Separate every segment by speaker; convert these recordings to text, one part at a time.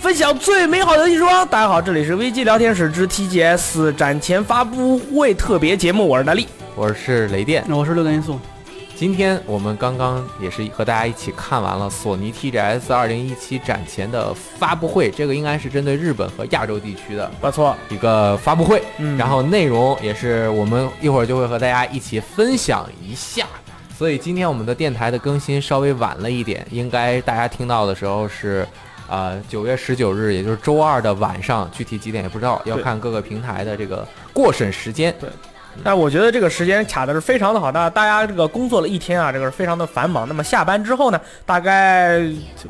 Speaker 1: 分享最美好的游戏时光。大家好，这里是危机聊天室之 TGS 展前发布会特别节目，我是大力。
Speaker 2: 我是雷电。
Speaker 3: 那我是六段因素，
Speaker 2: 今天我们刚刚也是和大家一起看完了索尼 TGS 2017展前的发布会，这个应该是针对日本和亚洲地区的
Speaker 1: 不错，
Speaker 2: 一个发布会。
Speaker 1: 嗯
Speaker 2: 然后内容也是我们一会儿就会和大家一起分享一下。所以今天我们的电台的更新稍微晚了一点，应该大家听到的时候是。呃，九月十九日，也就是周二的晚上，具体几点也不知道，要
Speaker 1: 对
Speaker 2: 看各个平台的这个过审时间。
Speaker 1: 但我觉得这个时间卡的是非常的好，那大家这个工作了一天啊，这个是非常的繁忙。那么下班之后呢，大概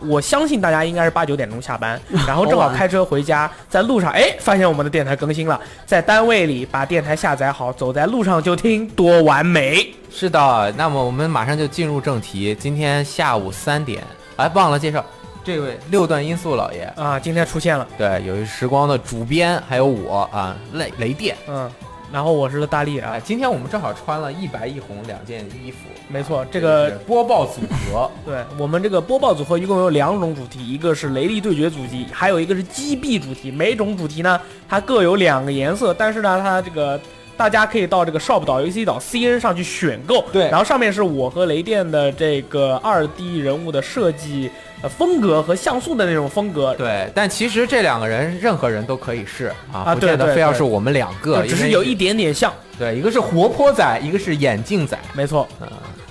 Speaker 1: 我相信大家应该是八九点钟下 班，然后正好开车回家，在路上哎发现我们的电台更新了，在单位里把电台下载好，走在路上就听，多完美！
Speaker 2: 是的，那么我们马上就进入正题。今天下午三点，哎，忘了介绍这位六段音素老爷。
Speaker 1: 啊，今天出现了，
Speaker 2: 对，有一时光的主编，还有我啊，雷雷电。
Speaker 1: 嗯，然后我是大力啊
Speaker 2: 哎，，今天我们正好穿了一白一红两件衣服，
Speaker 1: 没错，这
Speaker 2: 这
Speaker 1: 个
Speaker 2: 是播报组 合。
Speaker 1: 对我们这个播报组合一共有两种主题，一个是雷力对决主题，还有一个是击毙主题。每种主题呢，它各有两个颜色，但是呢，它这个大家可以到这个 shop 岛、UC 岛、CN 上去选购。
Speaker 2: 对
Speaker 1: 然后上面是我和雷电的这个二 D 人物的设计、呃、风格和像素的那种风格。
Speaker 2: 对，但其实这两个人任何人都可以是啊，
Speaker 1: 啊
Speaker 2: 不
Speaker 1: 对
Speaker 2: 见得
Speaker 1: 对
Speaker 2: 非要
Speaker 1: 对
Speaker 2: 是我们两个，
Speaker 1: 就只
Speaker 2: 因
Speaker 1: 是
Speaker 2: 为
Speaker 1: 有一点点像，
Speaker 2: 对，一个是活泼仔，一个是眼镜仔，
Speaker 1: 没错，
Speaker 2: 嗯、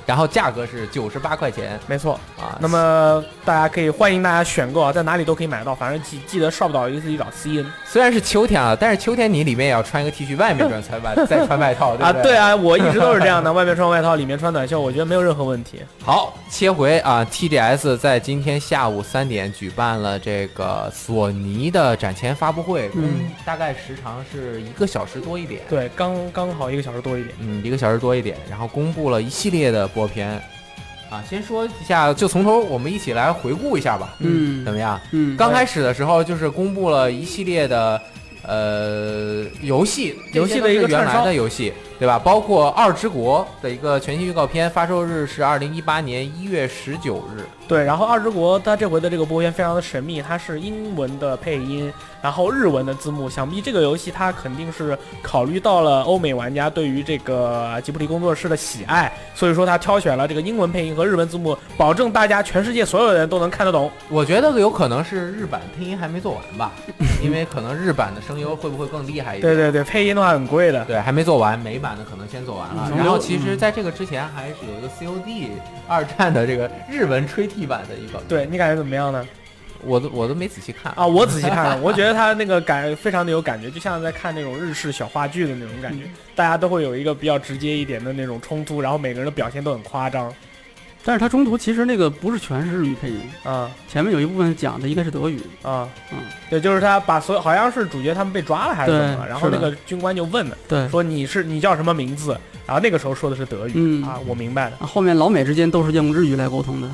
Speaker 2: 然后价格是九十八块钱
Speaker 1: 没错。
Speaker 2: 啊。
Speaker 1: 那么大家可以欢迎大家选购啊，在哪里都可以买到，反正记记得 shop 岛、UC 岛、CN。
Speaker 2: 虽然是秋天啊，但是秋天你里面也要穿一个 T 恤，外面穿穿外再穿外 套，对
Speaker 1: 啊，
Speaker 2: 不对？
Speaker 1: 对啊，我一直都是这样 的，外面穿外套，里面穿短袖，我觉得没有任何问题。
Speaker 2: 好，切回啊，TGS 在今天下午三点举办了这个索尼的展前发布会，
Speaker 3: 嗯，
Speaker 2: 大概时长是一个小时多一点，
Speaker 1: 对，刚刚好一个小时多一点。
Speaker 2: 嗯，一个小时多一点，然后公布了一系列的播片，啊，先说一下，就从头我们一起来回顾一下吧，
Speaker 3: 嗯
Speaker 2: 怎么样？
Speaker 3: 嗯，
Speaker 2: 刚开始的时候就是公布了一系列的呃游戏，
Speaker 1: 游戏的一个
Speaker 2: 这些都是原
Speaker 1: 串烧
Speaker 2: 来的游戏，对吧？包括《二之国》的一个全新预告片，发售日是二零一八年一月十九日。
Speaker 1: 对，然后《二之国》它这回的这个播片非常的神秘，它是英文的配音，然后日文的字幕。想必这个游戏它肯定是考虑到了欧美玩家对于这个吉卜力工作室的喜爱，所以说它挑选了这个英文配音和日文字幕，保证大家全世界所有人都能看得懂。
Speaker 2: 我觉得有可能是日版配音还没做完 吧，因为可能日版的声优会不会更厉害一点？
Speaker 1: 对对对，配音的话很贵的。
Speaker 2: 对，还没做完，美版的可能先做完了。
Speaker 3: 嗯
Speaker 2: 然后其实在这个之前还是有一个 COD 二战的这个日文吹替版的一个，
Speaker 1: 对你感觉怎么样呢？
Speaker 2: 我都我都没仔细看
Speaker 1: 啊，我仔细看了，我觉得他那个感非常的有感觉，就像在看那种日式小话剧的那种感
Speaker 3: 嗯
Speaker 1: 觉，大家都会有一个比较直接一点的那种冲突，然后每个人的表现都很夸张
Speaker 3: 但是它中途其实那个不是全是日语配音，
Speaker 1: 啊
Speaker 3: 前面有一部分讲的应该是德语，
Speaker 1: 啊，
Speaker 3: 嗯
Speaker 1: 对，就是他把所有好像是主角他们被抓了还是
Speaker 3: 对
Speaker 1: 怎么了，然后
Speaker 3: 是
Speaker 1: 那
Speaker 3: 的
Speaker 1: 个军官就问了，
Speaker 3: 对，
Speaker 1: 说你是你叫什么名字？然后那个时候说的是德语、
Speaker 3: 嗯
Speaker 1: 啊，我明白了，
Speaker 3: 啊后面老美之间都是用日语来沟通的，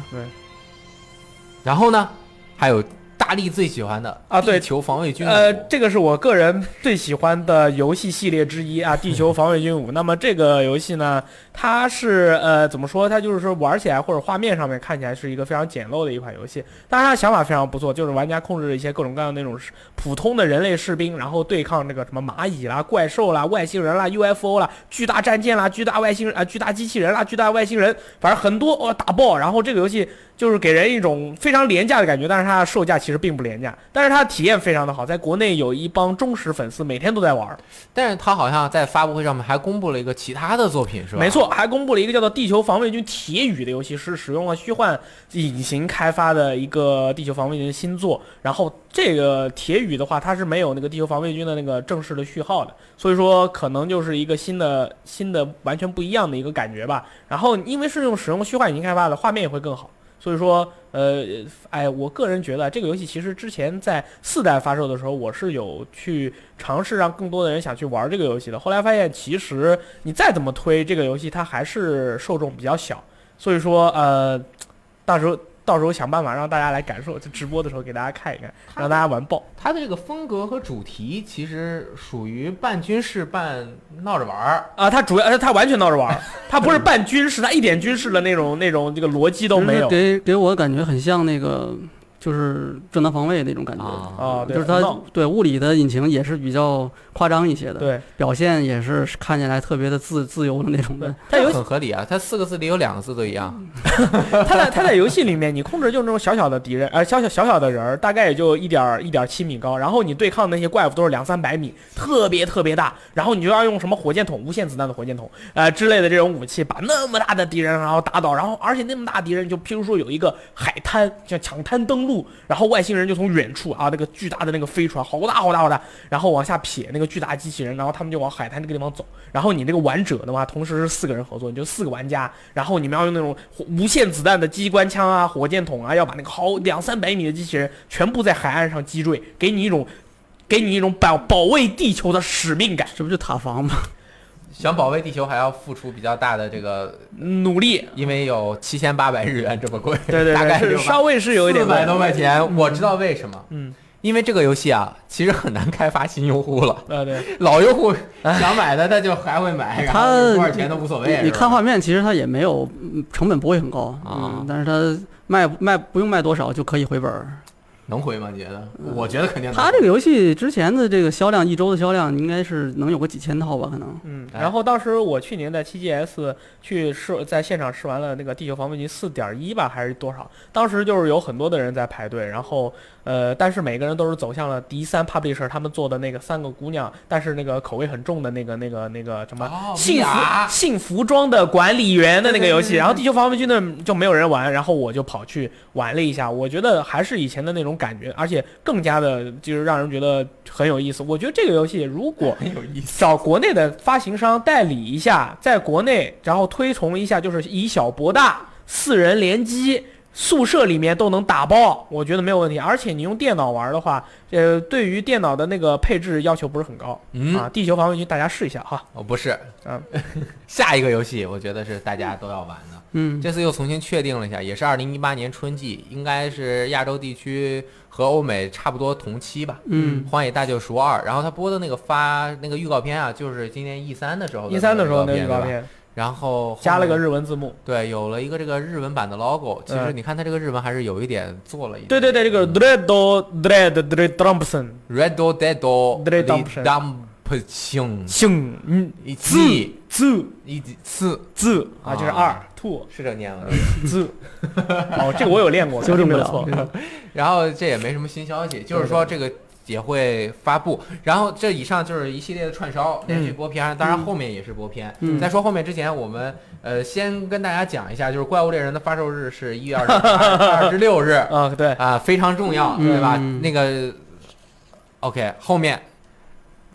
Speaker 2: 然后呢，还有大力最喜欢的
Speaker 1: 啊对
Speaker 2: 地球防卫军
Speaker 1: 呃，
Speaker 2: 武
Speaker 1: 这个是我个人最喜欢的游戏系列之一啊，《地球防卫军五》。那么这个游戏呢，它是呃怎么说？它就是说玩起来或者画面上面看起来是一个非常简陋的一款游戏，但是它的想法非常不错，就是玩家控制一些各种各样的那种士普通的人类士兵，然后对抗这个什么蚂蚁啦、怪兽啦、外星人啦、UFO 啦、巨大战舰啦、巨大外星人啊、巨大机器人啦、巨大外星人，反正很多哦打爆。然后这个游戏就是给人一种非常廉价的感觉，但是它的售价其实并不廉价，但是它的体验非常的好，在国内有一帮忠实粉丝，每天都在玩儿。
Speaker 2: 但是他好像在发布会上面还公布了一个其他的作品，是吧？
Speaker 1: 没，错，还公布了一个叫做《地球防卫军铁雨》的游戏，是使用了虚幻引擎开发的一个《地球防卫军》新作。然后这个铁雨的话，它是没有那个《地球防卫军》的那个正式的序号的，所以说可能就是一个新的、新的完全不一样的一个感觉吧。然后因为是用使用虚幻引擎开发的，画面也会更好。所以说，呃，哎，我个人觉得这个游戏其实之前在四代发售的时候，我是有去尝试让更多的人想去玩这个游戏的。后来发现，其实你再怎么推这个游戏，它还是受众比较小，所以说呃，到时候到时候想办法让大家来感受，就直播的时候给大家看一看，让大家玩爆。
Speaker 2: 他的这个风格和主题其实属于半军事半闹着玩儿。
Speaker 1: 啊，它主要呃它完全闹着玩儿，它不是半军事，它一点军事的那种那种这个逻辑都没有
Speaker 3: 就是。给给我的感觉很像那个就是正当防卫那种感觉。
Speaker 2: 啊，
Speaker 1: 啊，对
Speaker 3: 就是
Speaker 1: 很
Speaker 3: 它
Speaker 1: 棒
Speaker 3: 对物理的引擎也是比较夸张一些的，
Speaker 1: 对
Speaker 3: 表现也是看起来特别的自自由的那种
Speaker 1: 对
Speaker 3: 的。，
Speaker 1: 它游戏
Speaker 2: 很合理啊，它四个字里有两个字都一样，
Speaker 1: 嗯它在它在游戏里面，你控制就是那种小小的敌人，呃，小小小小的人儿，大概也就一点一点七米高，然后你对抗的那些怪物都是两三百米，特别特别大，然后你就要用什么火箭筒、无限子弹的火箭筒，呃之类的这种武器，把那么大的敌人然后打倒，然后而且那么大敌人就譬如说有一个海滩，像抢滩登陆，然后外星人就从远处啊那个巨大的那个飞船，好大好大好大，然后往下撇那个巨大机器人，然后他们就往海滩这个地方走，然后你那个玩者的话，同时是四个人合作，你就四个玩家，然后你们要用那种火无限子弹的机关枪啊、火箭筒啊，要把那个好两三百米的机器人全部在海岸上击坠，给你一种给你一种保保卫地球的使命感，
Speaker 3: 这不就塔防吗？
Speaker 2: 想保卫地球还要付出比较大的这个，
Speaker 1: 努力，
Speaker 2: 因为有七千八百日元这么贵，
Speaker 1: 对对
Speaker 2: 大概
Speaker 1: 对，是稍微是有一点
Speaker 2: 四百多块钱，我知道为什么，
Speaker 1: 嗯，
Speaker 2: 因为这个游戏啊，其实很难开发新用户了，
Speaker 1: 啊对，
Speaker 2: 老用户
Speaker 1: 哎
Speaker 2: 想买的他就还会买，然后
Speaker 3: 它
Speaker 2: 多少钱都无所谓，
Speaker 3: 你你
Speaker 2: 是吧
Speaker 3: 看画面，其实它也没有嗯成本不会很高
Speaker 2: 啊
Speaker 3: 嗯，但是它卖卖不用卖多少就可以回本儿。
Speaker 2: 能回吗？你觉得？
Speaker 1: 嗯
Speaker 2: 我觉得肯定能回。
Speaker 3: 它这个游戏之前的这个销量，一周的销量应该是能有个几千套吧，可能。
Speaker 1: 嗯，
Speaker 2: 哎
Speaker 1: 然后当时我去年在 7GS 去试，在现场试完了那个《地球防卫军》四点一吧，还是多少？当时就是有很多的人在排队，然后呃，但是每个人都是走向了第三 publisher 他们做的那个三个姑娘，但是那个口味很重的那个那个那个什么
Speaker 2: 哦
Speaker 1: 幸福
Speaker 2: VR
Speaker 1: 幸福装的管理员的那个游
Speaker 2: 对对对
Speaker 1: 戏，
Speaker 2: 对
Speaker 1: 然后《地球防卫军》呢就没有人玩，然后我就跑去玩了一下，我觉得还是以前的那种感觉，而且更加的就是让人觉得很有意思。我觉得这个游戏如果
Speaker 2: 很有意思。
Speaker 1: 找国内的发行商代理一下，在国内然后推崇一下，就是以小博大，四人联机。宿舍里面都能打爆，我觉得没有问题。而且你用电脑玩的话，呃，对于电脑的那个配置要求不是很高、啊。
Speaker 2: 嗯，
Speaker 1: 地球防卫军大家试一下哈。
Speaker 2: 哦，不是，
Speaker 1: 嗯，
Speaker 2: 下一个游戏我觉得是大家都要玩的。
Speaker 3: 嗯，
Speaker 2: 这次又重新确定了一下，也是二零一八年春季，应该是亚洲地区和欧美差不多同期吧。
Speaker 3: 嗯
Speaker 2: 荒野大救赎二》，然后他播的那个发那个预告片啊，就是今年 E 三的时候
Speaker 1: 一三的时候那
Speaker 2: 那
Speaker 1: 个预告
Speaker 2: 对吧，
Speaker 1: 片
Speaker 2: 然后后
Speaker 1: 加了个
Speaker 2: 面
Speaker 1: 日文字幕，
Speaker 2: 对，有了一个这个日文版的 logo。其实
Speaker 1: 嗯
Speaker 2: 你看它这个日文还是有一点做了一点。
Speaker 1: 对对对，这
Speaker 2: 嗯
Speaker 1: 个 Dread Dread Dread Thompson
Speaker 2: Red Do Dead Do
Speaker 1: Dread Dumption
Speaker 2: Dumping
Speaker 1: 姓嗯
Speaker 2: 一
Speaker 1: 字
Speaker 2: 季
Speaker 1: 字
Speaker 2: 一次
Speaker 1: 字啊，就是
Speaker 2: 啊
Speaker 1: 二 two
Speaker 2: 是这
Speaker 1: 嗯
Speaker 2: 念吗？啊
Speaker 1: 字。哦，这个我有练过，
Speaker 3: 纠正
Speaker 1: 没有
Speaker 3: 不了
Speaker 1: 错
Speaker 3: 这。个
Speaker 2: 然后这也没什么新消息，就是说这个也会发布。然后这以上就是一系列的串烧连
Speaker 1: 嗯
Speaker 2: 续播片，当然后面也是播片。
Speaker 3: 嗯
Speaker 2: 在说后面之前，我们呃先跟大家讲一下，就是《怪物猎人》的发售日是一月二十二十六日
Speaker 1: 啊，对，
Speaker 2: 啊，非常重要，
Speaker 3: 嗯
Speaker 2: 对吧？
Speaker 3: 嗯
Speaker 2: 那个 OK 后面。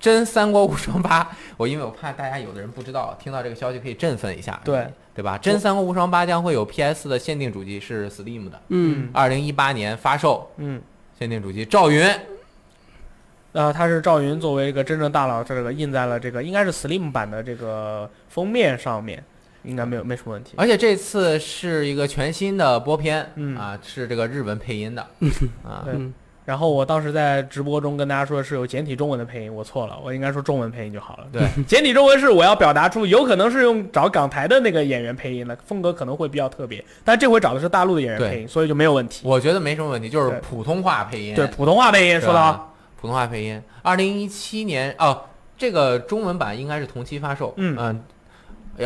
Speaker 2: 真三国无双八，我因为我怕大家有的人不知道，听到这个消息可以振奋一下，
Speaker 1: 对
Speaker 2: 对吧？真三国无双八将会有 PS 的限定主机是 Steam 的，
Speaker 3: 嗯
Speaker 2: 二零一八年发售，
Speaker 1: 嗯，
Speaker 2: 限定主机赵云，
Speaker 1: 然呃后他是赵云作为一个真正大佬，这个印在了这个应该是 Slim 版的这个封面上面，应该没有没什么问题。
Speaker 2: 而且这次是一个全新的播片，
Speaker 1: 嗯
Speaker 2: 啊，是这个日文配 音的，啊，
Speaker 1: 对
Speaker 3: 嗯，
Speaker 1: 然后我当时在直播中跟大家说是有简体中文的配音，我错了，我应该说中文配音就好了。
Speaker 2: 对，
Speaker 1: 简体中文是我要表达出有可能是用找港台的那个演员配音的，风格可能会比较特别，但这回找的是大陆的演员
Speaker 2: 对
Speaker 1: 配音，所以就没有问题。
Speaker 2: 我觉得没什么问题，就是
Speaker 1: 对
Speaker 2: 普通话配音，
Speaker 1: 对，普通话配音
Speaker 2: 是吧
Speaker 1: 说的啊，
Speaker 2: 普通话配音，二零一七年哦，这个中文版应该是同期发售，
Speaker 1: 嗯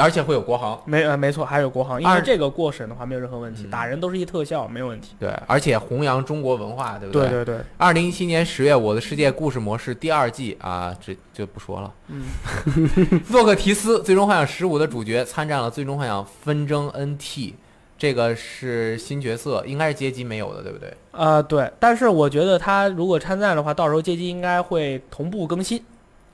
Speaker 2: 而且会有国行，
Speaker 1: 没呃没错，还有国行，因
Speaker 2: 二
Speaker 1: 为这个过审的话没有任何问题，
Speaker 2: 嗯
Speaker 1: 打人都是一特效，没有问题。
Speaker 2: 对，而且弘扬中国文化，对不
Speaker 1: 对对
Speaker 2: 对
Speaker 1: 对，
Speaker 2: 二零一七年十月，《我的世界故事模式》第二季啊，这就不说了。
Speaker 1: 嗯，
Speaker 2: 洛克提斯《最终幻想十五》的主角参战了《最终幻想纷争 NT》，这个是新角色，应该是街机没有的，对不对？
Speaker 1: 呃，对，但是我觉得他如果参战的话，到时候街机应该会同步更新，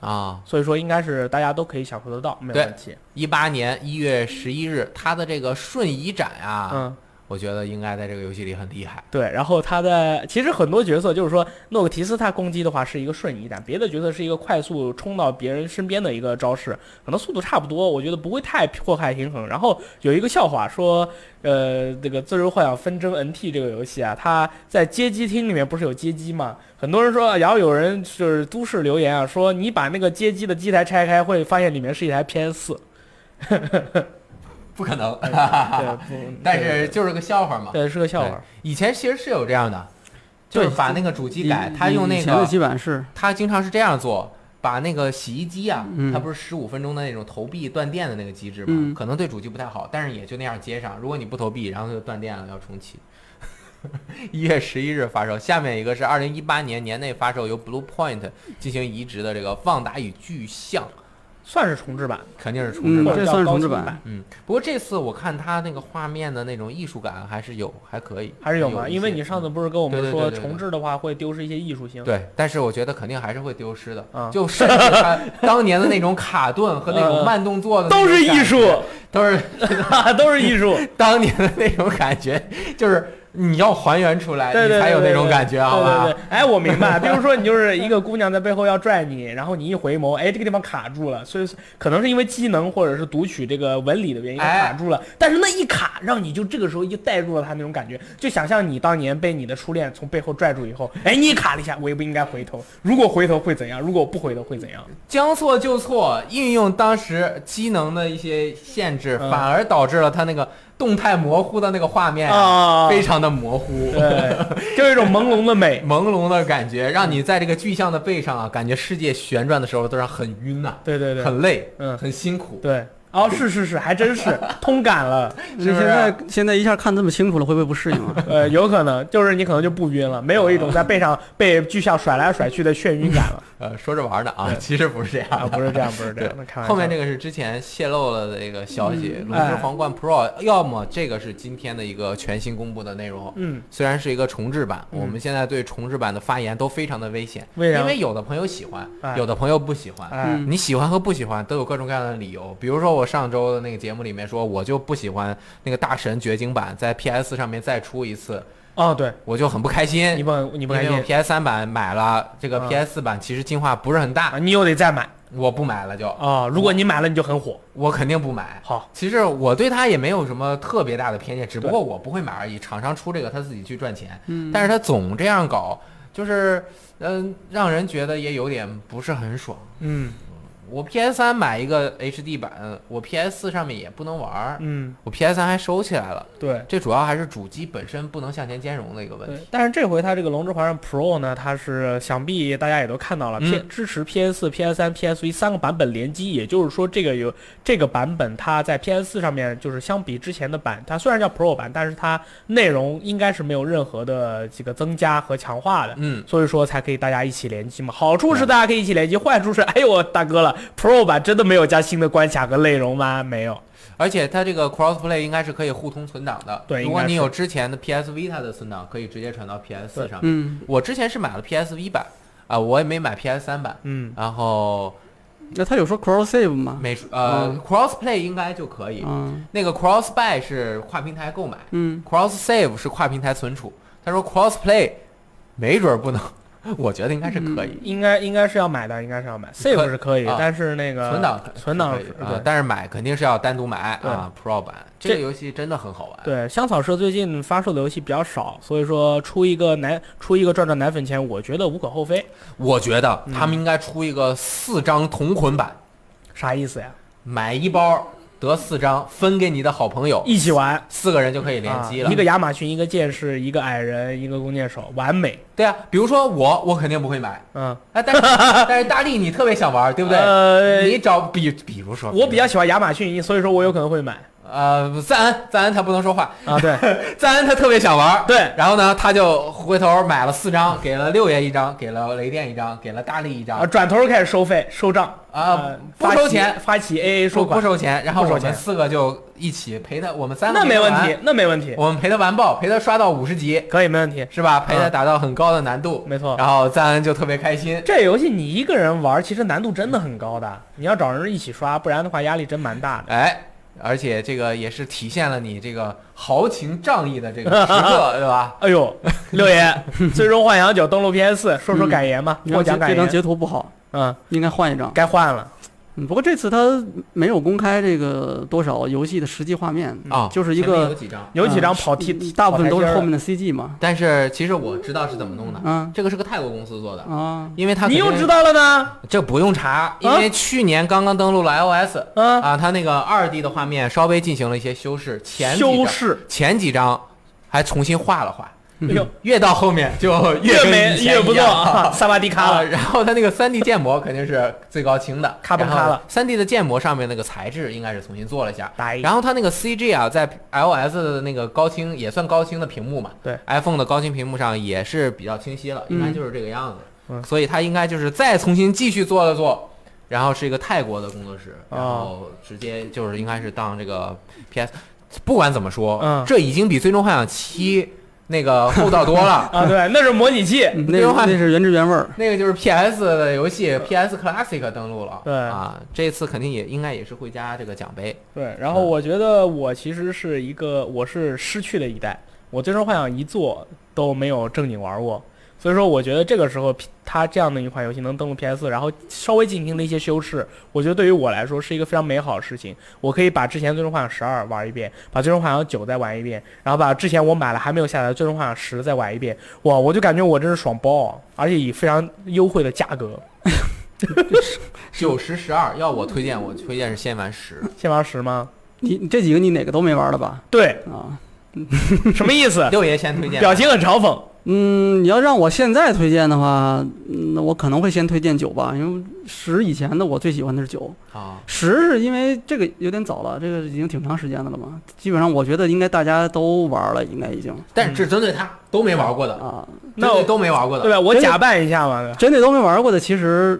Speaker 2: 啊，
Speaker 1: 所以说应该是大家都可以享受得到，没有
Speaker 2: 对
Speaker 1: 问题。
Speaker 2: 一八年一月十一日，他的这个瞬移斩啊，
Speaker 1: 嗯，
Speaker 2: 我觉得应该在这个游戏里很厉害。
Speaker 1: 对。然后他的其实很多角色就是说，诺克提斯他攻击的话是一个瞬移斩，别的角色是一个快速冲到别人身边的一个招式，可能速度差不多，我觉得不会太祸害平衡。然后有一个笑话说，呃，这个《自由幻想纷争 NT》这个游戏啊，它在街机厅里面不是有街机吗？很多人说，然哎后有人就是都市留言啊，说你把那个街机的机台拆开，会发现里面是一台 PS 四。
Speaker 2: 不可能，
Speaker 3: 哎
Speaker 1: 对，不，
Speaker 2: 但
Speaker 1: 对
Speaker 2: 是就是个笑话嘛。
Speaker 1: 对是个笑
Speaker 2: 对
Speaker 1: 话。
Speaker 2: 以前其实是有这样的，就是
Speaker 3: 对
Speaker 2: 把那个主机改，
Speaker 3: 以
Speaker 2: 他用
Speaker 3: 以
Speaker 2: 那
Speaker 3: 前的
Speaker 2: 个
Speaker 3: 基本是
Speaker 2: 他经常是这样做，把那个洗衣机啊，
Speaker 3: 嗯
Speaker 2: 它不是十五分钟的那种投币断电的那个机制嘛，
Speaker 3: 嗯
Speaker 2: 可能对主机不太好，但是也就那样接上。如果你不投币，然后它就断电了，要重启。 一月十一日发售，下面一个是二零一八年年内发售由 Bluepoint 进行移植的这个《旺达与巨像》，
Speaker 1: 算是重置版，
Speaker 2: 肯定是重置
Speaker 3: 嗯，
Speaker 1: 或
Speaker 2: 版。
Speaker 1: 者
Speaker 3: 这
Speaker 1: 叫
Speaker 3: 算是
Speaker 1: 高
Speaker 3: 重
Speaker 1: 清
Speaker 3: 置
Speaker 1: 版
Speaker 3: 版，
Speaker 2: 嗯，不过这次我看它那个画面的那种艺术感还是有，还可以，
Speaker 1: 还是有吗？
Speaker 2: 一
Speaker 1: 因为
Speaker 2: 些
Speaker 1: 你上次不是跟我
Speaker 2: 对
Speaker 1: 们
Speaker 2: 对
Speaker 1: 说
Speaker 2: 对对对
Speaker 1: 重置的话会丢失一些艺术性？
Speaker 2: 嗯对，但是我觉得肯定还是会丢失的，
Speaker 1: 啊
Speaker 2: 就甚至他当年的那种卡顿和那种
Speaker 1: 嗯
Speaker 2: 慢动作的那
Speaker 1: 都是
Speaker 2: 种感
Speaker 1: 艺术，
Speaker 2: 觉，都是
Speaker 1: 都是艺术。
Speaker 2: 当年的那种感觉，就是你要还原出来，
Speaker 1: 对对，
Speaker 2: 哎你才有
Speaker 1: 对
Speaker 2: 那种感觉，好吧？？
Speaker 1: 对对对对哎，我明白。比如说，你就是一个姑娘在背后要拽你，然后你一回眸，哎，这个地方卡住了，所以可能是因为机能或者是读取这个纹理的原因它
Speaker 2: 哎
Speaker 1: 卡住了。但是那一卡，让你就这个时候就带入了她那种感觉，就想象你当年被你的初恋从背后拽住以后，哎，你卡了一下，我也不应该回头。如果回头会怎样？如果不回头会怎样？
Speaker 2: 将错就错，运用当时机能的一些限制，
Speaker 1: 嗯
Speaker 2: 反而导致了它那个动态模糊的那个画面
Speaker 1: 啊
Speaker 2: 非常的模糊。
Speaker 1: 对，就有一种朦胧的美。
Speaker 2: 朦胧的感觉，让
Speaker 1: 嗯
Speaker 2: 你在这个巨像的背上啊，感觉世界旋转的时候都让很晕呐、
Speaker 1: 对对对
Speaker 2: 很累，
Speaker 1: 嗯
Speaker 2: 很辛苦。
Speaker 1: 对。哦，是是是，还真是通感了，
Speaker 2: 是不
Speaker 3: 那现
Speaker 2: 是
Speaker 3: 在现在一下看这么清楚了，会不会不适应 啊？
Speaker 1: 呃，有可能就是你可能就不晕了，没有一种在背上被巨象甩来甩去的眩晕感了。
Speaker 2: 呃，说着玩儿呢啊，
Speaker 1: 对
Speaker 2: 其实不是这样的。
Speaker 1: 啊，不是这样，不是这样，那开玩笑。
Speaker 2: 后面这个是之前泄露了的一个消息，
Speaker 3: 嗯
Speaker 2: 龙之皇
Speaker 1: 哎
Speaker 2: 冠 Pro》，要么这个是今天的一个全新公布的内容，
Speaker 1: 嗯，
Speaker 2: 虽然是一个重置版，
Speaker 1: 嗯
Speaker 2: 我们现在对重置版的发言都非常的危险，
Speaker 1: 为啥
Speaker 2: 因为有的朋友喜欢，
Speaker 1: 哎
Speaker 2: 有的朋友不喜欢。
Speaker 1: 哎，
Speaker 3: 嗯
Speaker 2: 你喜欢和不喜欢都有各种各样的理由，比如说我上周的那个节目里面说，我就不喜欢那个大神掘金版在 PS 上面再出一次，
Speaker 1: 哦，对，
Speaker 2: 我就很不开心。
Speaker 1: 你不你不开
Speaker 2: 因为
Speaker 1: 心
Speaker 2: 我 PS 三版买了，这个
Speaker 1: 嗯
Speaker 2: PS 版其实进化不是很
Speaker 1: 啊，
Speaker 2: 大，
Speaker 1: 你又得再买
Speaker 2: 我不买了就，
Speaker 1: 啊。如果你买了，你就很火。
Speaker 2: 我肯定不买。
Speaker 1: 好，
Speaker 2: 其实我对它也没有什么特别大的偏见，只不过我不会买而已。厂商出这个，他自己去赚钱，
Speaker 3: 嗯
Speaker 2: 但是他总这样搞，就是嗯、让人觉得也有点不是很爽。
Speaker 1: 嗯
Speaker 2: 我 PS 三买一个 HD 版，我 PS 四上面也不能玩儿，
Speaker 1: 嗯，
Speaker 2: 我 PS 三还收起来了。
Speaker 1: 对。
Speaker 2: 这主要还是主机本身不能向前兼容的一个问
Speaker 1: 对
Speaker 2: 题。，
Speaker 1: 但是这回它这个《龙之环上 Pro》呢，它是想必大家也都看到了，
Speaker 2: 嗯
Speaker 1: P 支持 PS 4 PS 3 PSV 三个版本联机，也就是说，这个有这个版本它在 PS 4上面就是相比之前的版，它虽然叫 Pro 版，但是它内容应该是没有任何的这个增加和强化的。
Speaker 2: 嗯，
Speaker 1: 所以说才可以大家一起联机嘛。好处是大家可以一起联机，坏处是，哎呦，大哥了，Pro 版真的没有加新的关卡和内容吗？没有。
Speaker 2: 而且它这个 crossplay 应该是可以互通存档的。
Speaker 1: 对
Speaker 2: 如果
Speaker 1: 应该
Speaker 2: 你
Speaker 1: 是
Speaker 2: 有之前的 PS Vita 的存档，可以直接传到 PS 四
Speaker 1: 对
Speaker 2: 上面。
Speaker 3: 嗯，
Speaker 2: 我之前是买了 PSV 版啊、我也没买 PS 三版。
Speaker 1: 嗯，
Speaker 2: 然后
Speaker 3: 那他有说 cross save 吗？
Speaker 2: 美术呃、
Speaker 3: 嗯
Speaker 2: crossplay 应该就可以，
Speaker 3: 嗯
Speaker 2: 那个 cross buy 是跨平台购买
Speaker 3: 嗯，
Speaker 2: ，cross save 是跨平台存储。他说 crossplay 没准儿不能，我觉得应该是可以，
Speaker 1: 应该应该是要买的，应该是要买。Save 是可以，
Speaker 2: 啊
Speaker 1: 但是那个
Speaker 2: 存档
Speaker 1: 嗯呃存档
Speaker 2: 是
Speaker 1: 是
Speaker 2: 可以啊，
Speaker 1: 对。
Speaker 2: 但是买肯定是要单独买啊，Pro 版这个
Speaker 1: 这
Speaker 2: 游戏真的很好玩。
Speaker 1: 对，香草社最近发售的游戏比较少，所以说出一个奶出一个赚赚奶粉钱，我觉得无可厚非。
Speaker 2: 我觉得
Speaker 1: 嗯
Speaker 2: 他们应该出一个四张同捆版，
Speaker 1: 啥意思呀？
Speaker 2: 买一包得四张，分给你的好朋友，
Speaker 1: 一起玩。
Speaker 2: 四个人就可以联
Speaker 1: 啊
Speaker 2: 机了
Speaker 1: 一。个亚马逊，一个剑士，一个矮人，一个弓箭手，完美。
Speaker 2: 对啊，比如说我，我肯定不会买，
Speaker 1: 嗯，
Speaker 2: 哎，但是 但是大力你特别想玩，对不对？
Speaker 1: 呃
Speaker 2: 你找比比如说，
Speaker 1: 我比较喜欢亚马逊，所以说我有可能会买
Speaker 2: 呃，赞恩赞恩他不能说话，
Speaker 1: 啊。 对
Speaker 2: 赞恩他特别想玩，
Speaker 1: 对，
Speaker 2: 然后呢，他就回头买了四张，给了六爷一张，给了雷电一张，给了大力一张
Speaker 1: 啊，转头开始收费收账
Speaker 2: 啊
Speaker 1: 呃
Speaker 2: 不
Speaker 1: 发
Speaker 2: 收
Speaker 1: 起
Speaker 2: 钱
Speaker 1: 发起 AA 收
Speaker 2: 说不
Speaker 1: 款，
Speaker 2: 收钱，然后
Speaker 1: 不收
Speaker 2: 我们
Speaker 1: 钱
Speaker 2: 四个就一起陪他，我们三个
Speaker 1: 那
Speaker 2: 陪
Speaker 1: 没
Speaker 2: 他
Speaker 1: 问
Speaker 2: 玩
Speaker 1: 题，，那没问题，
Speaker 2: 我们陪他完爆，陪他刷到五十级，
Speaker 1: 可以没问题，
Speaker 2: 是吧？陪他
Speaker 1: 嗯
Speaker 2: 打到很高的难度，
Speaker 1: 没错。
Speaker 2: 然后赞恩就特别开心。
Speaker 1: 这游戏你一个人玩，其实难度真的很高的，你要找人一起刷，不然的话压力真蛮大的。
Speaker 2: 哎，而且这个也是体现了你这个豪情仗义的这个 时刻，对吧？
Speaker 1: 哎 呦，六爷，《最终幻想九》登陆 PS，说
Speaker 2: 嗯
Speaker 1: 说感言吧，
Speaker 3: 这
Speaker 1: 获
Speaker 3: 张
Speaker 1: 奖
Speaker 3: 截
Speaker 1: 感
Speaker 3: 这张
Speaker 1: 言。
Speaker 3: 截图不好，
Speaker 1: 嗯，
Speaker 3: 应该换一张。
Speaker 1: 该换了。
Speaker 3: 嗯，不过这次他没有公开这个多少游戏的实际画面，
Speaker 1: 嗯
Speaker 2: 啊、
Speaker 3: 就是一
Speaker 2: 前面
Speaker 3: 个
Speaker 2: 有几张，
Speaker 1: 有几张
Speaker 3: 嗯
Speaker 1: 跑梯
Speaker 3: 嗯，大部分都是
Speaker 1: 跑台阶儿
Speaker 3: 后面的 CG 嘛。
Speaker 2: 但是其实我知道是怎么弄的，
Speaker 3: 嗯
Speaker 2: 这个是个泰国公司做
Speaker 1: 嗯
Speaker 2: 的，
Speaker 3: 啊，
Speaker 2: 因为他
Speaker 1: 你又知
Speaker 2: 道
Speaker 1: 道啊了呢？
Speaker 2: 这不用查，因为去年刚刚登陆了 iOS
Speaker 1: 嗯，
Speaker 2: 啊，它那个二 D 的画面稍微进行了一些修饰，前几
Speaker 1: 修
Speaker 2: 张
Speaker 1: 饰
Speaker 2: 前几张还重新画了画，
Speaker 1: 哎呦，
Speaker 2: 越到后面 就嗯越
Speaker 1: 越
Speaker 2: 跟
Speaker 1: 没
Speaker 2: 以前
Speaker 1: 越不
Speaker 2: 一
Speaker 1: 错
Speaker 2: 样
Speaker 1: 啊，萨瓦迪卡
Speaker 2: 啊，
Speaker 1: 了，
Speaker 2: 然后它那个三 D 建模肯定是最高清的，
Speaker 1: 咔嘣咔了。
Speaker 2: 三 D 的建模上面那个材质应该是重新做了一下，
Speaker 1: 打一
Speaker 2: 啊然后它那个 CG 啊，在 iOS 的那个高清也算高清的屏幕嘛，
Speaker 1: 对
Speaker 2: ，iPhone 的高清屏幕上也是比较清晰了，
Speaker 3: 嗯
Speaker 2: 应该就是这个样子。
Speaker 1: 嗯
Speaker 2: 所以它应该就是再重新继续做了做，然后是一个泰国的工作室，
Speaker 1: 哦
Speaker 2: 然后直接就是应该是当这个 PS。不管怎么说，
Speaker 1: 嗯
Speaker 2: 这已经比《最终幻想七》那个厚道多了。
Speaker 1: 啊，对，那是模拟器，
Speaker 3: 嗯那
Speaker 2: 这个话
Speaker 3: 那是原汁原味儿。
Speaker 2: 那个就是 PS 的游戏，PS Classic 登录了。
Speaker 1: 对
Speaker 2: 啊，这次肯定也应该也是会加这个奖杯。
Speaker 1: 对，然后
Speaker 2: 嗯
Speaker 1: 我觉得我其实是一个，我是失去了一代，我最终幻想一做都没有正经玩过，所以说我觉得这个时候它这样的一款游戏能登陆 PS，然后稍微进行了一些修饰，我觉得对于我来说是一个非常美好的事情。我可以把之前最终幻想十二玩一遍，把最终幻想九再玩一遍，然后把之前我买了还没有下载的最终幻想十再玩一遍，哇，我就感觉我真是爽爆啊，而且以非常优惠的价格，
Speaker 2: 九十十二，要我推荐，我推荐是先玩十。？
Speaker 1: 先玩十吗？
Speaker 3: 你你这几个你哪个都没玩了吧？
Speaker 1: 对，
Speaker 3: 啊，
Speaker 1: 什么意思
Speaker 2: 六爷先推荐吧，
Speaker 1: 表情很嘲讽。
Speaker 3: 嗯，你要让我现在推荐的话，嗯那我可能会先推荐九吧，因为十以前的我最喜欢的是九，
Speaker 2: 啊，
Speaker 3: 十是因为这个有点早了，这个已经挺长时间的了嘛，基本上我觉得应该大家都玩了，应该已经
Speaker 2: 但是只针对他都没玩过的，
Speaker 3: 啊，
Speaker 1: 嗯那
Speaker 2: 针对
Speaker 1: 我
Speaker 2: 都没玩过
Speaker 1: 对
Speaker 2: 的。
Speaker 1: 吧？我
Speaker 3: 真的
Speaker 1: 假扮一下嘛。
Speaker 3: 针对都没玩过的，其实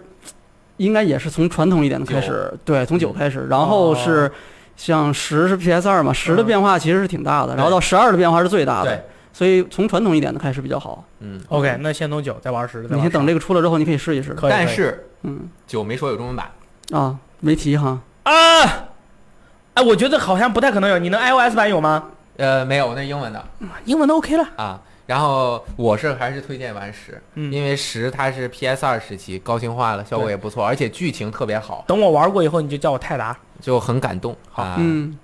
Speaker 3: 应该也是从传统一点的开始，对，从九开始，然后是像十是 PS 二嘛，十的
Speaker 1: 嗯
Speaker 3: 变化其实是挺大的，
Speaker 2: 对
Speaker 3: 然后到十二的变化是最大
Speaker 2: 对
Speaker 3: 的，，所以从传统一点的开始比较好。
Speaker 2: 嗯，
Speaker 1: OK，那先从九再玩十，再
Speaker 3: 你
Speaker 1: 玩
Speaker 3: 先等
Speaker 1: 这，
Speaker 3: 这个出了之后，你可以试一试。
Speaker 1: 哦可以
Speaker 2: 但
Speaker 1: 可以
Speaker 2: 是
Speaker 3: 嗯
Speaker 2: 九没说有中文版，
Speaker 3: 啊，没提哈，
Speaker 1: 啊，哎，我觉得好像不太可能有。你能 iOS 版有吗？
Speaker 2: 呃，没有，那英文的
Speaker 1: 英文的 OK 了。
Speaker 2: 啊。然后我是还是推荐玩十，
Speaker 1: 嗯，
Speaker 2: 因为十它是 PS 二时期高清化了，效果也不错，而且剧情特别好，
Speaker 1: 等我玩过以后，你就叫我泰达。
Speaker 2: 就很感动。啊，
Speaker 3: 嗯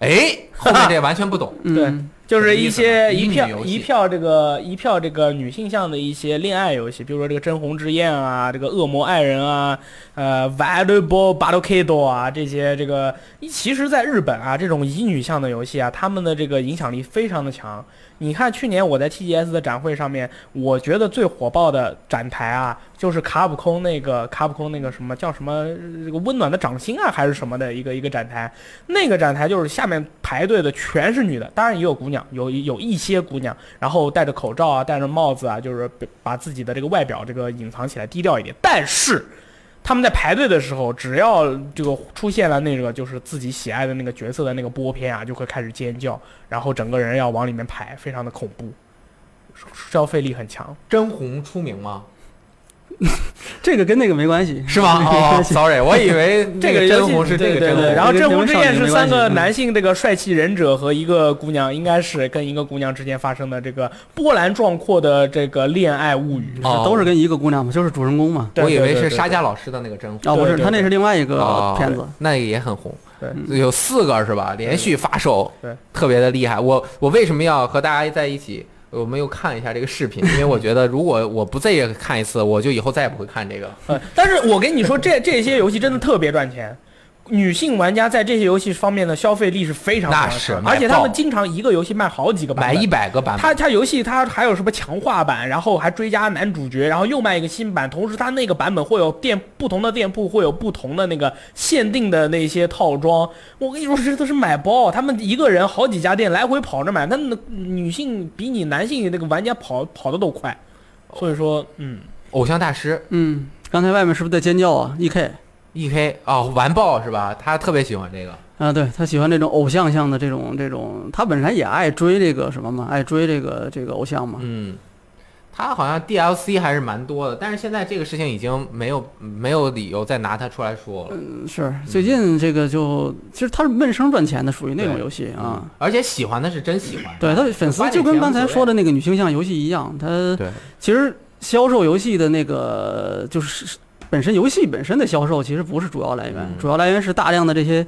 Speaker 2: 哎，后面这完全不懂。
Speaker 3: 嗯，
Speaker 1: 对就是
Speaker 2: 什么
Speaker 1: 一
Speaker 2: 意思
Speaker 1: 些
Speaker 2: 呢乙
Speaker 1: 一
Speaker 2: 女
Speaker 1: 票
Speaker 2: 游戏
Speaker 1: 一票这个一票这个女性向的一些恋爱游戏，比如说这个《真红之焰》啊，这个《恶魔爱人》啊，呃，《Valuable Battle k i d o 啊，这些这个，其实在日本啊，这种乙女向的游戏啊，他们的这个影响力非常的强。你看去年我在 TGS 的展会上面，我觉得最火爆的展台啊，就是卡普空那个卡普空那个什么叫什么呃这个温暖的掌心啊，还是什么的一个一个展台，那个展台就是下面排队的全是女的，当然也有姑娘，有有一些姑娘，然后戴着口罩啊，戴着帽子啊，就是把把自己的这个外表这个隐藏起来，低调一点。但是他们在排队的时候，只要这个出现了那个就是自己喜爱的那个角色的那个播片啊，就会开始尖叫，然后整个人要往里面排，非常的恐怖，消费力很强。
Speaker 2: 真红出名吗？
Speaker 3: 这个跟那个没关系，
Speaker 2: 是吗？ 哦，sorry，我以为
Speaker 1: 这
Speaker 2: 那
Speaker 1: 个
Speaker 2: 个
Speaker 1: 游
Speaker 2: 真
Speaker 1: 戏
Speaker 2: 红嗯是这个
Speaker 1: 对
Speaker 2: 真
Speaker 1: 对对，
Speaker 2: 红。
Speaker 1: 然后
Speaker 3: 跟
Speaker 1: 真
Speaker 3: 这
Speaker 1: 红
Speaker 3: 个
Speaker 1: 之
Speaker 3: 少
Speaker 1: 剑
Speaker 3: 女
Speaker 1: 是
Speaker 3: 没
Speaker 1: 三
Speaker 3: 关系
Speaker 1: 个
Speaker 3: 嗯
Speaker 1: 男性这个帅气忍者和一个姑娘，应该是跟一个姑娘之间发生的这个波澜壮阔的这个恋爱物语。
Speaker 2: 哦
Speaker 3: 这都是跟一个姑娘嘛，就是主人公嘛。
Speaker 1: 对
Speaker 2: 我以为是沙
Speaker 1: 沙
Speaker 2: 加老师的那个真红
Speaker 3: 啊，不
Speaker 1: 对
Speaker 3: 是，
Speaker 1: 对
Speaker 3: 他那是另外一个
Speaker 2: 哦
Speaker 3: 片子，
Speaker 2: 那也很红。
Speaker 1: 对
Speaker 2: 有四个是吧？连续发售，
Speaker 1: 对对
Speaker 2: 特别的厉害。我我为什么要和大家在一起？我们又看一下这个视频， 因为我觉得如果我不再看一次，我就以后再也不会看这个了。
Speaker 1: 呃，但是我跟你说，这这些游戏真的特别赚钱。女性玩家在这些游戏方面的消费力是非常
Speaker 2: 那
Speaker 1: 强
Speaker 2: 是
Speaker 1: 的
Speaker 2: 买
Speaker 1: 而且他
Speaker 2: 爆
Speaker 1: 们经常一个游戏卖好几个版
Speaker 2: 买
Speaker 1: 本，
Speaker 2: 一百个版本，
Speaker 1: 它它游戏它还有什么强化版，然后还追加男主角，然后又卖一个新版，同时它那个版本会有店不同的店铺会有不同的那个限定的那些套装。我跟你说，这都是买包，他们一个人好几家店来回跑着买，那那女性比你男性那个玩家跑跑的都快，所以说，嗯，
Speaker 2: 偶像大师
Speaker 3: 嗯，刚才外面是不是在尖叫啊？E K
Speaker 2: E K 啊，完爆是吧？他特别喜欢这个。
Speaker 3: 啊，对他喜欢这种偶像向的这种这种，他本身也爱追这个什么嘛，爱追这个这个偶像嘛。
Speaker 2: 嗯，他好像 DLC 还是蛮多的，但是现在这个事情已经没有没有理由再拿它出来说了。
Speaker 3: 嗯是，最近这个就其实他是闷声赚钱的，属于那种
Speaker 2: 对
Speaker 3: 游戏啊。
Speaker 2: 嗯，而且喜欢的是真喜欢。
Speaker 3: 对，他的粉丝就跟刚才说的那个女性向游戏一样，他
Speaker 2: 对
Speaker 3: 其实销售游戏的那个就是本身游戏本身的销售其实不是主要来源，
Speaker 2: 嗯
Speaker 3: 主要来源是大量的这些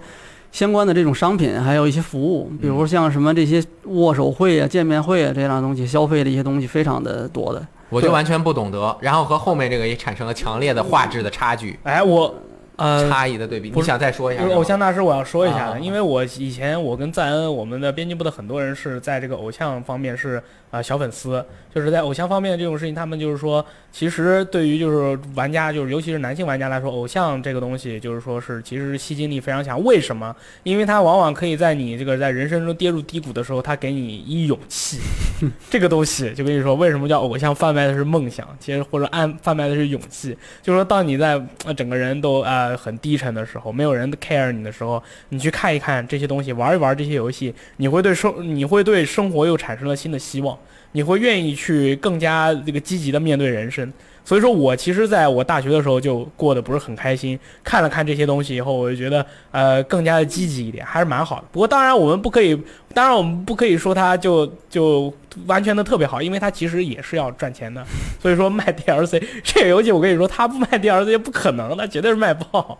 Speaker 3: 相关的这种商品，还有一些服务，比如像什么这些握手会啊、见面会啊这样的东西，消费的一些东西非常的多的。
Speaker 2: 我
Speaker 1: 对
Speaker 2: 就完全不懂得，然后和后面这个也产生了强烈的画质的差距。
Speaker 1: 哎，我呃，
Speaker 2: 差异的对比，
Speaker 1: 不
Speaker 2: 你
Speaker 1: 是
Speaker 2: 想再说一下
Speaker 1: 就是
Speaker 2: 吗？
Speaker 1: 偶像大师，我要说一下
Speaker 2: 啊
Speaker 1: 的，因为我以前我跟赞恩，我们的编辑部的很多人是在这个偶像方面是啊、呃小粉丝，就是在偶像方面这种事情，他们就是说，其实对于就是玩家，就是尤其是男性玩家来说，偶像这个东西就是说是其实吸金力非常强。为什么？因为它往往可以在你这个在人生中跌入低谷的时候，它给你一勇气。这个东西就跟你说，为什么叫偶像贩卖的是梦想，其实或者暗贩卖的是勇气。就是说，当你在呃整个人都呃很低沉的时候，没有人 care 你的时候，你去看一看这些东西，玩一玩这些游戏，你会对生你会对生活又产生了新的希望，你会愿意去更加这个积极的面对人生。所以说我其实在我大学的时候就过得不是很开心，看了看这些东西以后，我就觉得呃更加的积极一点，还是蛮好的。不过当然我们不可以，当然我们不可以说它就就完全的特别好，因为它其实也是要赚钱的。所以说卖 DLC 这个游戏，我跟你说，它不卖 DLC 不可能，它绝对是卖爆。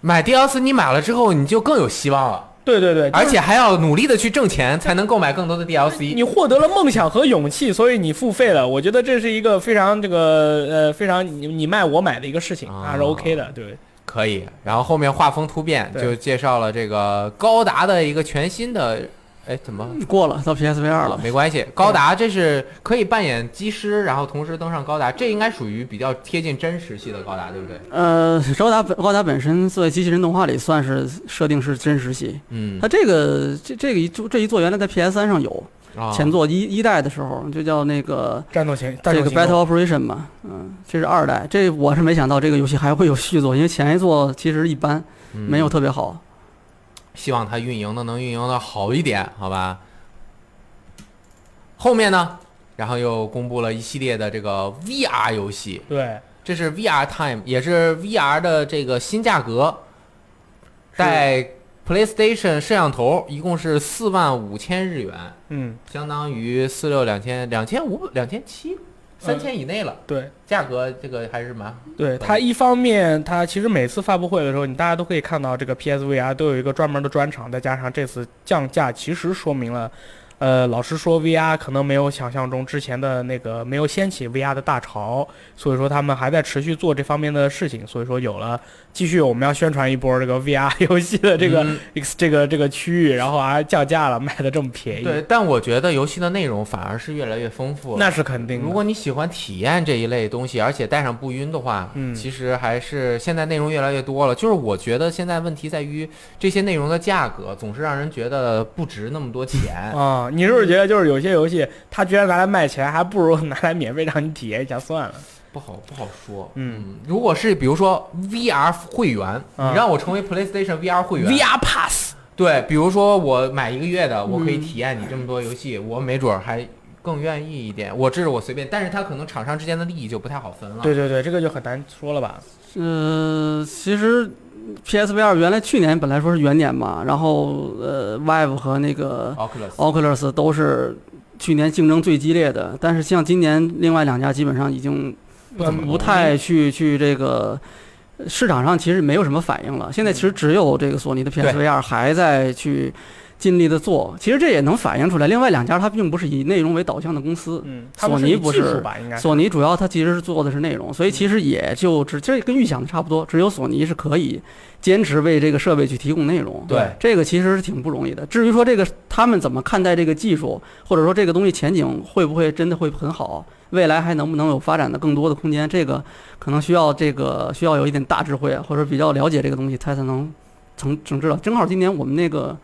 Speaker 2: 买 DLC，你买了之后你就更有希望了，
Speaker 1: 对对对，就是
Speaker 2: 而且还要努力的去挣钱，才能购买更多的 DLC。
Speaker 1: 你获得了梦想和勇气，所以你付费了。我觉得这是一个非常这个呃非常你你卖我买的一个事情，
Speaker 2: 啊
Speaker 1: 那是 OK 的，对。
Speaker 2: 可以，然后后面画风突变，
Speaker 1: 对
Speaker 2: 就介绍了这个高达的一个全新的，哎，怎么哦
Speaker 3: 过了到 PSV 二了，
Speaker 2: 没关系，高达这是可以扮演机师，然后同时登上高达，这应该属于比较贴近真实系的高达，对不对？
Speaker 3: 呃，高达本高达本身在机器人动画里算是设定是真实系，
Speaker 2: 嗯
Speaker 3: 它，这个这这个一这一座原来在 PS 三上有，
Speaker 2: 啊
Speaker 3: 前作一一代的时候就叫那个
Speaker 1: 战斗型，战
Speaker 3: 这
Speaker 1: 斗
Speaker 3: 个
Speaker 1: 型动
Speaker 3: Battle Operation 嘛，嗯，这是二代，这我是没想到这个游戏还会有续作，因为前一作其实一般，没有，
Speaker 2: 嗯
Speaker 3: 特别好。
Speaker 2: 希望它运营的能运营的好一点，好吧？后面呢，然后又公布了一系列的这个 VR 游戏，
Speaker 1: 对，
Speaker 2: 这是 VR Time，也是 VR 的这个新价格，带 PlayStation 摄像头，一共是四万五千日元，
Speaker 1: 嗯，
Speaker 2: 相当于四六两千两千五两千七三千以内了。
Speaker 1: 对
Speaker 2: 价格这个还是蛮
Speaker 1: 对，它一方面它其实每次发布会的时候，你大家都可以看到这个 PSVR 啊都有一个专门的专场，再加上这次降价，其实说明了。呃，老实说，VR 可能没有想象中之前的那个没有掀起 VR 的大潮，所以说他们还在持续做这方面的事情，所以说有了继续我们要宣传一波这个 VR 游戏的这个、
Speaker 2: 嗯
Speaker 1: ex- 这个这个区域，然后还降价了，卖的这么便宜，
Speaker 2: 对，但我觉得游戏的内容反而是越来越丰富了。
Speaker 1: 那是肯定的。
Speaker 2: 如果你喜欢体验这一类东西，而且带上不晕的话，
Speaker 1: 嗯
Speaker 2: 其实还是现在内容越来越多了。就是我觉得现在问题在于这些内容的价格总是让人觉得不值那么多
Speaker 3: 嗯
Speaker 2: 钱。
Speaker 1: 啊、你是不是觉得就是有些游戏，它居然拿来卖钱，还不如拿来免费让你体验一下算了？
Speaker 2: 不好不好说。
Speaker 1: 嗯，
Speaker 2: 如果是比如说 VR 会员，
Speaker 3: 嗯
Speaker 1: 啊
Speaker 2: 你让我成为 PlayStation VR 会员
Speaker 1: ，VR Pass，
Speaker 2: 对，比如说我买一个月的，我可以体验你这么多游戏，我没准儿还更愿意一点。我这是我随便，但是它可能厂商之间的利益就不太好分了。
Speaker 1: 对对对，这个就很难说了吧？
Speaker 3: 呃，其实 PSV 二原来去年本来说是元年嘛，然后呃，Vive 和那个
Speaker 2: Oculus，
Speaker 3: Oculus 都是去年竞争最激烈的，但是像今年另外两家基本上已经
Speaker 1: 不怎么
Speaker 3: 不太去去这个呃市场上其实没有什么反应了。现在其实只有这个索尼的 PSV 二还在去尽力的做，其实这也能反映出来，另外两家它并不是以内容为导向的公司。
Speaker 1: 嗯，他们
Speaker 3: 索尼
Speaker 1: 以
Speaker 3: 不
Speaker 1: 技
Speaker 3: 是
Speaker 1: 术吧？应该
Speaker 3: 索尼主要它其实是做的是内容，所以其实也就只这跟预想的差不多，只有索尼是可以坚持为这个设备去提供内容。
Speaker 2: 对
Speaker 3: 这个其实是挺不容易的。至于说这个他们怎么看待这个技术，或者说这个东西前景会不会真的会很好，未来还能不能有发展的更多的空间，这个可能需要这个需要有一点大智慧，或者比较了解这个东西，他才能成整知道。正好今年我们那个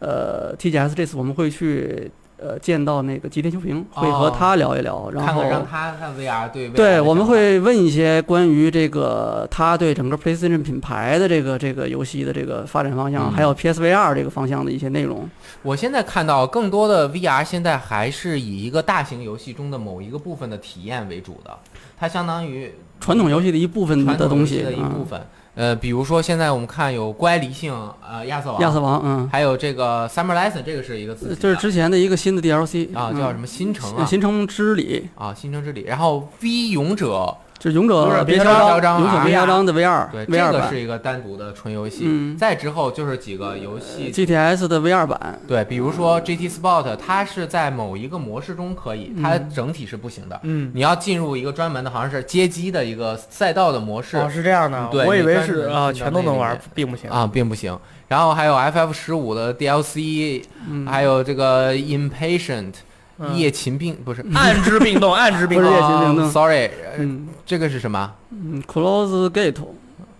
Speaker 3: 呃 TGS 这次我们会去呃见到那个吉田修平，会和
Speaker 2: 哦
Speaker 3: 他聊一聊，然
Speaker 2: 看
Speaker 3: 后
Speaker 2: 看让他看 VR 对 VR 的
Speaker 3: 对，我们
Speaker 2: 想法
Speaker 3: 会问一些关于这个他对整个 PlayStation 品牌的这个这个游戏的这个发展方
Speaker 2: 嗯
Speaker 3: 向，还有 PSVR 这个方向的一些内容。
Speaker 2: 我现在看到更多的 VR 现在还是以一个大型游戏中的某一个部分的体验为主的，它相当于
Speaker 3: 传统游戏的一部分
Speaker 2: 传
Speaker 3: 的
Speaker 2: 统
Speaker 3: 东
Speaker 2: 游戏
Speaker 3: 西
Speaker 2: 的一
Speaker 3: 啊
Speaker 2: 部，分。呃，比如说现在我们看有乖离性，呃，亚瑟王，
Speaker 3: 亚瑟王，嗯，
Speaker 2: 还有这个 Summer Lesson，这个是一个自己
Speaker 3: 这是
Speaker 2: 的
Speaker 3: 之前的一个新的 DLC
Speaker 2: 啊，叫什么新城啊
Speaker 3: 嗯呃新城之旅，
Speaker 2: 啊，新城之旅，然后 V 勇者
Speaker 3: 就是勇
Speaker 2: 勇
Speaker 3: 者
Speaker 2: 者别
Speaker 3: 嚣
Speaker 2: 嚣张
Speaker 3: 勇者别嚣
Speaker 2: VR
Speaker 3: 张的 VR
Speaker 2: 对，这
Speaker 3: VR
Speaker 2: 个
Speaker 3: 版
Speaker 2: 是一个单独的纯游戏。
Speaker 3: 嗯
Speaker 2: 再之后就是几个游戏，
Speaker 3: ，GTS 的 VR 版，
Speaker 2: 对，比如说 GT Sport，它是在某一个模式中可以，它整体是不行的。
Speaker 1: 嗯，
Speaker 2: 你要进入一个专门的，好像是街机的一个赛道的模式
Speaker 1: 哦，是这样的，
Speaker 2: 对
Speaker 1: 我以
Speaker 2: 你
Speaker 1: 为
Speaker 2: 专
Speaker 1: 是
Speaker 2: 门
Speaker 1: 啊，
Speaker 2: 进到
Speaker 1: 全都
Speaker 2: 那
Speaker 1: 能
Speaker 2: 里
Speaker 1: 玩
Speaker 2: 面，
Speaker 1: 并不行。
Speaker 2: 啊，并不行。然后还有 FF 十五的 DLC，
Speaker 3: 嗯
Speaker 2: 还有这个 Impatient
Speaker 1: 嗯
Speaker 2: 夜勤病不是。
Speaker 1: 暗之并动，暗之并
Speaker 3: 不是
Speaker 1: 动
Speaker 3: 夜。勤病
Speaker 2: 啊
Speaker 3: 动
Speaker 2: Sorry，呃
Speaker 3: 嗯
Speaker 2: 这个是什么
Speaker 3: 嗯，Close Gate，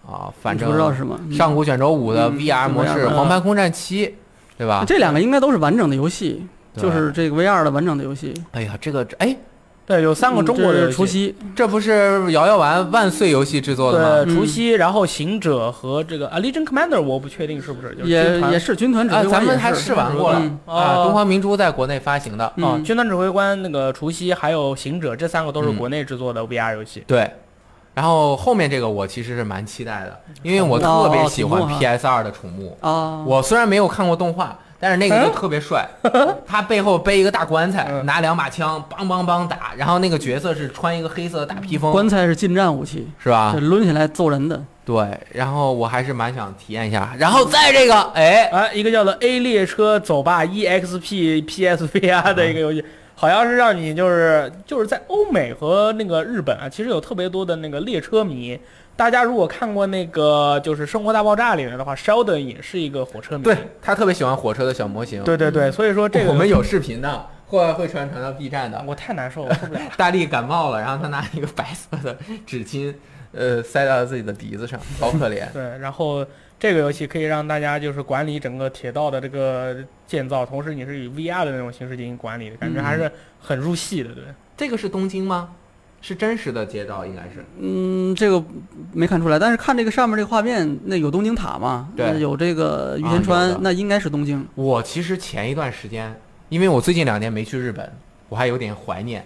Speaker 2: 啊？反正
Speaker 3: 不知道是什么。嗯
Speaker 2: 上古卷轴五的
Speaker 3: 嗯
Speaker 2: VR 模
Speaker 3: 怎么
Speaker 2: 式，
Speaker 3: 样
Speaker 2: 黄盘空战七，对吧？
Speaker 3: 这两个应该都是完整的游戏，
Speaker 2: 对
Speaker 3: 就是这个 VR 的完整的游戏。
Speaker 2: 哎呀，这个哎，
Speaker 1: 对，有三个
Speaker 3: 嗯
Speaker 1: 中国
Speaker 3: 这
Speaker 1: 的
Speaker 3: 是除夕，
Speaker 2: 这不是摇摇丸万岁游戏制作的吗？
Speaker 1: 对，
Speaker 3: 嗯
Speaker 1: 除夕，然后行者和这个啊，Legion Commander，我不确定是不是，就是
Speaker 3: 也
Speaker 1: 军团
Speaker 3: 也是军团指
Speaker 2: 啊，
Speaker 3: 挥官也是，
Speaker 2: 咱们还试玩过了
Speaker 3: 嗯
Speaker 2: 啊，
Speaker 1: 哦
Speaker 2: 东方明珠在国内发行的，
Speaker 1: 啊，
Speaker 3: 嗯
Speaker 1: 军团指挥官那个除夕还有行者这三个都是国内制作的 VR 游戏。
Speaker 2: 对。然后后面这个我其实是蛮期待的，因为我特别喜欢
Speaker 3: 哦哦
Speaker 2: PS 二的楚木。
Speaker 3: 啊，
Speaker 2: 我虽然没有看过动画，但是那个就
Speaker 1: 嗯
Speaker 2: 特别帅，他背后背一个大棺材，
Speaker 1: 嗯
Speaker 2: 拿两把枪，梆梆梆打。然后那个角色是穿一个黑色的大披风，
Speaker 3: 棺材是近战武器，
Speaker 2: 是吧
Speaker 3: 这？抡起来揍人的。
Speaker 2: 对。然后我还是蛮想体验一下。然后再这个，哎，
Speaker 1: 啊，一个叫做《A 列车走吧，E EXP
Speaker 2: 啊
Speaker 1: PSVR》的一个啊游戏，好像是让你就是就是在欧美和那个日本啊，其实有特别多的那个列车迷。大家如果看过那个就是《生活大爆炸》里面的话，Sheldon 也是一个火车迷。
Speaker 2: 对他特别喜欢火车的小模型。
Speaker 1: 对对对，所以说这个
Speaker 2: 我们有视频的，会会传传到 B 站的。
Speaker 1: 我太难受了， 受不了。。
Speaker 2: 大力感冒了，然后他拿一个白色的纸巾，呃，塞到自己的鼻子 上，好可怜
Speaker 1: 对，然后这个游戏可以让大家就是管理整个铁道的这个建造，同时你是以 VR 的那种形式进行管理的，感觉还是
Speaker 2: 嗯
Speaker 1: 很入戏的，对。
Speaker 2: 这个是东京吗？是真实的街道，应该是。
Speaker 3: 嗯，这个没看出来，但是看这个上面这个画面，那有东京塔嘛？
Speaker 2: 对
Speaker 3: 那有这个御田
Speaker 2: 啊
Speaker 3: 川，
Speaker 2: 有的
Speaker 3: 那应该是东京。
Speaker 2: 我其实前一段时间，因为我最近两年没去日本，我还有点怀念。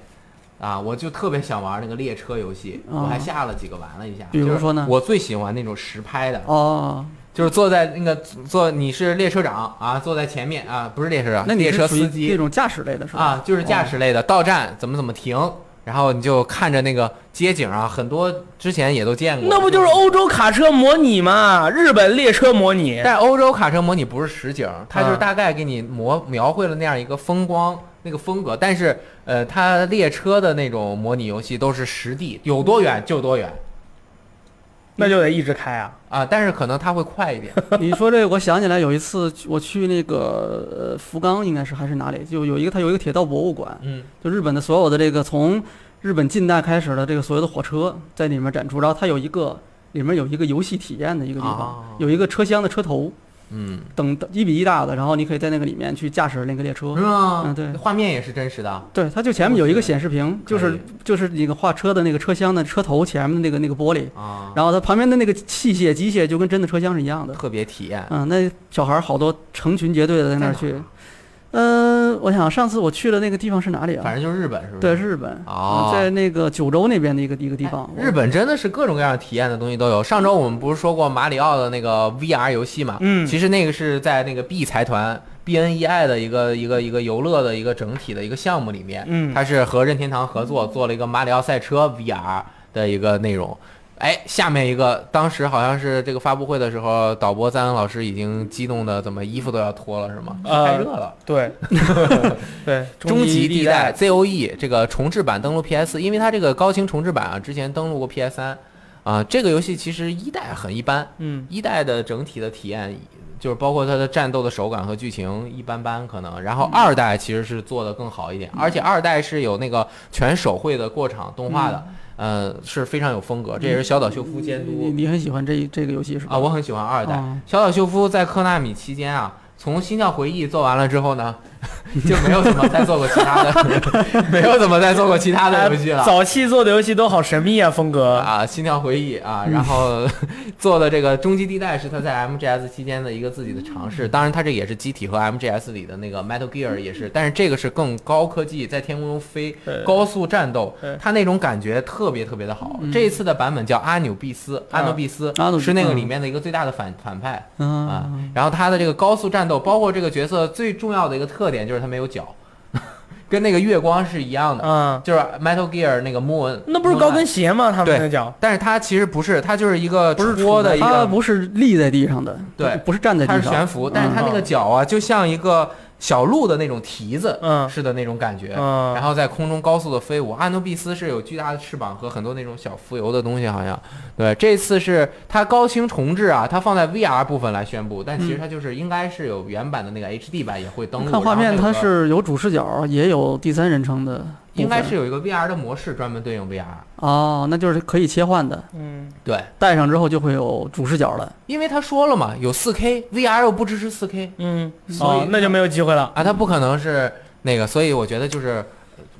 Speaker 2: 啊，我就特别想玩那个列车游戏，
Speaker 3: 啊
Speaker 2: 我还下了几个玩了一下。
Speaker 3: 比如说呢
Speaker 2: 就是我最喜欢那种实拍的，
Speaker 3: 哦，
Speaker 2: 就是坐在那个坐你是列车长啊，坐在前面啊，不是列车长，
Speaker 3: 那你
Speaker 2: 列
Speaker 3: 是
Speaker 2: 车
Speaker 3: 属
Speaker 2: 司
Speaker 3: 于
Speaker 2: 机
Speaker 3: 那种驾驶类的是吧？
Speaker 2: 啊，就是驾驶类的，到站怎么怎么停，然后你就看着那个街景啊，很多之前也都见过。
Speaker 1: 那不就是？欧洲卡车模拟吗？日本列车模拟。
Speaker 2: 但欧洲卡车模拟不是实景，它就是
Speaker 1: 啊
Speaker 2: 大概给你模描绘了那样一个风光。那个风格，但是呃，它列车的那种模拟游戏都是实地，有多远就多远
Speaker 1: 那就得一直开啊！
Speaker 2: 啊，但是可能它会快一点。
Speaker 3: 你说这个，我想起来有一次我去那个呃福冈，应该是还是哪里，就有一个它有一个铁道博物馆，
Speaker 2: 嗯，
Speaker 3: 就日本的所有的这个从日本近代开始的这个所有的火车在里面展出，然后它有一个里面有一个游戏体验的一个地方，
Speaker 2: 啊
Speaker 3: 有一个车厢的车头，
Speaker 2: 嗯，
Speaker 3: 等一比一大的，然后你可以在那个里面去驾驶那个列车。
Speaker 2: 是吗？
Speaker 3: 嗯对
Speaker 2: 画面也是真实的。
Speaker 3: 对，它就前面有一个显示屏，就
Speaker 2: 可
Speaker 3: 是
Speaker 2: 以
Speaker 3: 就是那个画车的那个车厢的车头前面的那个那个玻璃，
Speaker 2: 啊，
Speaker 3: 然后它旁边的那个器械机械就跟真的车厢是一样的。
Speaker 2: 特别体验。
Speaker 3: 嗯，那小孩儿好多成群结队的在那儿去。呃，我想上次我去的那个地方是哪里
Speaker 2: 反
Speaker 3: 啊？
Speaker 2: 正就是日本，是不是？
Speaker 3: 对，是日本，
Speaker 2: 哦哎
Speaker 3: 嗯在那个九州那边的一个一个地方。
Speaker 2: 日本真的是各种各样的体验的东西都有。上周我们不是说过马里奥的那个 VR 游戏嘛？
Speaker 1: 嗯
Speaker 2: 其实那个是在那个 B 财团 BNEI 的一个一个一个游乐的一个整体的一个项目里面，
Speaker 1: 嗯
Speaker 2: 它是和任天堂合作做了一个马里奥赛车 VR 的一个内容。哎，下面一个，当时好像是这个发布会的时候，导播赞恩老师已经激动的怎么衣服都要脱了，是吗？
Speaker 1: 呃
Speaker 2: 太热了。
Speaker 1: 对，对，
Speaker 2: 终极
Speaker 1: 地
Speaker 2: 地带 ZOE E，这个重置版登陆 PS，因为它这个高清重置版啊，之前登陆过 PS 三，啊，这个游戏其实一代很一般，
Speaker 1: 嗯，
Speaker 2: 一代的整体的体验就是包括它的战斗的手感和剧情一般般可能，然后二代其实是做的更好一点，而且二代是有那个全手绘的过场动画的，呃，是非常有风格，这也是小岛秀夫监
Speaker 3: 你你
Speaker 2: 督
Speaker 3: 你很喜欢这这个游戏是吧？
Speaker 2: 啊，我很喜欢二代。
Speaker 3: 啊
Speaker 2: 小岛秀夫在科纳米期间啊，从《心跳回忆》做完了之后呢， 就没有怎么再做过其他的， 没有怎么再做过其他的游戏了。
Speaker 1: 早期做的游戏都好神秘啊，风格。
Speaker 2: 啊，《心跳回忆》啊，然后 做的这个《终极地带》是他在 MGS 期间的一个自己的尝试。当然，他这也是机体和 MGS 里的那个 Metal Gear 也是，但是这个是更高科技，在天空中飞
Speaker 1: 对，
Speaker 2: 高速战斗
Speaker 1: 对，
Speaker 2: 它那种感觉特别特别的好。这一次的版本叫阿纽必斯，阿努比斯
Speaker 3: 阿努比
Speaker 2: 是那个
Speaker 3: 嗯
Speaker 2: 里面的一个最大的反反派。
Speaker 1: 嗯
Speaker 2: 啊
Speaker 3: 啊，，
Speaker 2: 然后他的这个高速战斗，包括这个角色最重要的一个特点就是他没有脚， 跟那个月光是一样的，
Speaker 1: 嗯，
Speaker 2: 就是 Metal Gear 那个 Moon，
Speaker 1: 那不是高跟，鞋吗？他们那叫
Speaker 2: 但是它其实不是，它就是一个
Speaker 1: 不是
Speaker 2: 戳的一
Speaker 3: 它
Speaker 1: 嗯
Speaker 2: 个，
Speaker 3: 不是立在地上的，
Speaker 2: 对
Speaker 3: 不是站在
Speaker 2: 它
Speaker 3: 地
Speaker 2: 是
Speaker 3: 上，
Speaker 2: 悬浮，但是它那个
Speaker 1: 嗯
Speaker 2: 脚啊，就像一个小鹿的那种蹄子
Speaker 1: 嗯
Speaker 2: 似的那种感觉，
Speaker 1: 嗯
Speaker 2: 然后在空中高速的飞舞。阿努比斯是有巨大的翅膀和很多那种小浮游的东西，好像。对，这次是它高清重置啊，它放在 VR 部分来宣布，但其实它就是应该是有原版的那个 HD 版也会登录。
Speaker 3: 嗯看画面，
Speaker 2: 然后
Speaker 3: 它
Speaker 2: 那个
Speaker 3: 是有主视角，也有第三人称的部分，
Speaker 2: 应该是有一个 VR 的模式专门对应 VR。
Speaker 3: 哦，那就是可以切换的，
Speaker 1: 嗯
Speaker 2: 对，
Speaker 3: 戴上之后就会有主视角了。
Speaker 2: 因为他说了嘛，有 4K，VR 又不支持 4K
Speaker 1: 嗯，
Speaker 2: 所以
Speaker 1: 哦，那就没有机会了。
Speaker 2: 啊，它不可能是那个，所以我觉得就是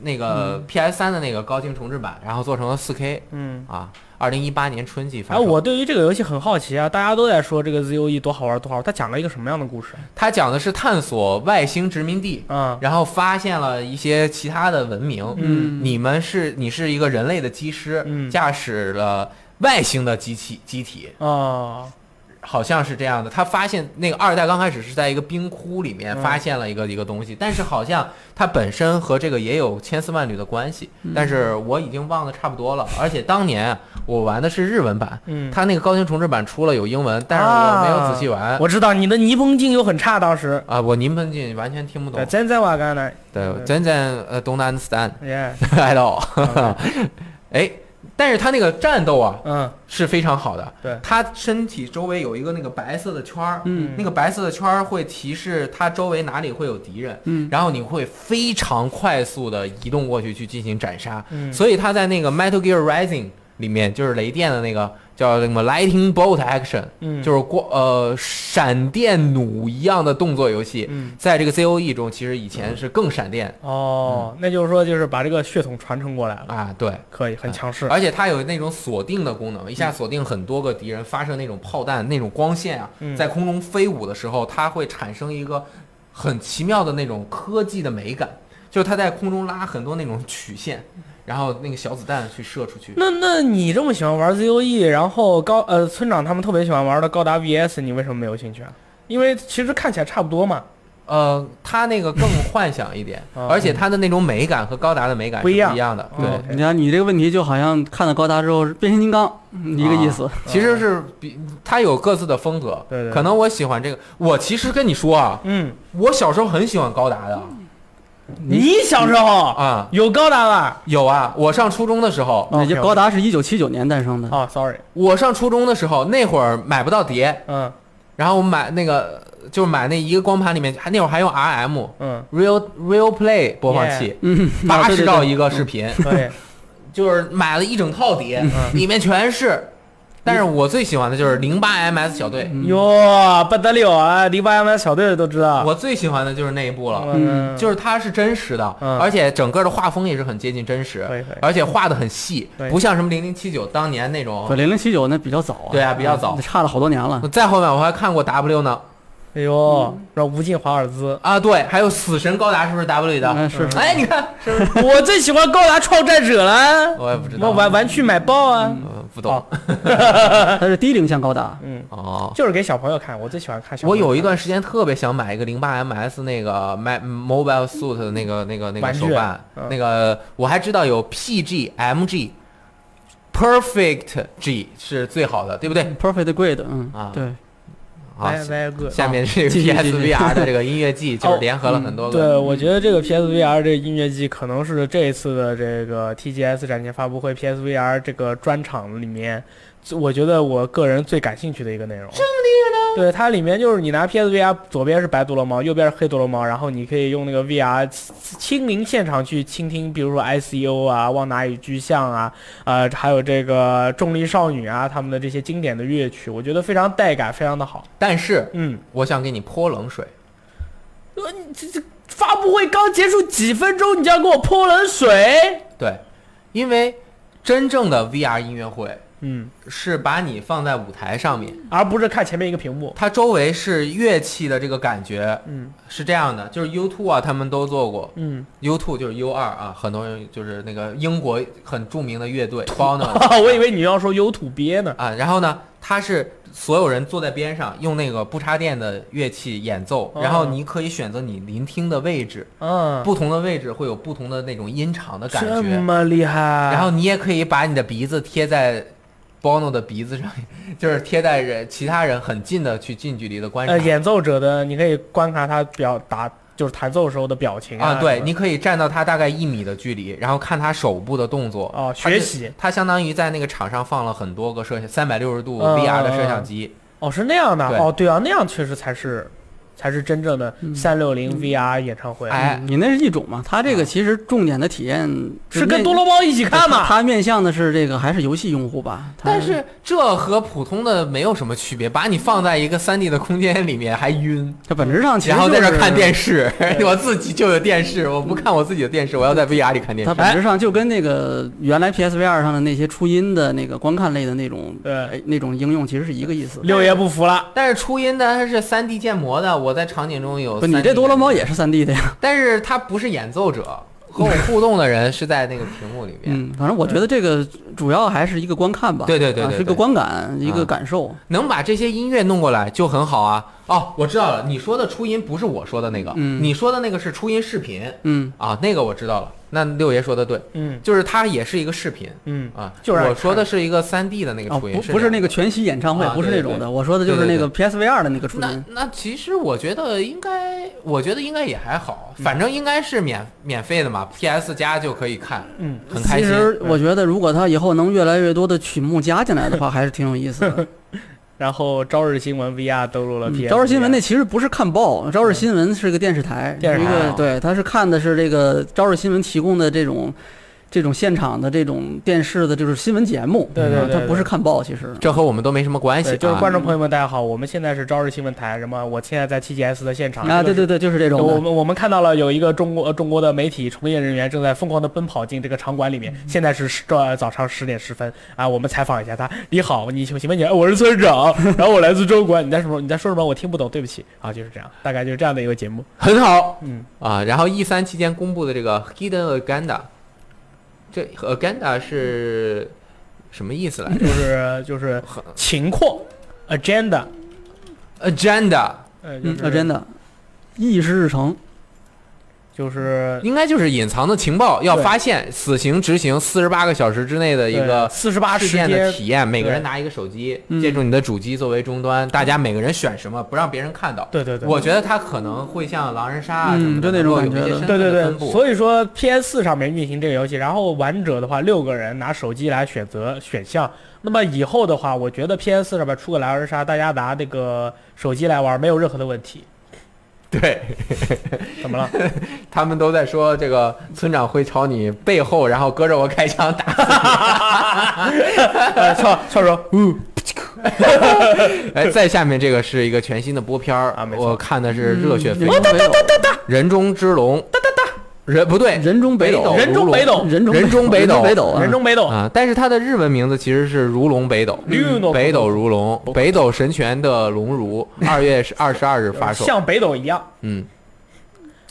Speaker 2: 那
Speaker 3: 嗯
Speaker 2: 个 PS 3的那个高清重置版，然后做成了 4K
Speaker 1: 嗯，
Speaker 2: 啊，二零一八年春季发
Speaker 1: 哎，
Speaker 2: 售。
Speaker 1: 我对于这个游戏很好奇啊，大家都在说这个 ZOE 多好玩多好玩，它讲了一个什么样的故事？
Speaker 2: 它讲的是探索外星殖民地，
Speaker 1: 嗯
Speaker 2: 然后发现了一些其他的文明。
Speaker 1: 嗯
Speaker 2: 你们是你是一个人类的机师，
Speaker 1: 嗯
Speaker 2: 驾驶了外星的机器机体，
Speaker 1: 哦，
Speaker 2: 好像是这样的。他发现那个二代刚开始是在一个冰窟里面
Speaker 1: 嗯
Speaker 2: 发现了一个、一个东西，但是好像它本身和这个也有千丝万缕的关系，
Speaker 1: 嗯
Speaker 2: 但是我已经忘得差不多了。而且当年我玩的是日文版，
Speaker 1: 嗯，
Speaker 2: 它那个高清重制版出了有英文，但是我没有仔细玩。啊
Speaker 1: 我知道你的泥崩精油很差，当时。
Speaker 2: 我您们进完全听不懂
Speaker 1: 对，，真在瓦干呢，
Speaker 2: 对，真正呃 don't understand
Speaker 1: 耶，
Speaker 2: at all，哎，但是他那个战斗啊
Speaker 1: 嗯
Speaker 2: 是非常好的，
Speaker 1: 对
Speaker 2: 他身体周围有一个那个白色的圈儿，
Speaker 3: 嗯
Speaker 2: 那个白色的圈儿会提示他周围哪里会有敌人，
Speaker 3: 嗯，
Speaker 2: 然后你会非常快速的移动过去去进行斩杀，
Speaker 1: 嗯，
Speaker 2: 所以他在那个 Metal Gear Rising 里面就是雷电的那个叫什么 Lightning Bolt Action，
Speaker 1: 以
Speaker 2: 就是光呃闪电弩一样的动作游戏，
Speaker 1: 嗯
Speaker 2: 在这个 COE 中其实以前是更闪电。
Speaker 1: 哦，
Speaker 2: 嗯
Speaker 1: 那就是说就是把这个血统传承过来了，
Speaker 2: 啊，对，
Speaker 1: 可以，很强势。
Speaker 2: 而且它有那种锁定的
Speaker 1: 嗯
Speaker 2: 功能，一下锁定很多个敌人，发射那种炮弹，那种光线啊，
Speaker 1: 嗯
Speaker 2: 在空中飞舞的时候，它会产生一个很奇妙的那种科技的美感，就是它在空中拉很多那种曲线，然后那个小子弹去射出去。
Speaker 1: 那那你这么喜欢玩 ZOE，然 E，后高呃村长他们特别喜欢玩的高达 VS，你为什么没有兴趣啊？因为其实看起来差不多嘛，
Speaker 2: 呃，它那个更幻想一点，
Speaker 1: 啊
Speaker 2: 而且它的那种美感和高达的美感是
Speaker 1: 不
Speaker 2: 不
Speaker 1: 一样
Speaker 2: 一样的。
Speaker 1: 哦
Speaker 2: 对，
Speaker 1: OK
Speaker 3: 你看你这个问题就好像看了高达之后是变形金刚嗯一个意思。
Speaker 2: 其实是比它有各自的风格。
Speaker 1: 对对对
Speaker 2: 可能我喜欢这个。我其实跟你说啊，
Speaker 1: 嗯，
Speaker 2: 我小时候很喜欢高达的嗯
Speaker 1: 你小时候
Speaker 2: 啊。
Speaker 1: 有高达吧？
Speaker 2: 有啊，我上初中的时候，
Speaker 1: OK，
Speaker 3: 哦也就
Speaker 1: OK
Speaker 3: 高达是一九七九年诞生的，
Speaker 1: 哦，sorry，
Speaker 2: 我上初中的时候，那会儿买不到碟，
Speaker 1: 嗯
Speaker 2: 然后我买那个就是买那一个光盘里面，还那会儿还用 RM
Speaker 1: 嗯，
Speaker 2: Real Real Play 播放器，
Speaker 3: 嗯，
Speaker 2: 八
Speaker 1: 啊
Speaker 2: 十兆一个
Speaker 3: 个，
Speaker 2: 视频，
Speaker 1: 可以，
Speaker 2: 就是买了一整套碟，
Speaker 1: 嗯
Speaker 2: 里面全是。但是我最喜欢的就是零八 MS 小队，
Speaker 3: 嗯
Speaker 1: 哟，不得了啊！篱笆 MS 小队的都知道，
Speaker 2: 啊我最喜欢的就是那一部了，
Speaker 1: 嗯，
Speaker 2: 就是它是真实的，
Speaker 1: 嗯
Speaker 2: 而且整个的画风也是很接近真实，
Speaker 1: 可以可以，
Speaker 2: 而且画的很细
Speaker 1: 对，
Speaker 2: 不像什么零零七九当年那种
Speaker 3: 对，零零七九那比较早啊，
Speaker 2: 对啊比较早
Speaker 3: 嗯差了好多年了。
Speaker 2: 再后面我还看过 W 呢，
Speaker 1: 哎呦，
Speaker 2: 嗯
Speaker 1: 让无尽华尔兹，
Speaker 2: 啊，对，还有死神高达是不是 W 的？
Speaker 3: 嗯，是是
Speaker 2: 哎，你看，
Speaker 1: 我最喜欢高达创战者了，
Speaker 2: 我也不知
Speaker 1: 我
Speaker 2: 道，
Speaker 1: 玩玩具买爆啊，
Speaker 2: 呃不懂
Speaker 1: 好
Speaker 3: 它是低龄向高达，
Speaker 1: 嗯，
Speaker 2: 哦。
Speaker 1: 就是给小朋友看，我最喜欢看小
Speaker 2: 我
Speaker 1: 朋友看。
Speaker 2: 有一段时间特别想买一个零八 MS 那个 My Mobile Suit 的那个那个那个
Speaker 1: 玩具
Speaker 2: 手办
Speaker 1: 嗯，
Speaker 2: 那个我还知道有 PG、MG、Perfect G 是最好的，对不对？
Speaker 3: ，Perfect Grade，嗯
Speaker 2: 啊，
Speaker 3: 对，
Speaker 2: 好，
Speaker 1: 歪歪个。
Speaker 2: 下面这个
Speaker 3: 继续继续
Speaker 2: PSVR 的这个音乐季就是联合了很多
Speaker 1: 嗯对，
Speaker 2: 个，
Speaker 1: 我觉得这个 PSVR 这个音乐季可能是这一次的这个 TGS 展前发布会 PSVR 这个专场里面，我觉得我个人最感兴趣的一个内容。对，它里面就是你拿 PSVR，左边是白独龙猫，右边是黑独龙猫，然后你可以用那个 VR 亲临现场去倾听，比如说 ICO 啊、旺达与巨像啊，呃，还有这个重力少女啊，他们的这些经典的乐曲，我觉得非常带感，非常的好。
Speaker 2: 但是
Speaker 1: 嗯，
Speaker 2: 我想给你泼冷水，
Speaker 1: 发布会刚结束几分钟，你就要给我泼冷水？
Speaker 2: 对，因为真正的 VR 音乐会
Speaker 1: 嗯，
Speaker 2: 是把你放在舞台上面，
Speaker 1: 而不是看前面一个屏幕。
Speaker 2: 它周围是乐器的这个感觉
Speaker 1: 嗯
Speaker 2: 是这样的，就是 U two 啊，他们都做过
Speaker 1: 嗯，
Speaker 2: ，U two 就是 U 二啊，很多人就是那个英国很著名的乐队 b o n
Speaker 1: 我以为你要说有土鳖呢。
Speaker 2: 啊，然后呢，它是所有人坐在边上，用那个不插电的乐器演奏，
Speaker 1: 哦
Speaker 2: 然后你可以选择你聆听的位置，
Speaker 1: 嗯，
Speaker 2: 不同的位置会有不同的那种音场的感
Speaker 1: 这
Speaker 2: 觉。
Speaker 1: 么厉害。
Speaker 2: 然后你也可以把你的鼻子贴在 Bono 的鼻子上， 就是贴在人其他人很近的去近距离的观
Speaker 1: 呃，
Speaker 2: 察。
Speaker 1: 演奏者的你可以观察他表达，就是弹奏时候的表情
Speaker 2: 啊，
Speaker 1: 什
Speaker 2: 对，
Speaker 1: 么
Speaker 2: 你可以站到他大概一米的距离，然后看他手部的动作，
Speaker 1: 哦，
Speaker 2: 它
Speaker 1: 学
Speaker 2: 是
Speaker 1: 习
Speaker 2: 它相当于在那个场上放了很多个摄像三百六十度
Speaker 1: 嗯
Speaker 2: VR 的
Speaker 1: 嗯
Speaker 2: 摄
Speaker 1: 嗯
Speaker 2: 像机，
Speaker 1: 哦是那样的
Speaker 2: 对
Speaker 1: 哦，对啊，那样确实才是才是真正的
Speaker 3: 嗯
Speaker 1: 三六零 VR 演唱会，
Speaker 2: 哎啊
Speaker 3: 嗯你那是一种嘛，它这个其实重点的体验
Speaker 1: 是跟多
Speaker 3: 多
Speaker 1: 罗包一起看嘛？
Speaker 3: 它面向的是这个还是游戏用户吧？它
Speaker 2: 但是这和普通的没有什么区别，把你放在一个3 D 的空间里面还晕，
Speaker 3: 它本质上其实
Speaker 2: 然后在这儿看
Speaker 3: 视。
Speaker 2: 电视，
Speaker 1: 对
Speaker 2: 我自己就有电视，我不看我自己的电视，我要在 VR 里看电
Speaker 3: 它
Speaker 2: 视。
Speaker 3: 本质上就跟那个原来 PSVR 上的那些初音的那个观看类的那种
Speaker 1: 对，
Speaker 3: 哎那种应用其实是一个意思。
Speaker 1: 六爷不服了，
Speaker 2: 但是初音的它是3 D 建模的，我在场景中有
Speaker 3: 不，你
Speaker 2: 3D
Speaker 3: 这多罗猫
Speaker 2: 感
Speaker 3: 也是3 D 的呀。
Speaker 2: 觉，但是它不是演奏者，和我互动的人是在那个屏幕里面，
Speaker 3: 嗯，反正我觉得这个主要还是一个观看吧。
Speaker 2: 对对对
Speaker 3: 啊
Speaker 2: 对
Speaker 3: 是个
Speaker 2: 对
Speaker 3: 观感，一个
Speaker 2: 啊
Speaker 3: 感受。
Speaker 2: 能把这些音乐弄过来就很好啊。哦，我知道了，你说的初音不是我说的那个，
Speaker 3: 嗯
Speaker 2: 你说的那个是初音视频
Speaker 3: 嗯，
Speaker 2: 啊，那个我知道了。那六爷说的对，
Speaker 1: 嗯
Speaker 2: 就是它也是一个视频。
Speaker 1: 嗯，
Speaker 2: 啊，
Speaker 1: 就是让
Speaker 2: 我
Speaker 1: 你
Speaker 2: 说
Speaker 1: 看
Speaker 2: 的是一个三 D 的那个
Speaker 3: 哦，
Speaker 2: 初音，
Speaker 3: 不不是那
Speaker 2: 个。
Speaker 3: 个全息演唱会
Speaker 2: 啊，
Speaker 3: 不是
Speaker 2: 对对
Speaker 3: 那种
Speaker 2: 对
Speaker 3: 的。我说的就是那
Speaker 2: 对对
Speaker 3: 个 PSVR 的那个初
Speaker 2: 那
Speaker 3: 音。
Speaker 2: 那其实我觉得应该，我觉得应该也还好，
Speaker 1: 嗯
Speaker 2: 反正应该是免免费的嘛，PS 加就可以看，
Speaker 1: 嗯，
Speaker 2: 很开
Speaker 3: 其
Speaker 2: 心。
Speaker 3: 实我觉得，如果它以后能越来越多的曲目加进来的话，还是挺有意思的。
Speaker 1: 然后朝日新闻 VR 登陆了 PS，
Speaker 3: 嗯朝日新闻那其实不是看报，朝日新闻是个电视台，
Speaker 1: 电视台
Speaker 3: 一个
Speaker 2: 啊
Speaker 3: 对，它是看的是这个朝日新闻提供的这种这种现场的这种电视的，就是新闻节目。
Speaker 1: 对对
Speaker 3: 啊
Speaker 1: 对
Speaker 3: 它不
Speaker 1: 对
Speaker 3: 是看报，其实。
Speaker 2: 这和我们都没什么关系、
Speaker 1: 对，
Speaker 2: 啊，
Speaker 1: 就是观众朋友们，大家好，我们现在是朝日新闻台，什么？我现在在 TGS 的现场
Speaker 3: 啊，
Speaker 1: 这
Speaker 3: 对
Speaker 1: 个是
Speaker 3: 对对，就是这种
Speaker 1: 我
Speaker 3: 的。
Speaker 1: 们我们看到了有一个中国呃中国的媒体从业人员正在疯狂的奔跑进这个场馆里面，
Speaker 3: 嗯
Speaker 1: 现在是十呃早上十点十分啊，我们采访一下他。你好，你请请问你，呃我是村长， 然后我来自中国，你在什么你在说什么？我听不懂，对不起啊，就是这样，大概就是这样的一个节 目。
Speaker 2: 很好
Speaker 1: 嗯，
Speaker 2: 啊。然后 E 三期间公布的这个 Hidden Agenda，这 Agenda 是什么意思来着
Speaker 1: 就是就是
Speaker 2: 很
Speaker 1: 情况 agenda，嗯
Speaker 2: ？Agenda
Speaker 1: 呃，就
Speaker 3: 嗯，
Speaker 1: 是、
Speaker 3: 啊，真的，议事日程。
Speaker 1: 就是
Speaker 2: 应该就是隐藏的情报要
Speaker 1: 对
Speaker 2: 发现，死刑执行四十八个小时之内的一个
Speaker 1: 四十八
Speaker 2: 事
Speaker 1: 时
Speaker 2: 件
Speaker 1: 间
Speaker 2: 的体验，每个
Speaker 1: 对
Speaker 2: 人拿一个手机，
Speaker 3: 嗯
Speaker 2: 借助你的主机作为终端，大家每个人选什么，不让别人看到。
Speaker 1: 对对对，
Speaker 2: 我觉得它可能会像狼人杀啊
Speaker 3: 嗯
Speaker 2: 什么的，
Speaker 3: 就那种
Speaker 2: 能够有
Speaker 3: 感觉
Speaker 2: 一
Speaker 3: 的
Speaker 2: 些身
Speaker 1: 对
Speaker 2: 份
Speaker 1: 对
Speaker 2: 的
Speaker 1: 对，
Speaker 2: 分布。
Speaker 1: 所以说 PS 上面运行这个游戏，然后玩者的话，六个人拿手机来选择选项。那么以后的话，我觉得 PS 上面出个狼人杀，大家拿那个手机来玩没有任何的问题。
Speaker 2: 对，
Speaker 1: 怎 么了？
Speaker 2: 他们都在说这个村长会朝你背后，然后隔着我开枪打。
Speaker 1: 呃，操操说，
Speaker 2: 嗯哎，再下面这个是一个全新的播片儿
Speaker 1: 啊没错哦
Speaker 2: 我看的是热血沸腾，
Speaker 3: 嗯人中北斗
Speaker 2: 人中之龙》。人不哦对，
Speaker 3: 人中北斗
Speaker 1: 人中北斗
Speaker 3: 人中
Speaker 2: 人中北
Speaker 3: 北
Speaker 2: 斗
Speaker 3: 人中北斗啊
Speaker 1: 人中北斗，
Speaker 2: 啊，但是它的日文名字其实是如龙北斗，
Speaker 1: 绿诺
Speaker 2: 北斗如龙，北斗神拳的龙如，二月二十二日发售。
Speaker 1: 像北斗一样。
Speaker 2: 嗯，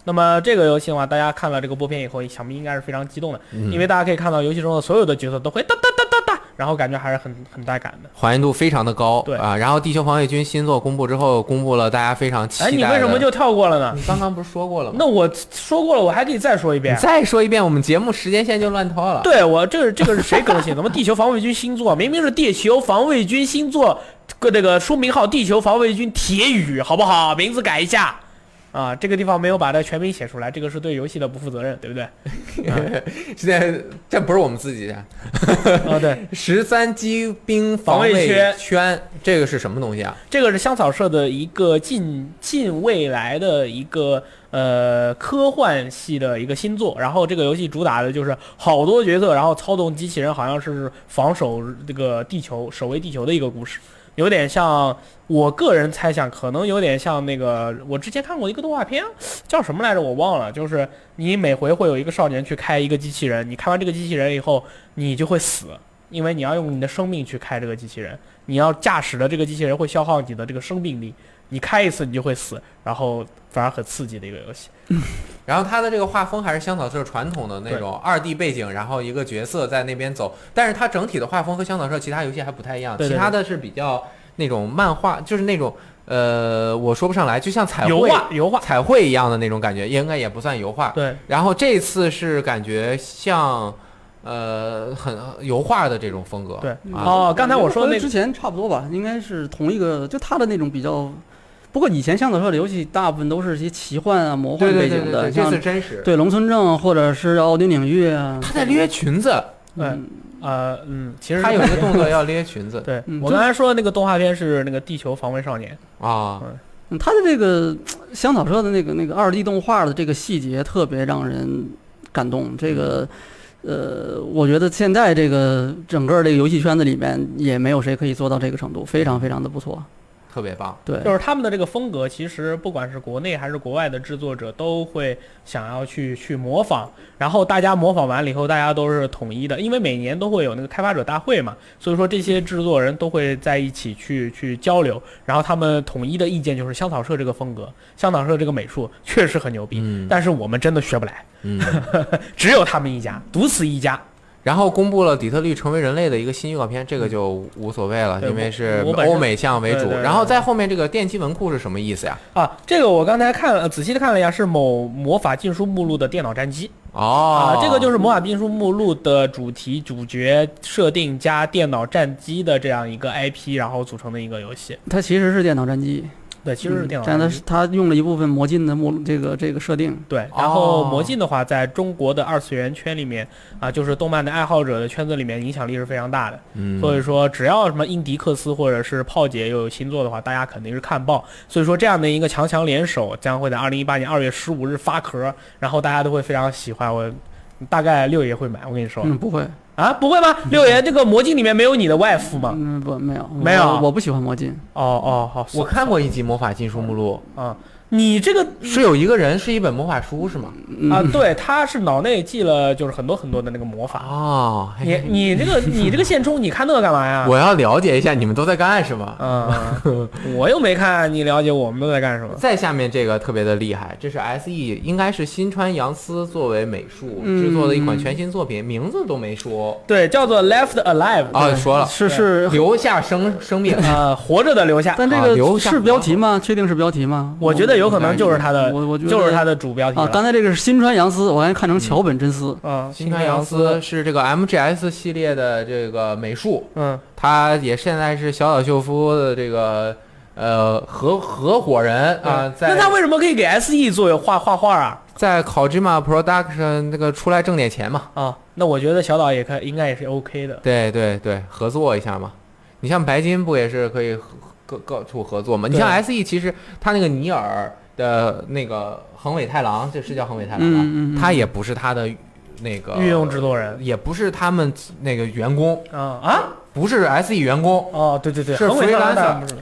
Speaker 1: 那么这个游戏的话，大家看了这个播片以后，想必应该是非常激动的，
Speaker 2: 嗯
Speaker 1: 因为大家可以看到游戏中的所有的角色都会哒哒哒哒哒，然后感觉还是很很带感的。
Speaker 2: 还原度非常的高，
Speaker 1: 对
Speaker 2: 啊。然后《地球防卫军》新作公布之后，公布了大家非常期待
Speaker 1: 哎，
Speaker 2: 的。嗯
Speaker 1: 你为什么就跳过了呢？
Speaker 2: 你 刚刚不是说过了吗？
Speaker 1: 那我说过了，我还可以再说一
Speaker 2: 你
Speaker 1: 遍。
Speaker 2: 再说一遍，我们节目时间线就乱套了。
Speaker 1: 对我这个这个是谁更新？怎么地球防卫军星座？ 明明是地球防卫军星座，个这个书名号《地球防卫军铁雨》，好不好？名字改一下。啊，这个地方没有把它全名写出来，这个是对游戏的不负责任，对不对？
Speaker 2: 现在这不是我们自己的
Speaker 1: 啊，对，
Speaker 2: 十三机兵防
Speaker 1: 防卫
Speaker 2: 圈
Speaker 1: 圈，
Speaker 2: 这个是什么东西啊？
Speaker 1: 这个是香草社的一个近近未来的一个呃科幻系的一个新作，然后这个游戏主打的就是好多角色，然后操纵机器人，好像是防守这个地球、守卫地球的一个故事，有点像我个人猜想，可能有点像那个我之前看过一个动画片，叫什么来着？我忘了。就是你每回会有一个少年去开一个机器人，你开完这个机器人以后，你就会死，因为你要用你的生命去开这个机器人，你要驾驶的这个机器人会消耗你的这个生命力，你开一次你就会死，然后反而很刺激的一个游戏。
Speaker 2: 然后它的这个画风还是香草社传统的那种二 D 背景，然后一个角色在那边走，但是它整体的画风和香草社其他游戏还不太一样，
Speaker 1: 对对
Speaker 2: 其他的是比较那种漫画，就是那种呃，我说不上来，就像彩
Speaker 1: 油
Speaker 2: 绘
Speaker 1: 画油画，
Speaker 2: 彩绘一样的那种感觉，应该也不算油画。
Speaker 1: 对，
Speaker 2: 然后这次是感觉像，呃，很油画的这种风格。
Speaker 1: 对
Speaker 2: 啊，
Speaker 1: 哦刚才我说的那
Speaker 3: 跟之前差不多吧，应该是同一个，就他的那种比较。不过以前向导社的游戏大部分都是一些奇幻啊、魔
Speaker 2: 对
Speaker 3: 幻
Speaker 2: 对
Speaker 3: 背
Speaker 2: 对
Speaker 3: 景
Speaker 2: 对
Speaker 3: 的，
Speaker 2: 对，这
Speaker 3: 像
Speaker 2: 次真实。
Speaker 3: 对农村镇啊或者是奥丁领域啊。
Speaker 2: 他在勒裙子，
Speaker 3: 嗯，
Speaker 1: 呃嗯，其实
Speaker 2: 他有一个动作要勒裙子
Speaker 1: 对
Speaker 3: 嗯
Speaker 1: 我
Speaker 3: 就
Speaker 1: 刚才说的那个动画片是那个《地球防卫少年》，
Speaker 2: 啊，
Speaker 3: 嗯他的这个香草社的那个那个二 D 动画的这个细节特别让人感动。这个，
Speaker 2: 嗯
Speaker 3: 呃，我觉得现在这个整个这个游戏圈子里面也没有谁可以做到这个程度，非常非常的不错。
Speaker 2: 特别棒。
Speaker 3: 对，
Speaker 1: 就是他们的这个风格，其实不管是国内还是国外的制作者，都会想要去去模仿。然后大家模仿完了以后，大家都是统一的，因为每年都会有那个开发者大会嘛，所以说这些制作人都会在一起去去交流。然后他们统一的意见就是香草社这个风格，香草社这个美术确实很牛逼，
Speaker 2: 嗯
Speaker 1: 但是我们真的学不来，
Speaker 2: 嗯。
Speaker 1: 只有他们一家，独此一家。
Speaker 2: 然后公布了底特律成为人类的一个新预告片，这
Speaker 3: 嗯
Speaker 2: 个就无所谓了，
Speaker 1: 对
Speaker 2: 因为是
Speaker 1: 我我本身
Speaker 2: 欧美向为
Speaker 1: 对
Speaker 2: 主
Speaker 1: 对。对
Speaker 2: 然后在后面这个电击文库是什么意思呀？
Speaker 1: 啊，这个我刚才看呃了，仔细的看了一下，是某魔法禁书目录的电脑战机。
Speaker 2: 哦
Speaker 1: 啊，，这个就是《魔法禁书目录》的主题、主角设定加电脑战机的这样一个 IP，然后组成的一个游戏。
Speaker 3: 它其实是电脑战机，
Speaker 1: 对，其实
Speaker 2: 嗯
Speaker 1: 是电脑
Speaker 3: 嗯但
Speaker 1: 战
Speaker 3: 它
Speaker 1: 机。
Speaker 3: 它用了一部分魔镜的目这个这个设定。
Speaker 1: 对，然后
Speaker 2: 哦
Speaker 1: 魔镜的话，在中国的二次元圈里面啊，就是动漫的爱好者的圈子里面，影响力是非常大的。
Speaker 2: 嗯，
Speaker 1: 所以说，只要什么印迪克斯或者是炮姐又有新作的话，大家肯定是看爆。所以说，这样的一个强强联手将会在二零一八年二月十五日发壳，然后大家都会非常喜欢。我大概六爷会买，我跟你说。
Speaker 3: 嗯，不会，
Speaker 1: 啊，不会吗？六爷，这个魔镜里面没有你的外敷吗？
Speaker 3: 嗯，不，没有，
Speaker 1: 没有啊
Speaker 3: 我我不喜欢魔镜。
Speaker 1: 哦哦，好，
Speaker 2: 我看过一集《魔法禁书目录
Speaker 1: 啊，你这个》，
Speaker 2: 是有一个人是一本魔法书是吗？
Speaker 3: 嗯
Speaker 1: 啊，对，他是脑内记了就是很多很多的那个魔法。
Speaker 2: 哦，嘿
Speaker 1: 你
Speaker 2: 嘿
Speaker 1: 你这个你这个现充，你看那个干嘛呀？
Speaker 2: 我要了解一下你们都在干什
Speaker 3: 嗯
Speaker 2: 么。
Speaker 1: 啊，我又没看，你了解我们都在干什么？
Speaker 2: 再下面这个特别的厉害，这是 S E，应该是新川洋司作为美术
Speaker 3: 嗯
Speaker 2: 制作的一款全新作品，名字都没说
Speaker 1: 对，叫做 Left Alive，
Speaker 2: 啊，说了
Speaker 3: 是是，
Speaker 2: 留下生生命
Speaker 1: 呃，活着的留下。
Speaker 3: 但这
Speaker 2: 啊留
Speaker 3: 个
Speaker 2: 下
Speaker 3: 是标题吗？确定是标题吗？
Speaker 1: 我觉得有可能就是他的，
Speaker 3: 我我觉得
Speaker 1: 就是他的主标题
Speaker 3: 啊，
Speaker 1: 了。
Speaker 3: 刚才这个是新川洋司，我刚才
Speaker 2: 嗯
Speaker 3: 看成桥本真司。
Speaker 1: 啊，
Speaker 2: 新川洋司
Speaker 1: 司，
Speaker 2: 是这个 M G S 系列的这个美术，
Speaker 1: 嗯，
Speaker 2: 他也现在是小岛秀夫的这个呃合合伙人啊，在
Speaker 1: 那他为什么可以给 SE 做画画画啊？
Speaker 2: 在 Kojima Production 那个出来挣点钱嘛，
Speaker 1: 啊，那我觉得小岛也可应该也是 OK 的。
Speaker 2: 对对对，合作一下嘛。你像白金不也是可以合各各处合作嘛？你
Speaker 1: 对
Speaker 2: 像 S E，其实他那个尼尔的那个横尾太郎，这是叫横尾太郎吧？
Speaker 3: 嗯嗯嗯
Speaker 2: 他也不是他的那个
Speaker 1: 御用制作人
Speaker 2: 也不是他们那个员工，
Speaker 1: 啊啊
Speaker 2: 不是 S E 员工。
Speaker 1: 哦，对对对，
Speaker 2: 是
Speaker 1: 横尾太
Speaker 2: freelancer
Speaker 1: 郎不是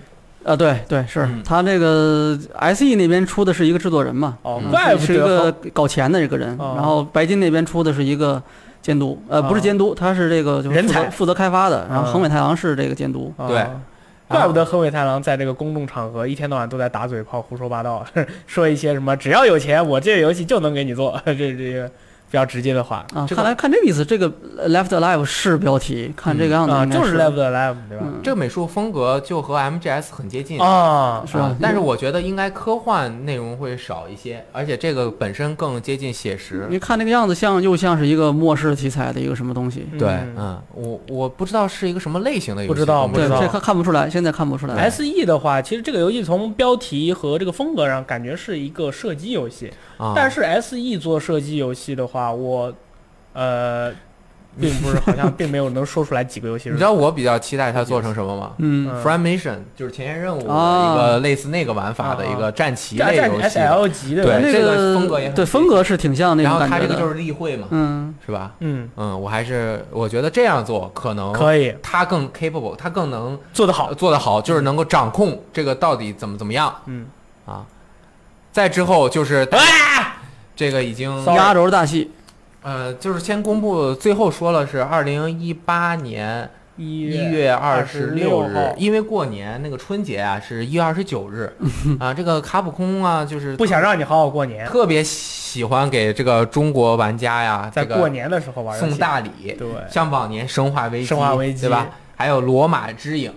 Speaker 3: 啊，对对，是
Speaker 2: 嗯
Speaker 3: 他这个 S E 那边出的是一个制作人嘛，
Speaker 1: 哦
Speaker 2: 嗯，
Speaker 1: 怪
Speaker 3: 是
Speaker 1: 不
Speaker 3: 是一
Speaker 1: 得
Speaker 3: 个
Speaker 1: 横
Speaker 3: 搞钱的一个人，
Speaker 1: 哦
Speaker 3: 然后白金那边出的是一个监督，呃，不是
Speaker 2: 哦
Speaker 3: 监督，他是这个就是
Speaker 1: 人
Speaker 3: 负责
Speaker 1: 才
Speaker 3: 负责开发的，然
Speaker 1: 嗯
Speaker 3: 后横尾太郎是这个监督，
Speaker 1: 啊
Speaker 2: 对
Speaker 1: 怪不得横尾太郎在这个公众场合一天到晚都在打嘴炮、胡说八道， 说一些什么只要有钱，我这个游戏就能给你做， 这这个比较直接的话
Speaker 3: 啊，
Speaker 2: 这个
Speaker 3: 看来看这个意思，这个 Left Alive 是标题，看这
Speaker 2: 嗯
Speaker 3: 个样子
Speaker 1: 啊，
Speaker 3: 应该
Speaker 1: 就是
Speaker 3: 是
Speaker 1: Live the Live 对吧？
Speaker 3: 嗯
Speaker 2: 这个美术风格就和 M G S 很接近
Speaker 1: 啊，
Speaker 3: 是吧
Speaker 2: 啊？但是我觉得应该科幻内容会少一些，而且这个本身更接近写实。
Speaker 3: 你看那个样子像又像是一个末世题材的一个什么东西，
Speaker 1: 嗯
Speaker 2: 对，嗯，我我不知道是一个什么类型的游
Speaker 1: 不
Speaker 2: 戏，
Speaker 1: 知道不
Speaker 3: 对，
Speaker 1: 知道
Speaker 3: 这看看不出来，现在看不出来。
Speaker 1: S E 的话，其实这个游戏从标题和这个风格上，感觉是一个射击游戏。
Speaker 2: 啊
Speaker 1: 但是 S E 做射击游戏的话，我，呃，并不是好 像并没有能说出来几个游戏
Speaker 2: 你
Speaker 1: 是
Speaker 2: 知道我比较期待它做成什么吗
Speaker 3: 嗯，
Speaker 1: 嗯
Speaker 2: ？Frame Mission 就是前线任务的
Speaker 3: 啊
Speaker 2: 一个类似那个玩法的一个战棋
Speaker 1: 战
Speaker 2: 类
Speaker 1: 哦战
Speaker 2: 游
Speaker 1: S
Speaker 2: 戏，
Speaker 1: L 级的吧，
Speaker 2: 对
Speaker 3: 那
Speaker 2: 这个风格也很
Speaker 3: 对
Speaker 2: 接
Speaker 3: 风格是挺像那
Speaker 2: 然
Speaker 3: 种
Speaker 2: 后
Speaker 3: 感觉
Speaker 2: 它
Speaker 3: 的。
Speaker 2: 这个就是例会嘛，
Speaker 3: 嗯，
Speaker 2: 是吧？
Speaker 1: 嗯，
Speaker 2: 嗯，我还是我觉得这样做可能
Speaker 1: 可以
Speaker 2: 它更 capable，它更能
Speaker 1: 做得好，
Speaker 2: 做得好，就是能够掌控这个到底怎么怎么样
Speaker 1: 嗯，
Speaker 2: 啊。再之后就是这个已经
Speaker 1: 骚
Speaker 3: 压轴大戏，
Speaker 2: 呃，就是先公布，最后说了是二零一八年
Speaker 1: 一
Speaker 2: 一月二十六
Speaker 1: 26
Speaker 2: 日
Speaker 1: 号，
Speaker 2: 因为过年那个春节啊是一月二十九 日啊，这个卡普空啊就是
Speaker 1: 不想让你好好过年，
Speaker 2: 特别喜欢给这个中国玩家呀
Speaker 1: 在
Speaker 2: 这
Speaker 1: 过
Speaker 2: 个
Speaker 1: 年的时候玩游戏
Speaker 2: 送大礼，
Speaker 1: 对
Speaker 2: 像往年生化危机
Speaker 1: 生化危机
Speaker 2: 对吧？还有罗马之影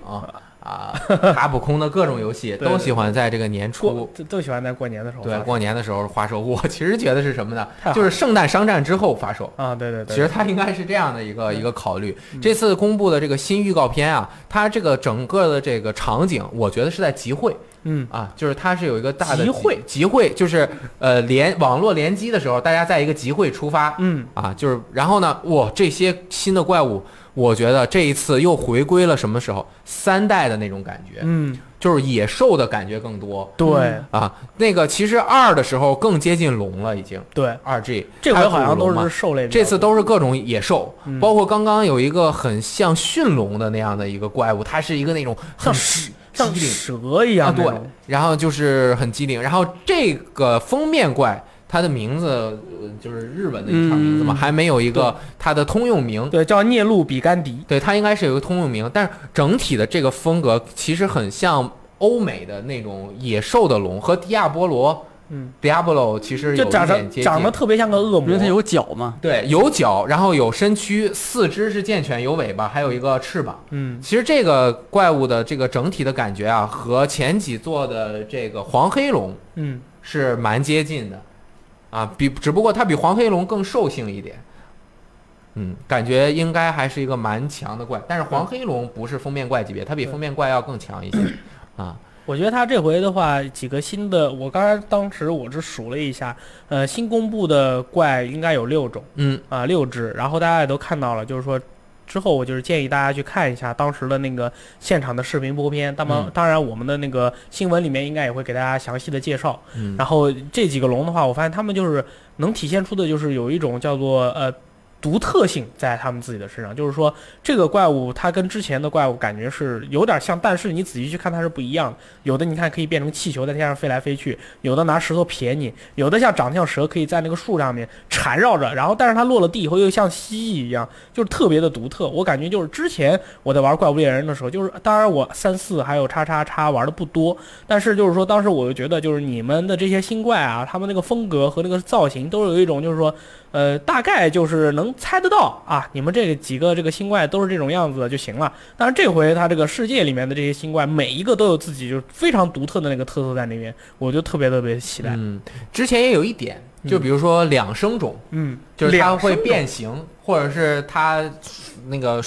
Speaker 2: 啊、卡普空的各种游戏
Speaker 1: 对
Speaker 2: 都喜欢在这个年
Speaker 1: 过
Speaker 2: 初。
Speaker 1: 都都喜欢在过年的时候
Speaker 2: 对
Speaker 1: 发，
Speaker 2: 过年的时候发售，我其实觉得是什么呢
Speaker 1: 太好？
Speaker 2: 就是圣诞商战之后发售，
Speaker 1: 啊，对对对，
Speaker 2: 其实它应该是这样的一个一个考虑
Speaker 1: 嗯。
Speaker 2: 这次公布的这个新预告片啊，它这个整个的这个场景，我觉得是在集会
Speaker 1: 嗯
Speaker 2: 啊，就是它是有一个大的
Speaker 1: 集会
Speaker 2: 集会，就是呃联网络联机的时候，大家在一个集会出发
Speaker 1: 嗯，
Speaker 2: 啊，就是然后呢，哇，这些新的怪物，我觉得这一次又回归了什么时候三代的那种感觉，
Speaker 1: 嗯，
Speaker 2: 就是野兽的感觉更多
Speaker 1: 对
Speaker 2: 啊。那个其实二的时候更接近龙了，已经
Speaker 1: 对，
Speaker 2: 二 G，
Speaker 1: 这回好像都
Speaker 2: 嘛
Speaker 1: 是兽类比较多，
Speaker 2: 这次都是各种野兽，
Speaker 1: 嗯
Speaker 2: 包括刚刚有一个很像驯龙的那样的一个怪物，它是一个那种
Speaker 1: 像
Speaker 2: 很机
Speaker 1: 像
Speaker 2: 机灵
Speaker 1: 蛇一
Speaker 2: 啊，
Speaker 1: 样那
Speaker 2: 对
Speaker 1: 种，，
Speaker 2: 然后就是很机灵，然后这个封面怪。它的名字呃就是日文的一串名字嘛，
Speaker 3: 嗯
Speaker 2: 还没有一个它的通用名。
Speaker 1: 对，叫聂路比甘迪，
Speaker 2: 对，它应该是有一个通用名，但是整体的这个风格其实很像欧美的那种野兽的龙，和迪亚波罗
Speaker 1: 嗯，
Speaker 2: （Diablo） 其实有
Speaker 1: 就
Speaker 2: 一
Speaker 1: 长
Speaker 2: 点
Speaker 1: 得
Speaker 2: 接近。
Speaker 1: 长得特别像个恶
Speaker 3: 因为
Speaker 1: 魔
Speaker 3: 它，有脚嘛，
Speaker 2: 对，有脚，然后有身躯，四肢是健全，有尾巴，还有一个翅膀。
Speaker 1: 嗯
Speaker 2: 其实这个怪物的这个整体的感觉啊，和前几座的这个黄黑龙
Speaker 1: 嗯，
Speaker 2: 是蛮接近的，啊，比只不过它比黄黑龙更兽性一点。嗯，感觉应该还是一个蛮强的怪，但是黄黑龙不是封面怪级别，它比
Speaker 1: 对
Speaker 2: 封面怪要更强一些啊。
Speaker 1: 我觉得他这回的话，几个新的，我刚才当时我是数了一下，呃，新公布的怪应该有六种。
Speaker 2: 嗯，
Speaker 1: 啊、六只，然后大家也都看到了，就是说之后我就是建议大家去看一下当时的那个现场的视频播片，当然、
Speaker 2: 嗯
Speaker 1: 当然我们的那个新闻里面应该也会给大家详细的介绍。
Speaker 2: 嗯
Speaker 1: 然后这几个龙的话，我发现他们就是能体现出的就是有一种叫做呃。独特性在他们自己的身上，就是说这个怪物它跟之前的怪物感觉是有点像，但是你仔细去看它是不一样的。有的你看可以变成气球在天上飞来飞去，有的拿石头撇你，有的像长得像蛇可以在那个树上面缠绕着，然后但是它落了地以后又像蜥蜴一样，就是特别的独特。我感觉就是之前我在玩怪物猎人的时候，就是当然我三四还有叉叉叉玩的不多，但是就是说当时我就觉得就是你们的这些新怪啊，他们那个风格和那个造型都有一种就是说。呃，大概就是能猜得到啊，你们这个几个这个新怪都是这种样子的就行了。但是这回它这个世界里面的这些新怪，每一个都有自己就是非常独特的那个特色在那边，我就特别特别期待。
Speaker 2: 嗯，之前也有一点，就
Speaker 1: 嗯
Speaker 2: 比如说两生种，
Speaker 1: 嗯，
Speaker 2: 就是它
Speaker 1: 两
Speaker 2: 会
Speaker 1: 生种
Speaker 2: 变形，或者是它那个，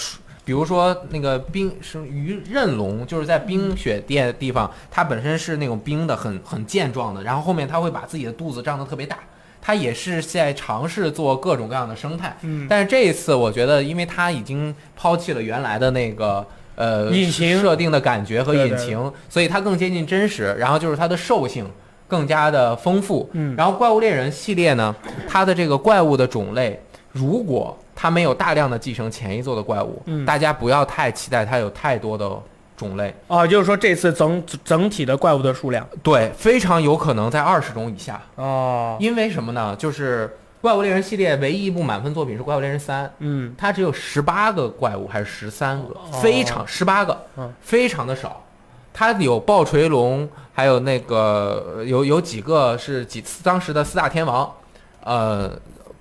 Speaker 2: 比如说那个冰是鱼刃龙，就是在冰雪地地方，它本身是那种冰的，很很健壮的，然后后面它会把自己的肚子胀得特别大，它也是在尝试做各种各样的生态。
Speaker 1: 嗯
Speaker 2: 但是这一次，我觉得，因为它已经抛弃了原来的那个呃
Speaker 1: 引擎
Speaker 2: 设定的感觉和
Speaker 1: 对
Speaker 2: 引
Speaker 1: 对
Speaker 2: 擎，所以它更接近真实。然后就是它的兽性更加的丰富。
Speaker 1: 嗯
Speaker 2: 然后怪物猎人系列呢，它的这个怪物的种类，如果它没有大量的继承前一座的怪物，
Speaker 1: 嗯
Speaker 2: 大家不要太期待它有太多的种类。
Speaker 1: 啊，就是说这次整整体的怪物的数量
Speaker 2: 对，非常有可能在二十种以下。
Speaker 1: 哦，
Speaker 2: 因为什么呢？就是怪物猎人系列唯一一部满分作品是《怪物猎人三》，
Speaker 1: 嗯
Speaker 2: 它只有十八个怪物还是十三个，非常十八个
Speaker 1: 哦嗯，
Speaker 2: 非常的少。它有暴锤龙，还有那个呃有有几个是几当时的四大天王，呃，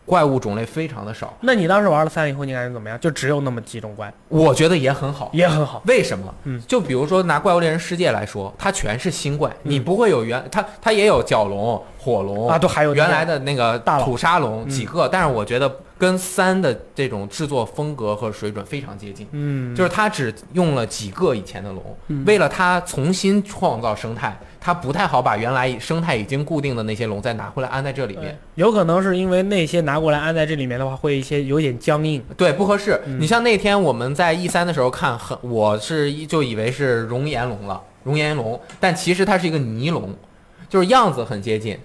Speaker 2: 怪物种类非常的少，
Speaker 1: 那你当时玩了三以后，你感觉怎么样？就只有那么几种怪，
Speaker 2: 我觉得也很好。
Speaker 1: 也很好。
Speaker 2: 为什么？
Speaker 1: 嗯，
Speaker 2: 就比如说拿《怪物猎人世界》来说，它全是新怪，
Speaker 1: 嗯
Speaker 2: 你不会有原它它也有角龙、火龙
Speaker 1: 啊，都还有
Speaker 2: 原来的那个
Speaker 1: 大佬
Speaker 2: 土沙龙
Speaker 1: 嗯
Speaker 2: 几个，但是我觉得跟三的这种制作风格和水准非常接近，
Speaker 1: 嗯，
Speaker 2: 就是它只用了几个以前的龙，
Speaker 3: 嗯
Speaker 2: 为了它重新创造生态，它不太好把原来生态已经固定的那些龙再拿回来安在这里面
Speaker 1: 对。有可能是因为那些拿过来安在这里面的话，会一些有点僵硬。
Speaker 2: 对，不合适。
Speaker 1: 嗯
Speaker 2: 你像那天我们在 E 三的时候看，很我是一就以为是熔岩龙了，熔岩龙，但其实它是一个泥龙，就是样子很接近，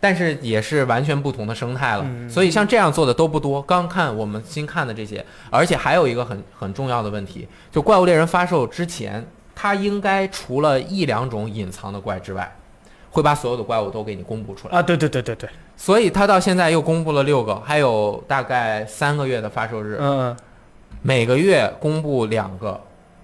Speaker 2: 但是也是完全不同的生态了。
Speaker 1: 嗯
Speaker 2: 所以像这样做的都不多。刚看我们新看的这些，而且还有一个很很重要的问题，就怪物猎人发售之前，它应该除了一两种隐藏的怪之外，会把所有的怪物都给你公布出来。
Speaker 1: 啊，对对对对对，
Speaker 2: 所以它到现在又公布了六个，还有大概三个月的发售日。
Speaker 1: 嗯，嗯
Speaker 2: 每个月公布两个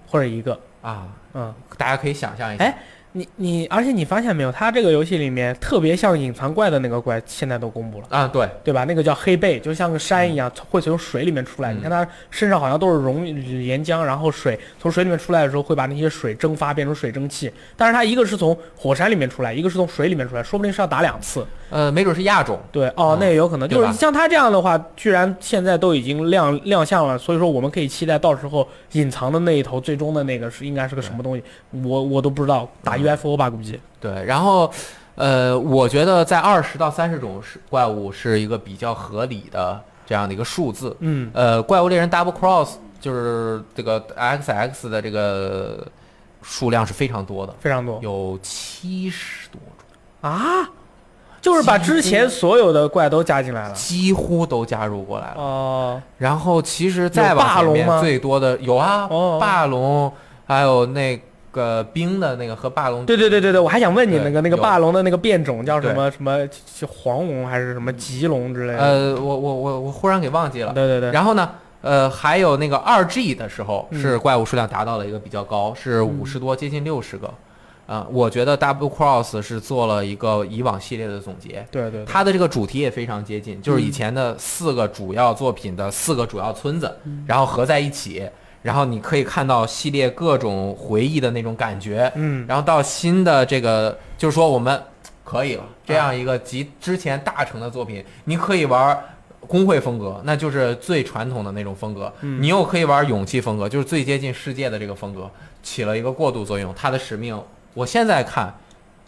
Speaker 1: 或者一个，
Speaker 2: 啊，
Speaker 1: 嗯，
Speaker 2: 大家可以想象一下。
Speaker 1: 哎，你你，而且你发现没有，它这个游戏里面特别像隐藏怪的那个怪，现在都公布了，
Speaker 2: 啊，对，
Speaker 1: 对吧？那个叫黑背，就像个山一样，会从水里面出来。
Speaker 2: 嗯
Speaker 1: 你看它身上好像都是溶岩浆，然后水从水里面出来的时候，会把那些水蒸发变成水蒸气。但是它一个是从火山里面出来，一个是从水里面出来，说不定是要打两次。
Speaker 2: 呃，没准是亚种，
Speaker 1: 对，哦
Speaker 2: 嗯，
Speaker 1: 那也有可能，
Speaker 2: 对
Speaker 1: 就
Speaker 2: 吧
Speaker 1: 是像他这样的话，居然现在都已经亮亮相了，所以说我们可以期待到时候隐藏的那一头最终的那个是应该是个什么东西，我我都不知道，打
Speaker 2: 嗯
Speaker 1: UFO 吧，估计。
Speaker 2: 对，然后，呃，我觉得在二十到三十种是怪物是一个比较合理的这样的一个数字。
Speaker 1: 嗯
Speaker 2: 呃，怪物猎人 Double Cross 就是这个 XX 的这个数量是非常多的，
Speaker 1: 非常多
Speaker 2: 有七十多种，
Speaker 1: 啊，就是把之前所有的怪都加进来了。
Speaker 2: 几乎都加入过来了。
Speaker 1: 哦
Speaker 2: 然后其实再往
Speaker 1: 霸
Speaker 2: 前
Speaker 1: 龙
Speaker 2: 面
Speaker 1: 吗
Speaker 2: 最多的有啊，
Speaker 1: 哦哦
Speaker 2: 霸龙，还有那个冰的那个和霸龙，
Speaker 1: 对对对对对，我还想问你
Speaker 2: 对
Speaker 1: 那个那个
Speaker 2: 有
Speaker 1: 霸龙的那个变种叫什
Speaker 2: 对
Speaker 1: 么什么黄龙还是什么棘龙之类的？
Speaker 2: 呃，我我我我忽然给忘记了。
Speaker 1: 对对对，
Speaker 2: 然后呢，呃，还有那个二 G 的时候，
Speaker 1: 嗯
Speaker 2: 是怪物数量达到了一个比较高，是五十多，接近六十个。啊、我觉得 Double Cross 是做了一个以往系列的总结，
Speaker 1: 对对对，
Speaker 2: 它的这个主题也非常接近，就是以
Speaker 3: 嗯
Speaker 2: 前的四个主要作品的四个主要村子，
Speaker 1: 嗯
Speaker 2: 然后合在一起，然后你可以看到系列各种回忆的那种感觉，
Speaker 1: 嗯
Speaker 2: 然后到新的这个，就是说我们可以了，这样一个集之前大成的作品，你可以玩工会风格，那就是最传统的那种风格，
Speaker 1: 嗯
Speaker 2: 你又可以玩勇气风格，就是最接近世界的这个风格，起了一个过渡作用。它的使命，我现在看，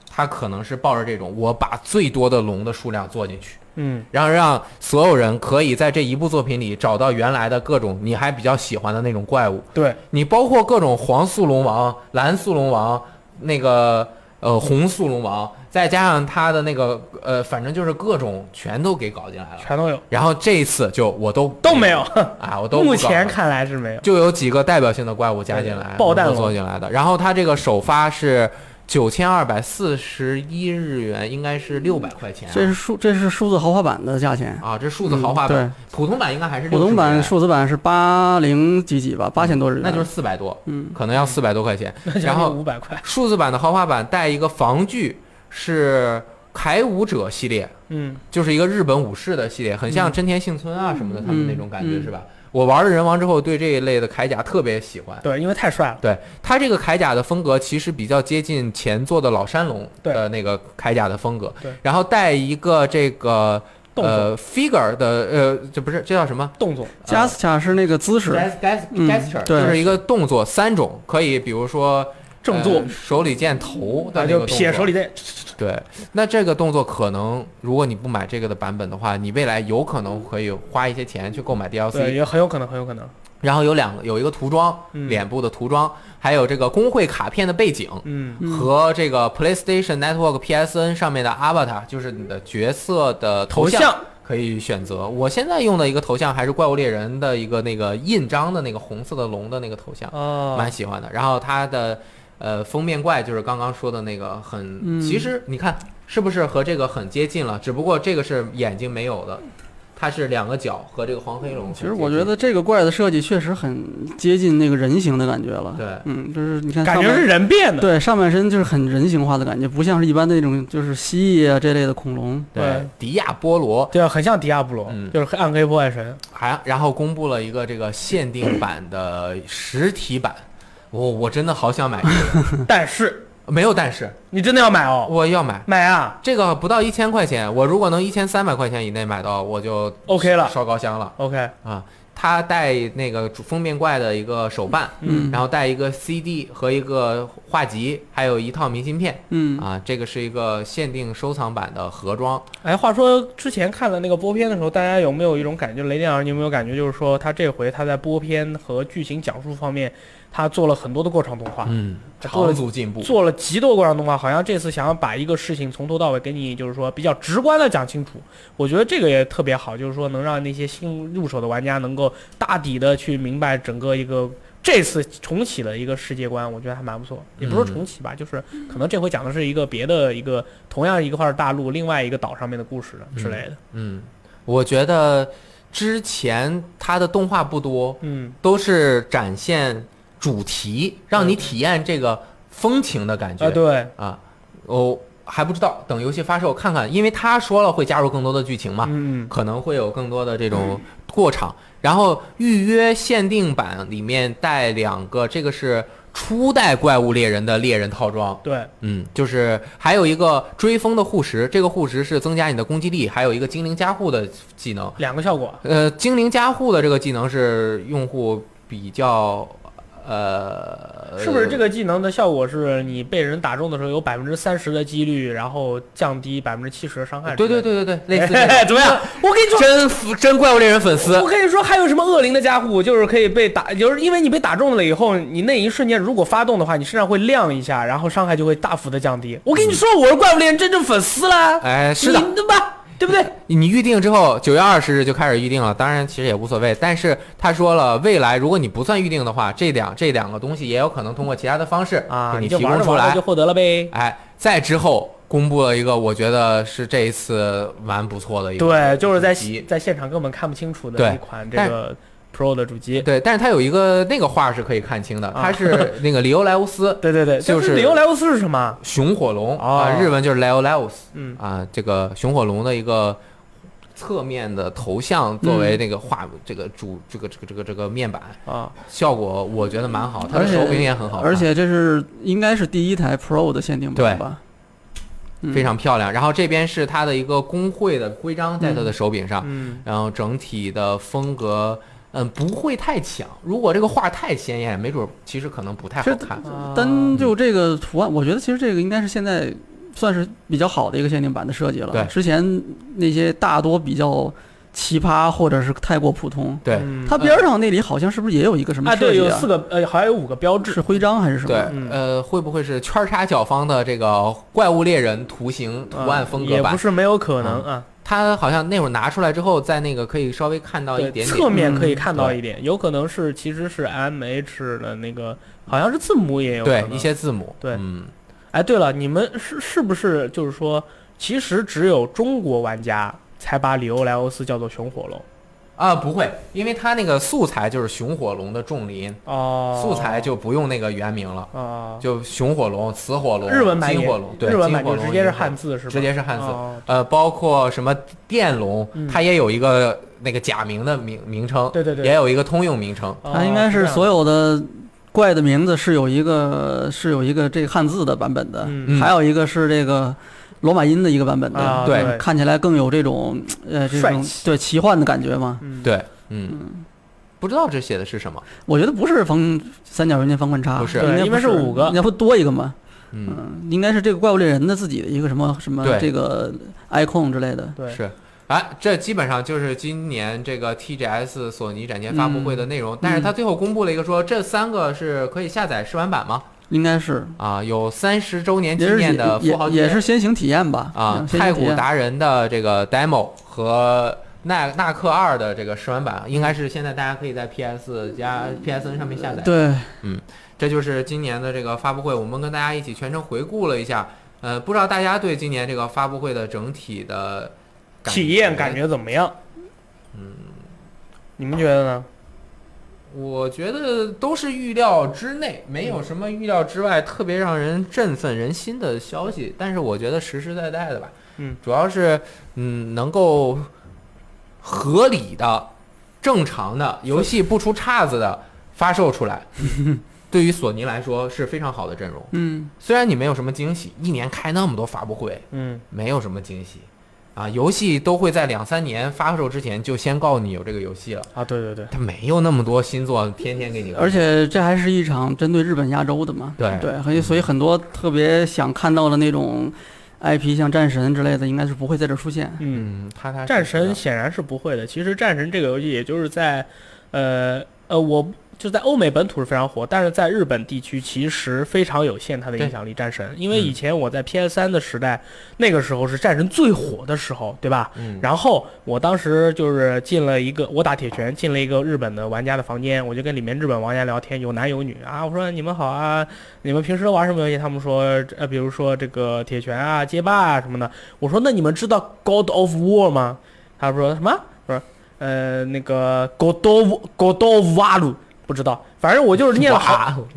Speaker 2: 它可能是抱着这种，我把最多的龙的数量做进去。
Speaker 1: 嗯
Speaker 2: 然后让所有人可以在这一部作品里找到原来的各种你还比较喜欢的那种怪物，
Speaker 1: 对，
Speaker 2: 你包括各种黄速龙王、蓝速龙王、那个呃红速龙王，再加上他的那个呃，反正就是各种全都给搞进来了。
Speaker 1: 全都有，
Speaker 2: 然后这一次就我都
Speaker 1: 都没有。
Speaker 2: 啊，我都不搞
Speaker 1: 目前
Speaker 2: 了
Speaker 1: 看来是 没有。
Speaker 2: 就有几个代表性的怪物加进来，
Speaker 1: 对爆弹
Speaker 2: 能
Speaker 1: 龙
Speaker 2: 够做进来的。然后它这个首发是九千二百四十一日元，应该是六百块钱啊、
Speaker 3: 这是数这是数字豪华版的价钱，
Speaker 2: 啊，这数字豪华版，
Speaker 3: 嗯
Speaker 2: 普通版应该还是
Speaker 3: 对，普通
Speaker 2: 60
Speaker 3: 版
Speaker 2: 元
Speaker 3: 数字版是八零几几吧，八千多日元，
Speaker 2: 那就是四百多，
Speaker 3: 嗯，
Speaker 2: 可能要四百多块钱。然后
Speaker 1: 五百块，
Speaker 2: 数字版的豪华版带一个防具，是铠武者系列，
Speaker 1: 嗯，
Speaker 2: 就是一个日本武士的系列，很像
Speaker 1: 嗯
Speaker 2: 真田幸村啊什么的，他们那种感觉、
Speaker 3: 嗯
Speaker 2: 是吧？我玩了人王之后，对这一类的铠甲特别喜欢。
Speaker 1: 对，因为太帅了，
Speaker 2: 对它这个铠甲的风格，其实比较接近前作的老山龙
Speaker 1: 对
Speaker 2: 的那个铠甲的风格
Speaker 1: 对，
Speaker 2: 然后带一个这个
Speaker 1: 动作、
Speaker 2: 呃 figure 的呃，这不是这叫什么？
Speaker 1: 动作，
Speaker 3: 加斯卡是那个姿势，
Speaker 2: ges- ges-
Speaker 3: 嗯
Speaker 2: gesture，、
Speaker 3: 对
Speaker 2: 就是一个动作三种，可以比如说
Speaker 1: 正坐
Speaker 2: 呃，手里剑头
Speaker 1: 那
Speaker 2: 的那
Speaker 1: 就
Speaker 2: 个动
Speaker 1: 撇
Speaker 2: 作
Speaker 1: 手里的，
Speaker 2: 对，那这个动作可能，如果你不买这个的版本的话，你未来有可能可以花一些钱去购买
Speaker 1: 对，
Speaker 2: DLC。
Speaker 1: 也很有可能，很有可能，
Speaker 2: 然后有两个，有一个涂装，
Speaker 1: 嗯
Speaker 2: 脸部的涂装，还有这个工会卡片的背景。
Speaker 1: 嗯
Speaker 3: 嗯
Speaker 2: 和这个 PlayStation Network PSN 上面的 Avatar，就是你的角色的头
Speaker 1: 像
Speaker 2: 像，可以选择。我现在用的一个头像还是怪物猎人的一个那个印章的那个红色的龙的那个头像。
Speaker 1: 哦，
Speaker 2: 蛮喜欢的。然后它的呃封面怪就是刚刚说的那个很，
Speaker 3: 嗯
Speaker 2: 其实你看是不是和这个很接近了？只不过这个是眼睛没有的，它是两个角和这个黄黑龙很
Speaker 3: 嗯其
Speaker 2: 接近。
Speaker 3: 实我觉得这个怪的设计确实很接近那个人形的感觉了，
Speaker 2: 对
Speaker 3: 嗯，就是你看
Speaker 1: 感
Speaker 3: 上
Speaker 1: 觉
Speaker 3: 半
Speaker 1: 是人变的，
Speaker 3: 对上半身就是很人形化的感觉，不像是一般的那种就是蜥蜴啊这类的恐龙，
Speaker 2: 对
Speaker 1: 对
Speaker 2: 迪亚波罗
Speaker 1: 对，很像迪亚布罗，
Speaker 2: 嗯
Speaker 1: 就是黑暗黑破坏 神，
Speaker 2: 还然后公布了一个这个限 定版的实体版，我我真的好想买这个，
Speaker 1: 但是
Speaker 2: 没有但是
Speaker 1: 你真的要买哦，
Speaker 2: 我要买。
Speaker 1: 买啊
Speaker 2: 这个不到一千块钱，我如果能一千三百块钱以内买到，我就
Speaker 1: ，OK 了
Speaker 2: 烧高香了。
Speaker 1: ，OK，
Speaker 2: 啊，他带那个主封面怪的一个手办，
Speaker 3: 嗯
Speaker 2: 然后带一个 CD 和一个画集，还有一套明信片
Speaker 3: 嗯，
Speaker 2: 啊，这个是一个限定收藏版的盒装。
Speaker 1: 哎，话说之前看了那个播片的时候，大家有没有一种感觉？雷电老师，你有没有感觉，就是说他这回他在播片和剧情讲述方面，他做了很多的过场动画，
Speaker 2: 嗯，
Speaker 1: 做
Speaker 2: 长
Speaker 1: 了
Speaker 2: 足进步。
Speaker 1: 做了极多过场动画，好像这次想要把一个事情从头到尾给你，就是说比较直观的讲清楚。我觉得这个也特别好，就是说能让那些新入手的玩家能够大抵的去明白整个一个这次重启的一个世界观，我觉得还蛮不错。也不是重启吧，就是可能这回讲的是一个别的一个同样一块大陆另外一个岛上面的故事之类的。
Speaker 2: 嗯，我觉得之前它的动画不多，
Speaker 1: 嗯
Speaker 2: 都是展现主题，让你体验这个风情的感觉
Speaker 1: 啊，对，
Speaker 2: 啊，我还不知道，等游戏发售看看，因为他说了会加入更多的剧情嘛，
Speaker 1: 嗯，
Speaker 2: 可能会有更多的这种过场。然后预约限定版里面带两个，这个是初代怪物猎人的猎人套装，
Speaker 1: 对，
Speaker 2: 嗯，就是还有一个追风的护石，这个护石是增加你的攻击力，还有一个精灵加护的技能。
Speaker 1: 两个效果，
Speaker 2: 呃，精灵加护的这个技能是用户比较，呃，
Speaker 1: 是不是这个技能的效果是你被人打中的时候有百分之三十的几率，然后降低百分之七十的伤害？
Speaker 2: 对呃对，对对对，类似这
Speaker 1: 哎 怎
Speaker 2: 种。
Speaker 1: 么样？ 我跟你说。
Speaker 2: 真服真怪物猎人粉丝
Speaker 1: 我，跟你说，还有什么恶灵的家伙，就是可以被打，就是因为你被打中了以后，你那一瞬间如果发动的话，你身上会亮一下，然后伤害就会大幅的降低。我跟你说，我是怪物猎人真正粉丝啦，
Speaker 2: 嗯哎，是的，哎
Speaker 1: 你对吧？对不对？
Speaker 2: 你预定之后九月二十日就开始预定了，当然其实也无所谓，但是他说了，未来如果你不算预定的话，这两这两个东西也有可能通过其他的方式
Speaker 1: 啊，
Speaker 2: 给
Speaker 1: 你
Speaker 2: 你
Speaker 1: 就
Speaker 2: 提
Speaker 1: 玩
Speaker 2: 供
Speaker 1: 着
Speaker 2: 出
Speaker 1: 玩着
Speaker 2: 来
Speaker 1: 就，获得了呗。
Speaker 2: 哎，再之后公布了一个我觉得是这一次蛮不错的一个主
Speaker 1: 对，
Speaker 2: 机，
Speaker 1: 就是在在现场根本看不清楚的
Speaker 2: 对
Speaker 1: 一款这
Speaker 2: 但
Speaker 1: 个 Pro 的主机。
Speaker 2: 对，但是它有一个那个画是可以看清的，
Speaker 1: 啊
Speaker 2: 它是那个里欧莱乌斯
Speaker 1: 对对对，
Speaker 2: 就
Speaker 1: 但
Speaker 2: 是
Speaker 1: 里欧莱欧斯是什么？
Speaker 2: 熊火龙
Speaker 1: 哦
Speaker 2: 啊，日文就是 l e o l e o s
Speaker 1: 嗯，
Speaker 2: 啊，这个熊火龙的一个侧面的头像
Speaker 1: 嗯
Speaker 2: 作为那个画这个主这个这个这个这个面板，
Speaker 1: 啊，
Speaker 2: 效果我觉得蛮好，它
Speaker 3: 而
Speaker 2: 的
Speaker 3: 且
Speaker 2: 手柄也很好看，
Speaker 3: 而且这是应该是第一台 Pro 的限定版吧？嗯
Speaker 2: 非常漂亮。然后这边是它的一个工会的徽章在它的手柄上，
Speaker 1: 嗯，
Speaker 2: 然后整体的风格。嗯，不会太抢。如果这个画太鲜艳，没准儿其实可能不太好
Speaker 3: 这
Speaker 2: 看。
Speaker 1: 嗯啊
Speaker 3: 单就这个图案，我觉得其实这个应该是现在算是比较好的一个限定版的设计了。
Speaker 2: 对
Speaker 3: 之前那些大多比较奇葩或者是太过普通。
Speaker 2: 对，
Speaker 1: 嗯
Speaker 3: 它边上那里好像是不是也有一个什么
Speaker 1: 啊，
Speaker 3: 设
Speaker 1: 对，
Speaker 3: 计
Speaker 1: 有
Speaker 3: 啊
Speaker 1: 四个呃，好像有五个标志
Speaker 3: 是。徽章还是什
Speaker 2: 对
Speaker 3: 么？，
Speaker 1: 嗯
Speaker 2: 呃，会不会是圈叉角方的这个怪物猎人图形图案风
Speaker 1: 嗯
Speaker 2: 格
Speaker 1: 也不
Speaker 2: 版？
Speaker 1: 是没有可能啊，
Speaker 2: 它好像那会儿拿出来之后，在那个可以稍微看到一
Speaker 1: 对，
Speaker 2: 点嗯
Speaker 1: 侧
Speaker 2: 点。
Speaker 1: 面可以看到一点，有可能是其实是 M H 的那个，好像是字母也有可
Speaker 2: 对
Speaker 1: 能
Speaker 2: 一些字母，
Speaker 1: 对
Speaker 2: 嗯，
Speaker 1: 哎，对了，你们是是不是就是说，其实只有中国玩家才把里欧莱欧斯叫做熊火龙
Speaker 2: 啊，不会，因为它那个素材就是熊火龙的重林，
Speaker 1: 哦，
Speaker 2: 素材就不用那个原名了，
Speaker 1: 哦，
Speaker 2: 就熊火龙、雌火龙、
Speaker 1: 日文版
Speaker 2: 金
Speaker 1: 也
Speaker 2: 火龙，对，
Speaker 1: 日文版
Speaker 2: 金火
Speaker 1: 就
Speaker 2: 龙
Speaker 1: 直接是
Speaker 2: 银火
Speaker 1: 汉字是吧？
Speaker 2: 直接是汉字
Speaker 1: 哦
Speaker 2: 呃，包括什么电龙
Speaker 1: 嗯，
Speaker 2: 它也有一个那个假名的名名称，
Speaker 1: 对对对
Speaker 2: 也有一个通用名称。
Speaker 1: 哦
Speaker 3: 它应该
Speaker 1: 这
Speaker 3: 是
Speaker 1: 样
Speaker 3: 所有的怪的名字是有一个是有一个这个汉字的版本的，
Speaker 1: 嗯
Speaker 3: 还有一个是这个罗马音的一个版本的，
Speaker 1: 啊
Speaker 2: 嗯对
Speaker 1: 对
Speaker 3: 看起来更有这种呃这
Speaker 1: 帅
Speaker 3: 种
Speaker 1: 气
Speaker 3: 对奇幻的感觉嘛。
Speaker 1: 嗯
Speaker 2: 对，嗯，不知道这写的是什么。
Speaker 3: 我觉得不是方三角圆间方棍叉，
Speaker 2: 不是
Speaker 3: 应该
Speaker 1: 对因为
Speaker 3: 不
Speaker 1: 是
Speaker 3: 是
Speaker 1: 五个
Speaker 3: 那不多一个吗？
Speaker 2: 嗯，
Speaker 3: 嗯，应该是这个怪物猎人的自己的一个什么什么
Speaker 2: 对
Speaker 3: 这个 icon 之类的。
Speaker 1: 对
Speaker 2: 是。哎，这基本上就是今年这个 TGS 索尼展前发布会的内
Speaker 1: 嗯
Speaker 2: 容。但是它最后公布了一个说，这三个是可以下载试玩版吗？
Speaker 3: 应该是
Speaker 2: 啊，有三十周年纪
Speaker 3: 也是
Speaker 2: 念的富
Speaker 3: 也
Speaker 2: 豪
Speaker 3: 也
Speaker 2: 节
Speaker 3: 是先行体验吧嗯
Speaker 2: 啊，
Speaker 3: 先
Speaker 2: 太
Speaker 3: 行体
Speaker 2: 古
Speaker 3: 验
Speaker 2: 达人的这个 demo 和纳纳克二的这个试玩版，应该是现在大家可以在 PS 加 PSN 上面下载。
Speaker 3: 对
Speaker 2: 这就是今年的这个发布会，我们跟大家一起全程回顾了一下。呃，不知道大家对今年这个发布会的整体的感
Speaker 1: 体验感？觉怎么样？嗯，你们觉得呢？
Speaker 2: 我觉得都是预料之内，没有什么预料之外特别让人振奋人心的消息。但是我觉得实实在在的吧，
Speaker 1: 嗯，
Speaker 2: 主要是嗯能够合理的、正常的游戏不出岔子的发售出来，对于索尼来说是非常好的阵容。
Speaker 3: 嗯
Speaker 2: 虽然你没有什么惊喜，一年开那么多发布会，
Speaker 1: 嗯，
Speaker 2: 没有什么惊喜啊。游戏都会在两三年发售之前就先告诉你有这个游戏了，
Speaker 1: 啊，对对对，
Speaker 2: 它没有那么多新作天天给你。
Speaker 3: 而且这还是一场针对日本亚洲的嘛，
Speaker 2: 对
Speaker 3: 对，所以所以很多特别想看到的那种 IP，像战神之类的，应该是不会在这儿出现。
Speaker 1: 嗯，
Speaker 2: 嗯，他他
Speaker 1: 战神显然是不会的。其实战神这个游戏，也就是在，呃呃，我就在欧美本土是非常火，但是在日本地区其实非常有限它的
Speaker 2: 对
Speaker 1: 影响力。战神，因为
Speaker 2: 嗯
Speaker 1: 以前我在 PS 三的时代，那个时候是战神最火的时候，对吧？
Speaker 2: 嗯
Speaker 1: 然后我当时就是进了一个，我打铁拳进了一个日本的玩家的房间，我就跟里面日本玩家聊天，有男有女啊，我说你们好啊，你们平时都玩什么游戏？他们说呃，比如说这个铁拳啊、街霸啊什么的。我说那你们知道 God of War 吗？他呃们说什么？我说呃那个 God of God of War 不知道，反正我就是念了好，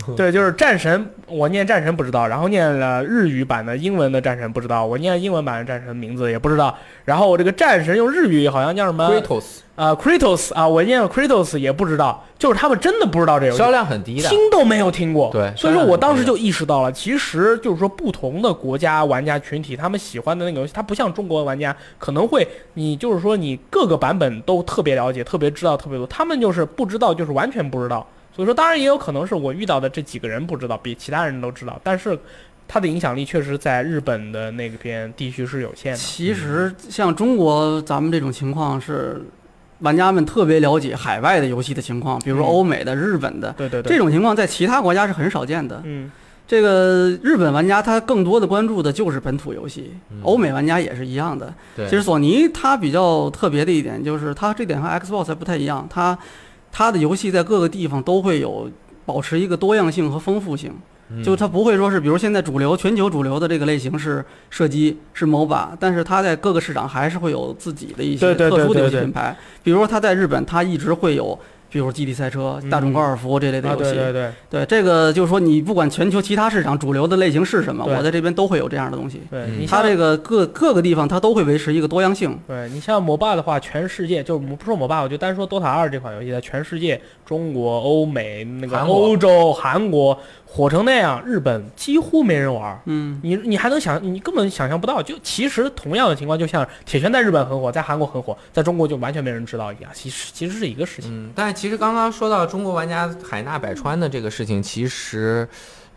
Speaker 2: 哇
Speaker 1: 对，就是战神，我念战神不知道，然后念了日语版的英文的战神不知道，我念英文版的战神名字也不知道，然后我这个战神用日语好像叫什么
Speaker 2: Kratos
Speaker 1: 啊 Kratos 啊，我念了 Kratos 也不知道，就是他们真的不知道这游戏
Speaker 2: 销，量很低的，
Speaker 1: 听都没有听过。
Speaker 2: 对
Speaker 1: 所以
Speaker 2: 销量
Speaker 1: 说
Speaker 2: 很低
Speaker 1: 我当时就意识到了，其实就是说不同的国家玩家群体，他们喜欢的那个游戏，它不像中国玩家可能会，你就是说你各个版本都特别了解，特别知道特别多，他们就是不知道，就是完全不知道。所以说，当然也有可能是我遇到的这几个人不知道，比其他人都知道，但是它的影响力确实在日本的那边地区是有限的。
Speaker 3: 其实像中国咱们这种情况是，玩家们特别了解海外的游戏的情况，比如说
Speaker 1: 嗯
Speaker 3: 欧美的、日本的
Speaker 1: 对对对，
Speaker 3: 这种情况，在其他国家是很少见的。
Speaker 1: 嗯，
Speaker 3: 这个日本玩家他更多的关注的就是本土游戏
Speaker 2: 嗯，
Speaker 3: 欧美玩家也是一样的。
Speaker 2: 对，
Speaker 3: 其实索尼它比较特别的一点就是，它这点和 Xbox 还不太一样，它它的游戏在各个地方都会有保持一个多样性和丰富性，
Speaker 2: 嗯
Speaker 3: 就它不会说是，比如现在主流全球主流的这个类型是射击是 MOBA，但是它在各个市场还是会有自己的一些
Speaker 1: 对对对
Speaker 3: 特殊的游戏
Speaker 1: 对对
Speaker 3: 品牌，比如说它在日本，它一直会有。比如基地赛车
Speaker 1: 嗯、
Speaker 3: 大众高尔夫这类的
Speaker 1: 啊，
Speaker 3: 游戏，
Speaker 1: 对对对
Speaker 3: 对这个就是说，你不管全球其他市场主流的类型是什么，
Speaker 1: 对
Speaker 3: 我在这边都会有这样的东西。
Speaker 1: 对，
Speaker 2: 嗯
Speaker 1: 你
Speaker 3: 它
Speaker 1: 像
Speaker 3: 这个各各个地方它都会维持一个多样性，
Speaker 1: 对你像魔霸的话，全世界就不说魔霸，我就单说《DOTA 二》这款游戏，在全世界，中国、欧美、那个
Speaker 2: 韩国
Speaker 1: 欧洲、韩国火成那样，日本几乎没人玩儿。
Speaker 3: 嗯，
Speaker 1: 你你还能想，你根本想象不到。就其实同样的情况，就像铁拳在日本很火，在韩国很火，在中国就完全没人知道一样。其实其实是一个事情。
Speaker 2: 嗯，但其实刚刚说到中国玩家海纳百川的这个事情，其实，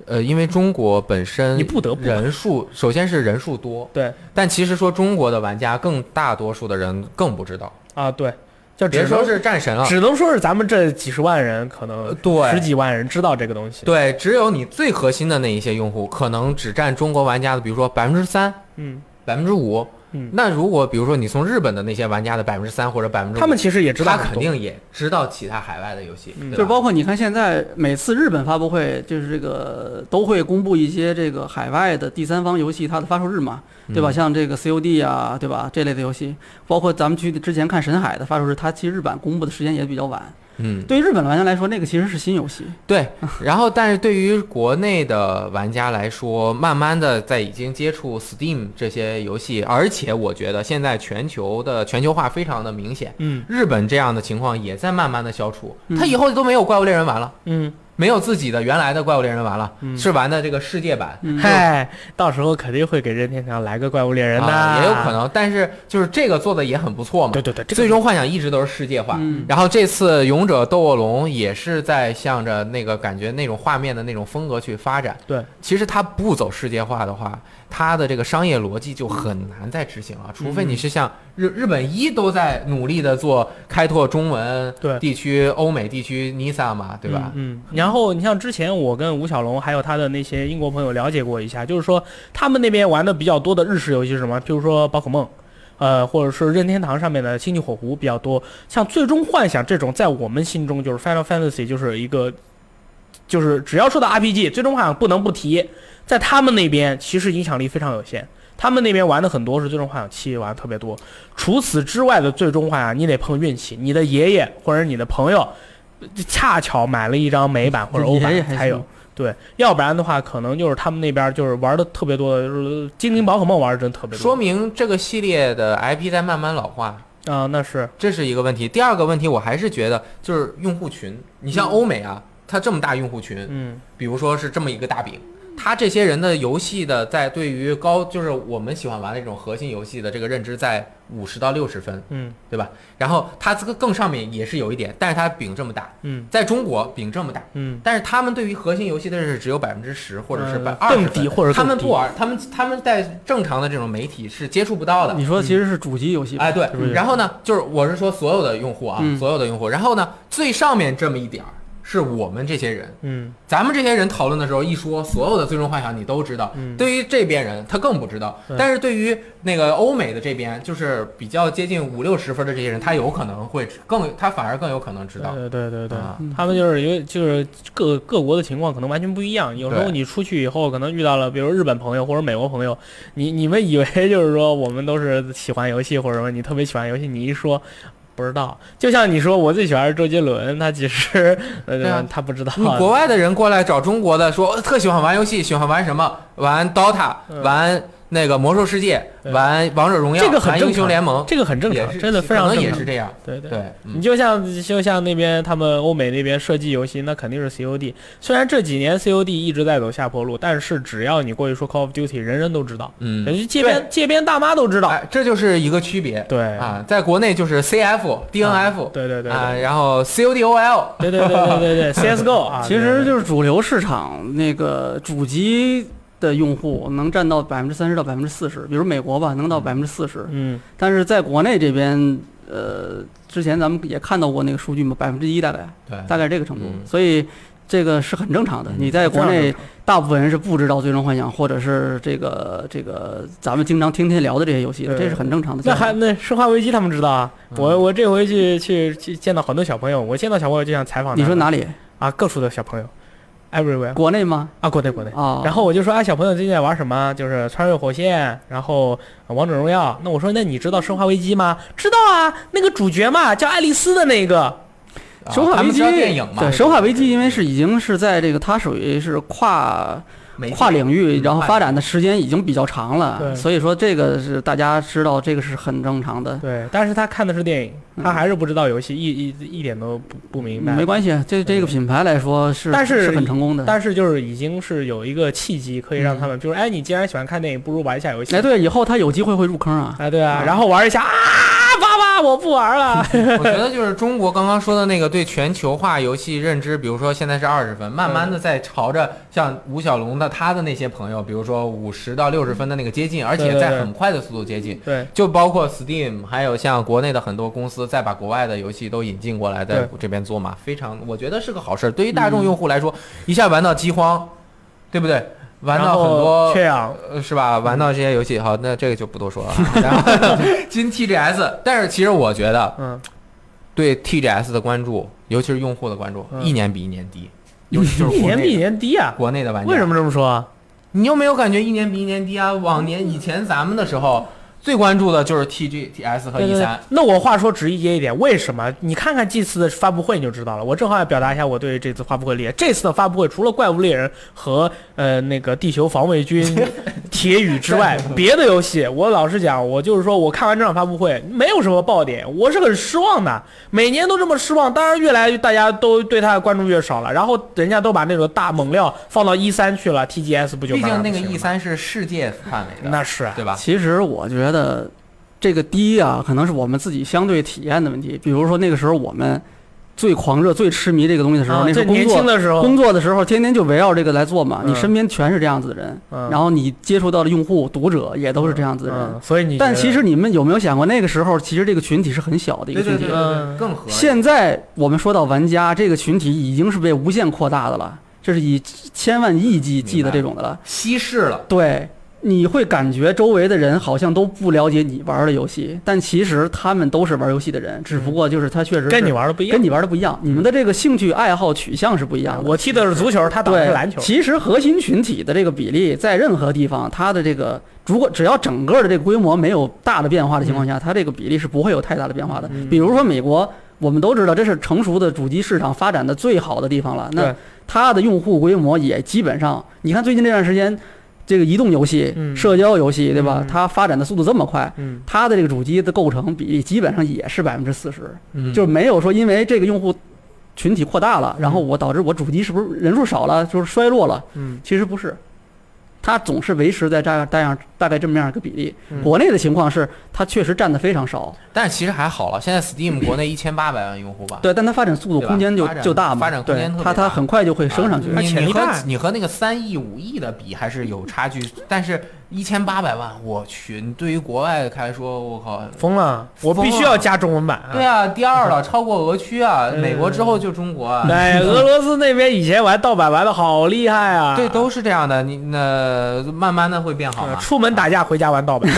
Speaker 2: 呃，因为中国本身
Speaker 1: 你不得不
Speaker 2: 人数，首先是人数多，
Speaker 1: 对
Speaker 2: 但其实说中国的玩家更大多数的人更不知道，
Speaker 1: 啊，对，就只
Speaker 2: 别
Speaker 1: 能
Speaker 2: 说是战神了，
Speaker 1: 只能说是咱们这几十万人，可能
Speaker 2: 对
Speaker 1: 十几万人知道这个东西。
Speaker 2: 对，只有你最核心的那一些用户，可能只占中国玩家的，比如说百分之三、
Speaker 1: 嗯
Speaker 2: 百分之五。
Speaker 1: 嗯，
Speaker 2: 那如果比如说你从日本的那些玩家的百分之三或者百分之，
Speaker 1: 他们其实也知道
Speaker 2: 嗯他
Speaker 1: 很
Speaker 2: 肯
Speaker 1: 多
Speaker 2: 定也知道其他海外的游戏，
Speaker 1: 嗯
Speaker 2: 对
Speaker 3: 就是
Speaker 2: 吧
Speaker 3: 包括你看现在每次日本发布会，就是这个都会公布一些这个海外的第三方游戏它的发售日嘛，对吧？
Speaker 2: 嗯
Speaker 3: 像这个 COD 啊，对吧？这类的游戏，包括咱们去之前看《神海》的发售日，它其实日版公布的时间也比较晚。
Speaker 2: 嗯，
Speaker 3: 对于日本玩家来说，那个其实是新游戏，
Speaker 2: 对，然后但是对于国内的玩家来说，慢慢的在已经接触 Steam 这些游戏，而且我觉得现在全球的全球化非常的明显，
Speaker 1: 嗯
Speaker 2: 日本这样的情况也在慢慢的消除，
Speaker 3: 嗯
Speaker 2: 他以后都没有怪物猎人玩了，
Speaker 1: 嗯，
Speaker 2: 没有自己的原来的怪物猎人玩了，
Speaker 1: 嗯
Speaker 2: 是玩的这个世界版。
Speaker 3: 嗯，
Speaker 1: 嗨，到时候肯定会给任天堂来个怪物猎人的，
Speaker 2: 啊，也有可。能，但是就是这个做的也很不错嘛。
Speaker 1: 对对对，这个嗯
Speaker 2: 最终幻想一直都是世界化，
Speaker 3: 嗯
Speaker 2: 然后这次勇者斗恶龙也是在向着那个感觉那种画面的那种风格去发展。
Speaker 1: 对，
Speaker 2: 其实它不走世界化的话，它的这个商业逻辑就很难再执
Speaker 1: 嗯
Speaker 2: 行了，除非你是像日日本一都在努力的做开拓中文
Speaker 1: 对
Speaker 2: 地区、欧美地区 NISA 嘛，对吧？
Speaker 1: 嗯，嗯然后你像之前我跟吴小龙还有他的那些英国朋友了解过一下，就是说他们那边玩的比较多的日式游戏是什么？譬如说宝可梦。呃，或者是任天堂上面的《星际火狐》比较多，像《最终幻想》这种，在我们心中就是 Final Fantasy，就是一个，就是只要说到 RPG，《最终幻想》不能不提，在他们那边其实影响力非常有限。他们那边玩的很多是《最终幻想七》玩的特别多，除此之外的《最终幻想》，你得碰运气，你的爷爷或者你的朋友恰巧买了一张美版或者欧
Speaker 3: 爷爷
Speaker 1: 版
Speaker 3: 还
Speaker 1: 才有
Speaker 3: 行，
Speaker 1: 对，要不然的话，可能就是他们那边就是玩的特别多的，就是精灵宝可梦玩的真特别多。
Speaker 2: 说明这个系列的 IP 在慢慢老化，
Speaker 1: 啊、那是
Speaker 2: 这是一个问题。第二个问题，我还是觉得就是用户群，你像欧美啊，它这么大用户群，
Speaker 1: 嗯
Speaker 2: 比如说是这么一个大饼，他这些人的游戏的在对于高就是我们喜欢玩的这种核心游戏的这个认知在五十到六十分，
Speaker 1: 嗯
Speaker 2: 对吧？然后他这个更上面也是有一点，但是他饼这么大，
Speaker 1: 嗯
Speaker 2: 在中国饼这么大。
Speaker 1: 嗯
Speaker 2: 但是他们对于核心游戏的认识只有百分之十，或者是百
Speaker 1: 呃
Speaker 2: 二十
Speaker 1: 更低或者更低
Speaker 2: 他们不玩，他们他们在正常的这种媒体是接触不到的。
Speaker 3: 你说的其实是主机游戏吧，
Speaker 2: 哎，对
Speaker 1: 嗯是不是，
Speaker 2: 然后呢，就是我是说所有的用户啊，
Speaker 3: 嗯
Speaker 2: 所有的用户，然后呢，最上面这么一点儿是我们这些人，
Speaker 1: 嗯
Speaker 2: 咱们这些人讨论的时候一说，所有的最终幻想你都知道。
Speaker 1: 嗯
Speaker 2: 对于这边人，他更不知道
Speaker 1: 对。
Speaker 2: 但是对于那个欧美的这边，就是比较接近五六十分的这些人，他有可能会更，他反而更有可能知道。
Speaker 1: 对对对对。
Speaker 2: 啊，
Speaker 3: 嗯
Speaker 1: 他们就是因为就是各各国的情况可能完全不一样，有时候
Speaker 2: 对
Speaker 1: 你出去以后可能遇到了，比如日本朋友或者美国朋友， 你你们以为就是说我们都是喜欢游戏或者什么，你特别喜欢游戏，你一说不知道。就像你说，我最喜欢是周杰伦，他其实呃、
Speaker 2: 对啊
Speaker 1: 他不知道。
Speaker 2: 你国外的人过来找中国的说，哦特喜欢玩游戏，喜欢玩什么？玩 DOTA，、
Speaker 1: 嗯
Speaker 2: 玩那个魔兽世界，
Speaker 1: 对
Speaker 2: 玩王者荣耀，
Speaker 1: 这个很
Speaker 2: 玩
Speaker 1: 正
Speaker 2: 英雄
Speaker 1: 常
Speaker 2: 联盟，
Speaker 1: 啊这个很正常
Speaker 2: 也，是
Speaker 1: 真的非常
Speaker 2: 可能
Speaker 1: 正
Speaker 2: 也
Speaker 1: 常
Speaker 2: 是。这样。
Speaker 1: 对对。
Speaker 2: 对，
Speaker 1: 你
Speaker 2: 嗯，
Speaker 1: 就像就像那边他们欧美那边射击游戏，那肯定是 COD。虽然这几年 COD 一直在走下坡路，但是只要你过去说 Call of Duty，人人都知道，
Speaker 2: 嗯
Speaker 1: 人家街边街边大妈都知道。
Speaker 2: 哎，这就是一个区别。
Speaker 1: 对，
Speaker 2: 啊，在国内就是 CF、DNF
Speaker 1: 对对对
Speaker 2: 啊，
Speaker 1: 对
Speaker 2: 然后 CODOL，
Speaker 1: 对对对对对 ，CSGO 啊，
Speaker 3: 其实就是主流市场那个主机的用户能占到百分之三十到百分之四十，比如美国吧，能到百分之四十。
Speaker 1: 嗯
Speaker 3: 但是在国内这边，呃，之前咱们也看到过那个数据嘛，百分之一大概，
Speaker 2: 对
Speaker 3: 大概这个程度。
Speaker 2: 嗯
Speaker 3: 所以这个是很正常的。
Speaker 2: 嗯
Speaker 3: 你在国
Speaker 1: 非常正
Speaker 3: 内，大部分人是不知道《最终幻想》或者是这个这个咱们经常天天聊的这些游戏的，
Speaker 1: 对
Speaker 3: 这是很正常的。
Speaker 1: 那还那《生化危机》他们知道啊，
Speaker 2: 嗯
Speaker 1: 我我这回去去去见到很多小朋友，我见到小朋友就想采访他们
Speaker 3: 你说哪里？
Speaker 1: 啊，各处的小朋友，everywhere
Speaker 3: 国内吗？
Speaker 1: 啊，国内国内。
Speaker 3: 啊，
Speaker 1: 然后我就说，哎，小朋友最近在玩什么？就是穿越火线，然后呃王者荣耀。那我说，那你知道生化危机吗？知道啊，那个主角嘛，叫爱丽丝的那个。
Speaker 2: 啊
Speaker 3: 生化
Speaker 2: 他
Speaker 3: 危
Speaker 2: 们
Speaker 3: 机
Speaker 2: 知道电影嘛，
Speaker 3: 对，生化危机因为是已经是在这个它属于是跨
Speaker 2: 媒介嗯
Speaker 3: 跨领域，然后
Speaker 2: 跨
Speaker 3: 发 展的时间已经比较长
Speaker 1: 嗯对
Speaker 3: 了，所以说这个是大家知道，这个是很正常的。
Speaker 1: 对，但是他看的是电影，他还是不知道游戏，一一一点都不不明白。
Speaker 3: 嗯没关系，啊这这个品牌来说是
Speaker 1: 但是
Speaker 3: 是很成功的。嗯
Speaker 1: 但是就是已经是有一个契机，可以让他们，就是哎，你既然喜欢看电影，不如玩一下游戏。
Speaker 3: 哎，对，以后它有机会会入坑啊。
Speaker 1: 哎，对啊，
Speaker 3: 啊
Speaker 1: 然后玩一下啊，爸爸，我不玩 了。
Speaker 2: 我觉得就是中国刚刚说的那个对全球化游戏认知，比如说现在是二十分，慢
Speaker 1: 嗯
Speaker 2: 慢的在朝着像吴小龙的他的那些朋友，比如说五十到六十分的那个接近，而且
Speaker 1: 对对
Speaker 2: 在
Speaker 1: 对
Speaker 2: 很快的速度接近。
Speaker 1: 对，
Speaker 2: 就包括 Steam，还有像国内的很多公司，再把国外的游戏都引进过来，在
Speaker 1: 对
Speaker 2: 这边做嘛，非常，我觉得是个好事儿。对于
Speaker 3: 嗯
Speaker 2: 大众用户来说，一下玩到饥荒，对不对？玩
Speaker 1: 然
Speaker 2: 到
Speaker 1: 后
Speaker 2: 很多
Speaker 1: 缺氧，
Speaker 2: 呃，是吧？玩到这些游戏，
Speaker 1: 嗯
Speaker 2: 好，那这个就不多 说了。啊然后进 TGS，但是其实我觉得
Speaker 1: 嗯，
Speaker 2: 对 TGS 的关注，尤其是用户的关注，
Speaker 1: 嗯
Speaker 2: 一年比一年低，尤其就 是
Speaker 1: 一
Speaker 2: 国
Speaker 1: 年比一
Speaker 2: 内
Speaker 1: 年低啊。
Speaker 2: 国内的玩家。
Speaker 1: 为什？么这么说啊？
Speaker 2: 你有没有感觉一年比一年低啊？往年以前咱们的时候，最关注的就是 TGTS 和
Speaker 1: 对
Speaker 2: E
Speaker 1: 对对
Speaker 2: 三。
Speaker 1: 那我话说直接一点，为什么？你看看这次的发布会你就知道了。我正好要表达一下我对这次发布会理解。这次的发布会除了怪物猎人和呃那个地球防卫军 铁雨之外， 别的游戏我老实讲，我就是说我看完这场发布会没有什么爆点，我是很失望的。每年都这么失望，当然越来越大家都对他的关注越少了。然后人家都把那种大猛料放到一三去了，TGS 不就
Speaker 2: 毕
Speaker 1: 马
Speaker 2: 竟
Speaker 1: 上
Speaker 2: 那个
Speaker 1: 不行
Speaker 2: E
Speaker 1: 了
Speaker 2: 三是世界范围的，
Speaker 1: 那是啊
Speaker 2: 对吧？
Speaker 3: 其实我觉得这个低啊，可能是我们自己相对体验的问题。比如说那个时候我们最狂热、最痴迷这个东西的时候，
Speaker 1: 啊
Speaker 3: 那时
Speaker 1: 这
Speaker 3: 候工
Speaker 1: 年轻
Speaker 3: 作
Speaker 1: 的时候，
Speaker 3: 工作的时候，天天就围绕这个来做嘛。
Speaker 1: 嗯
Speaker 3: 你身边全是这样子的人，
Speaker 1: 嗯
Speaker 3: 然后你接触到的用户、读者也都是这样子的人。
Speaker 1: 嗯所以你
Speaker 3: 但
Speaker 1: 觉
Speaker 3: 其
Speaker 1: 得
Speaker 3: 实你们有没有想过，那个时候其实这个群体是很小的一个
Speaker 2: 对
Speaker 3: 群
Speaker 2: 对
Speaker 3: 体。
Speaker 2: 对对
Speaker 1: 嗯
Speaker 2: 对，更合
Speaker 3: 现在我们说到玩家这个群体，已经是被无限扩大的了，这是以千万亿计计的这种的了。
Speaker 2: 稀释了。
Speaker 3: 对，你会感觉周围的人好像都不了解你玩的游戏，但其实他们都是玩游戏的人，只不过就是他确实
Speaker 1: 跟你
Speaker 3: 是
Speaker 1: 玩的不一样
Speaker 3: 跟。你玩的不一样，你们的这个兴趣爱好取向是不一样的。
Speaker 1: 我踢的是足球，他打的
Speaker 3: 对
Speaker 1: 是篮球。
Speaker 3: 其实核心群体的这个比例，在任何地方，它的这个如果只要整个的这个规模没有大的变化的情况下，它这个比例是不会有太大的变化的
Speaker 1: 嗯。
Speaker 3: 比如说美国，我们都知道这是成熟的主机市场发展的最好的地方了，那
Speaker 1: 对
Speaker 3: 它的用户规模也基本上，你看最近这段时间，这个移动游戏、
Speaker 1: 嗯
Speaker 3: 社交游戏，对吧
Speaker 1: 嗯？
Speaker 3: 它发展的速度这么快。
Speaker 1: 嗯，
Speaker 3: 它的这个主机的构成比例基本上也是百分之四十，
Speaker 2: 嗯
Speaker 3: 就是没有说因为这个用户群体扩大了，然后我导致我主机是不是人数少了，就是衰落了？
Speaker 1: 嗯，
Speaker 3: 其实不是，它总是维持在这样大样大概这么样一个比例
Speaker 1: 嗯。啊
Speaker 3: 国内的情况是，它确实占的非常少，
Speaker 2: 但是其实还好了，现在 Steam 国内一千八百万用户吧，
Speaker 3: 对，但它发展速度
Speaker 2: 对吧
Speaker 3: 空间就
Speaker 2: 发展
Speaker 3: 就大嘛，
Speaker 2: 发展空间
Speaker 3: 对
Speaker 2: 特别
Speaker 3: 它
Speaker 2: 大
Speaker 3: 它很快就会升上去。
Speaker 2: 啊你
Speaker 1: 而且
Speaker 2: 你
Speaker 1: 你
Speaker 2: 和
Speaker 1: 看
Speaker 2: 你和那个三亿五亿的比还是有差距，但是一千八百万，我去，你对于国外来说，我靠，
Speaker 1: 疯了，我
Speaker 2: 疯
Speaker 1: 必须
Speaker 2: 了
Speaker 1: 要加中文版啊。
Speaker 2: 对啊，第二了，超过俄区啊，
Speaker 1: 嗯
Speaker 2: 美国之后就中国啊，
Speaker 1: 哎，俄罗斯那边以前玩盗版玩的好厉害啊，
Speaker 2: 对，都是这样的，你那慢慢的会变好
Speaker 1: 呃
Speaker 2: 嘛。
Speaker 1: 出门打架，回家玩 盗版。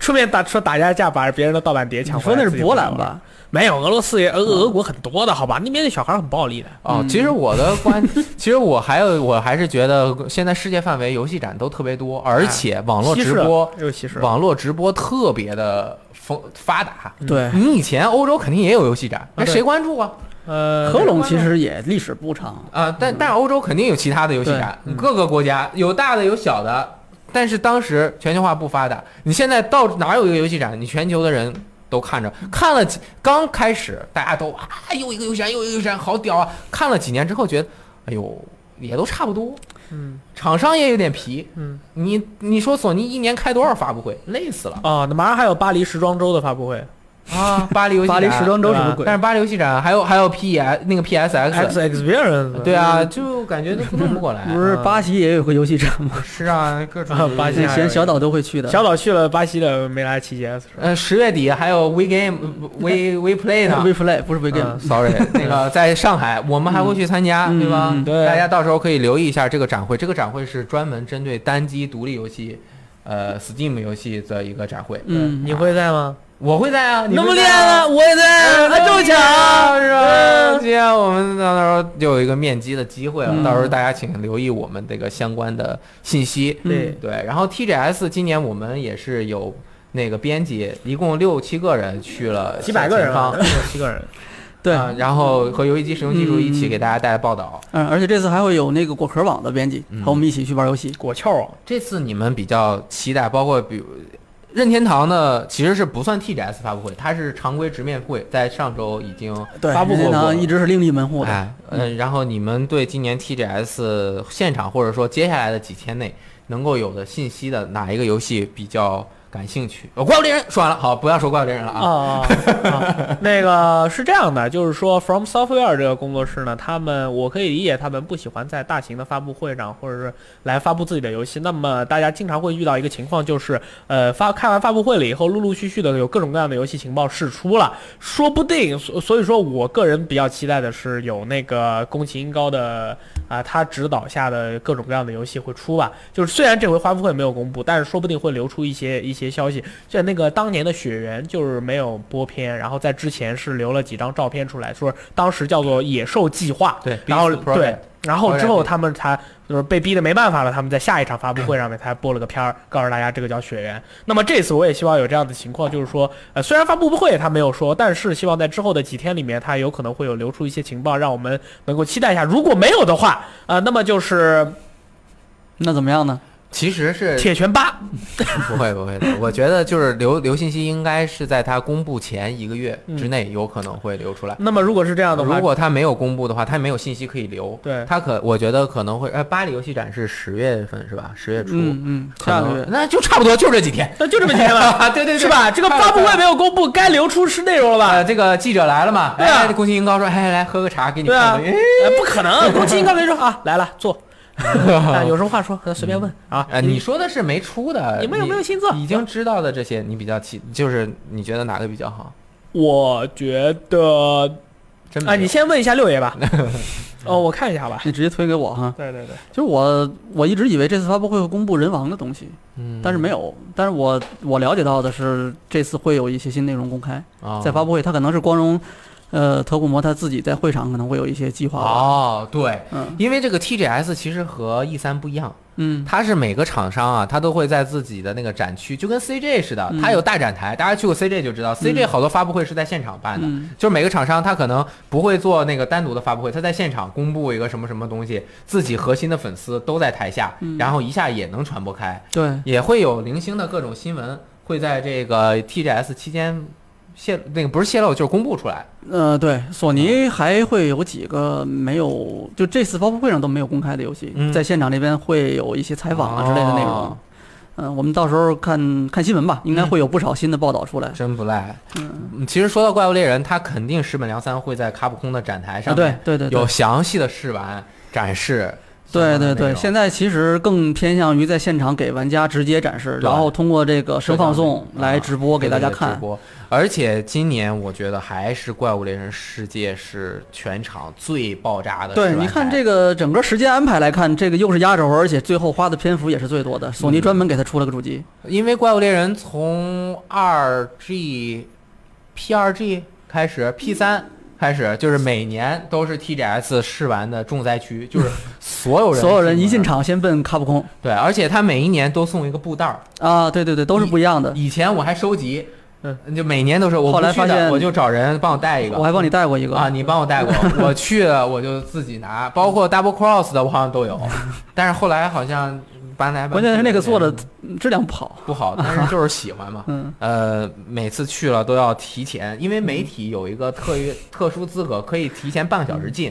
Speaker 1: 出面打说打架架，把别人的盗版碟抢
Speaker 3: 你
Speaker 1: 回
Speaker 3: 说
Speaker 1: 来。
Speaker 3: 那是
Speaker 1: 自己
Speaker 3: 波
Speaker 1: 回家
Speaker 3: 兰
Speaker 1: 玩？
Speaker 3: 吧？
Speaker 1: 没有，俄罗斯也俄俄国很多的，好吧？那边的小孩很暴力的。
Speaker 2: 哦，其实我的观， 其实我还有，我还是觉得现在世界范围
Speaker 1: 哎
Speaker 2: 游戏展都特别多，而且网络
Speaker 1: 歧
Speaker 2: 直
Speaker 1: 视
Speaker 2: 播，
Speaker 1: 又歧视。
Speaker 2: 网络直播特别的丰发达。
Speaker 1: 嗯
Speaker 3: 对，
Speaker 2: 你以前欧洲肯定也有游戏展，那
Speaker 1: 对
Speaker 2: 谁关注啊？
Speaker 1: 呃，
Speaker 3: 合拢其实也历史不长，
Speaker 2: 啊，但但欧洲肯定有其他的游戏展，各个国家有大的有小的，但是当时全球化不发达，你现在到哪有一个游戏展，你全球的人都看着，看了几刚开始大家都啊又一个游戏展又一个游戏展好屌啊，看了几年之后觉得，哎呦也都差不多，
Speaker 1: 嗯
Speaker 2: 厂商也有点皮，
Speaker 1: 嗯
Speaker 2: 你你说索尼一年开多少发布会，累死了
Speaker 1: 啊，那马上还有巴黎时装周的发布会
Speaker 2: 啊！巴黎游戏
Speaker 3: 巴
Speaker 2: 展，
Speaker 3: 黎时装周什么
Speaker 1: 对哎
Speaker 3: 鬼
Speaker 2: 但？是巴黎游戏展还有还有 P E S 那个 P S X，
Speaker 1: ，X 嗯 Experience，
Speaker 2: 对啊，就感觉都弄不过来，
Speaker 3: 不是
Speaker 1: 嗯
Speaker 3: 巴西也有个游戏展吗？
Speaker 2: 是啊，各种
Speaker 1: 啊巴西
Speaker 3: 那
Speaker 1: 还
Speaker 3: 嫌
Speaker 1: 有
Speaker 3: 小岛都会去的。
Speaker 1: 小岛去了巴西的梅拉奇 GS，
Speaker 2: 呃，十月底还有 We Game、We We Play 呢嗯
Speaker 3: w。e Play 不是 We
Speaker 1: 嗯
Speaker 3: Game，
Speaker 2: Sorry，那个在上海，我们还会去参加，
Speaker 3: 嗯
Speaker 2: 对吧、
Speaker 3: 嗯
Speaker 1: 对
Speaker 2: 大家到时候可以留意一下这个展会。这个展会是专门针对单机独立游戏，呃，Steam 游戏的一个展会。
Speaker 3: 嗯，
Speaker 1: 你会在吗？
Speaker 2: 我会在啊，你
Speaker 1: 那
Speaker 2: 会
Speaker 1: 么厉
Speaker 2: 在
Speaker 1: 害
Speaker 2: 啊
Speaker 1: 吗？我也在，
Speaker 2: 那
Speaker 1: 那中奖
Speaker 2: 啊是吧？今天我们到时候就有一个面基的机会了，
Speaker 3: 啊嗯
Speaker 2: 到时候大家请留意我们这个相关的信息。
Speaker 1: 对，
Speaker 2: 对，然后 TGS 今年我们也是有那个编辑，一共六七个人去 了
Speaker 1: 几百个人
Speaker 2: 前方
Speaker 1: 啊，有七个人，
Speaker 3: 对，
Speaker 2: 啊然后和游戏机使用技术一起
Speaker 3: 嗯
Speaker 2: 给大家带来报道。
Speaker 3: 嗯，而且这次还会有那个果壳网的编辑
Speaker 2: 嗯
Speaker 3: 和我们一起去玩游戏。
Speaker 1: 果壳啊，
Speaker 2: 这次你们比较期待，包括比如任天堂呢，其实是不算 TGS 发布会，它是常规直面会，在上周已经
Speaker 3: 对，
Speaker 2: 发布
Speaker 3: 任
Speaker 2: 过过
Speaker 3: 天堂
Speaker 2: 了
Speaker 3: 一直是另立门户的。嗯
Speaker 2: 哎，呃，然后你们对今年 TGS 现场或者说接下来的几天内能够有的信息的哪一个游戏比较感兴趣？哦，怪物猎人说完了，好，不要说怪物猎人了啊。
Speaker 1: 啊，啊 那个是这样的，就是说，From Software 这个工作室呢，他们我可以理解他们不喜欢在大型的发布会上，或者是来发布自己的游戏。那么大家经常会遇到一个情况，就是呃发看完发布会了以后，陆陆续续的有各种各样的游戏情报释出了，说不定，所所以说我个人比较期待的是有那个宫崎英高的啊、他指导下的各种各样的游戏会出吧。就是虽然这回发布会没有公布，但是说不定会流出一些一些消息。就那个当年的雪原就是没有播片，然后在之前是留了几张照片出来，说当时叫做野兽计划，
Speaker 2: 对
Speaker 1: 然后
Speaker 2: Beast Project
Speaker 1: 对，然后之
Speaker 2: Project
Speaker 1: 后他们才就是被逼的没办法了，他们在下一场发布
Speaker 2: 嗯
Speaker 1: 会上面才播了个片儿，告诉大家这个叫雪原。那么这次我也希望有这样的情况，就是说，呃，虽然发布会他没有说，但是希望在之后的几天里面，他有可能会有流出一些情报，让我们能够期待一下。如果没有的话，呃，那么就是
Speaker 3: 那怎么样呢？
Speaker 2: 其实是
Speaker 1: 铁拳八，
Speaker 2: 不会不会的，我觉得就是流流信息应该是在它公布前一个月
Speaker 1: 嗯
Speaker 2: 之内有可能会流出来。
Speaker 1: 那么如果是这样的话，
Speaker 2: 如果它没有公布的话，它没有信息可以流。
Speaker 1: 对
Speaker 2: 它可我觉得可能会，呃，巴黎游戏展是十月份是吧？十月初，
Speaker 3: 嗯嗯，
Speaker 2: 可
Speaker 3: 下
Speaker 2: 能
Speaker 3: 个月
Speaker 2: 那就差不多就这几天。
Speaker 1: 那就这么几天 吧，
Speaker 2: 啊，对对对，
Speaker 1: 是吧？这个发布会没有公布，该流出是内容了吧？
Speaker 2: 呃，这个记者来了嘛？
Speaker 1: 对啊
Speaker 2: 哎宫崎英高说：“哎，来喝个茶，给你
Speaker 1: 对啊
Speaker 2: 看看。哎
Speaker 1: 呃，不可能， 宫崎英高没说啊，来了坐， 啊有什么话说，随便问啊。
Speaker 2: 呃，你说的是没出的，
Speaker 1: 你们有没有新作
Speaker 2: 已经知道的这些，你比较期，就是你觉得哪个比较好？
Speaker 1: 我觉得
Speaker 2: 嗯真没
Speaker 1: 啊，
Speaker 2: 有
Speaker 1: 你先问一下六爷 吧。哦，我看一下吧。
Speaker 3: 你直接推给我哈。
Speaker 1: 对对对，
Speaker 3: 就是我我一直以为这次发布会会公布人王的东西，
Speaker 2: 嗯
Speaker 3: 但是没有。但是我我了解到的是，这次会有一些新内容公开，
Speaker 2: 哦
Speaker 3: 在发布会，它可能是光荣，呃，特库摩他自己在会场可能会有一些计划吧。
Speaker 2: 哦，对，
Speaker 3: 嗯
Speaker 2: 因为这个 TGS 其实和 E 三不一样，
Speaker 3: 嗯
Speaker 2: 它是每个厂商啊，它都会在自己的那个展区，就跟 CJ 似的，
Speaker 3: 嗯
Speaker 2: 它有大展台，大家去过 CJ 就知道，CJ 好多发布会是在现场办的。
Speaker 3: 嗯
Speaker 2: 就是每个厂商，他可能不会做那个单独的发布会，他在现场公布一个什么什么东西，自己核心的粉丝都在台下，
Speaker 3: 嗯
Speaker 2: 然后一下也能传播开，
Speaker 3: 对，
Speaker 2: 也会有零星的各种新闻会在这个 TGS 期间泄那个不是泄露就是公布出来。
Speaker 3: 呃，对，索
Speaker 2: 嗯
Speaker 3: 尼还会有几个没有，就这次发布会上都没有公开的游戏，
Speaker 2: 嗯
Speaker 3: 在现场那边会有一些采访啊之类的内容。
Speaker 2: 哦嗯
Speaker 3: 嗯、我们到时候看看新闻吧，应该会有不少新的报道出来。
Speaker 2: 真不赖。
Speaker 3: 嗯，
Speaker 2: 嗯其实说到怪物猎人，他肯定石本良三会在卡普空的展台
Speaker 3: 啊，
Speaker 2: 上
Speaker 3: 对
Speaker 2: 面
Speaker 3: 对对对
Speaker 2: 有，详细的试玩展示相
Speaker 3: 对
Speaker 2: 关的内
Speaker 3: 对
Speaker 2: 容。
Speaker 3: 对，现在其实更偏向于在现场给玩家直接展示，
Speaker 2: 对
Speaker 3: 然后通过这个
Speaker 2: 社
Speaker 3: 声
Speaker 2: 交
Speaker 3: 放
Speaker 2: 媒
Speaker 3: 送
Speaker 2: 啊
Speaker 3: 来直播给大家
Speaker 2: 对对对直
Speaker 3: 看。
Speaker 2: 播。而且今年我觉得还是怪物猎人世界是全场最爆炸的。
Speaker 3: 对，你看这。个整个时间安排来看，这个又是压轴，而且最后花的篇幅也是最多的。
Speaker 2: 嗯
Speaker 3: 索尼专门给他出了个主机，
Speaker 2: 因为怪物猎人从二 G、P 二 G 开始，P 三开始，就是每年都是 TGS 试玩的重灾区，就是所有人啊
Speaker 3: 所有人一进
Speaker 2: 场，
Speaker 3: 场先奔卡普空
Speaker 2: 对，而且他每一年都送一个布袋儿，
Speaker 3: 啊，对对对，都是不一样的。
Speaker 2: 以前我还收集。
Speaker 1: 嗯，
Speaker 2: 就每年都是我不
Speaker 3: 后来
Speaker 2: 去
Speaker 3: 发
Speaker 2: 的
Speaker 3: 现
Speaker 2: 我就找人帮我带一个。
Speaker 3: 我还帮你带过一个
Speaker 2: 啊，你帮我带 过，我去了我就自己拿，包括 Double Cross 的我好像都 有，但是后来好像搬来搬去
Speaker 3: 关键是那个做的质量不好。
Speaker 2: 不 好，但是就是喜欢嘛。
Speaker 3: 嗯，
Speaker 2: 呃，每次去了都要提前，因为媒体有一个特 约特殊资格，可以提前半个小时进，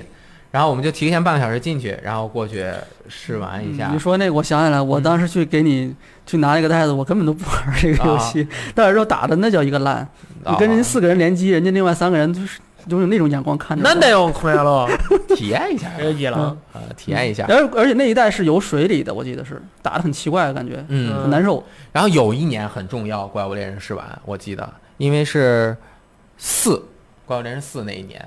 Speaker 2: 然后我们就提前半个小时进去，然后过去试玩一下。
Speaker 3: 嗯你说那个我想起来，我当时去给你去拿那个袋子，我根本都不玩这
Speaker 2: 啊
Speaker 3: 个游戏，但是说打的那叫一个烂，你跟人家四个人联机，人家另外三个人就是都有那种眼光看着我。
Speaker 1: 难得有快 乐，
Speaker 2: 啊体验一下，
Speaker 1: 这哎野狼
Speaker 3: 嗯，
Speaker 2: 呃，体验一下。
Speaker 3: 而而且那一代是有水里的，我记得是打的很奇怪，感觉
Speaker 2: 嗯，
Speaker 3: 很难受。
Speaker 2: 然后有一年很重要，《怪物猎人》试玩，我记得，因为是四《怪物猎人四》那一年，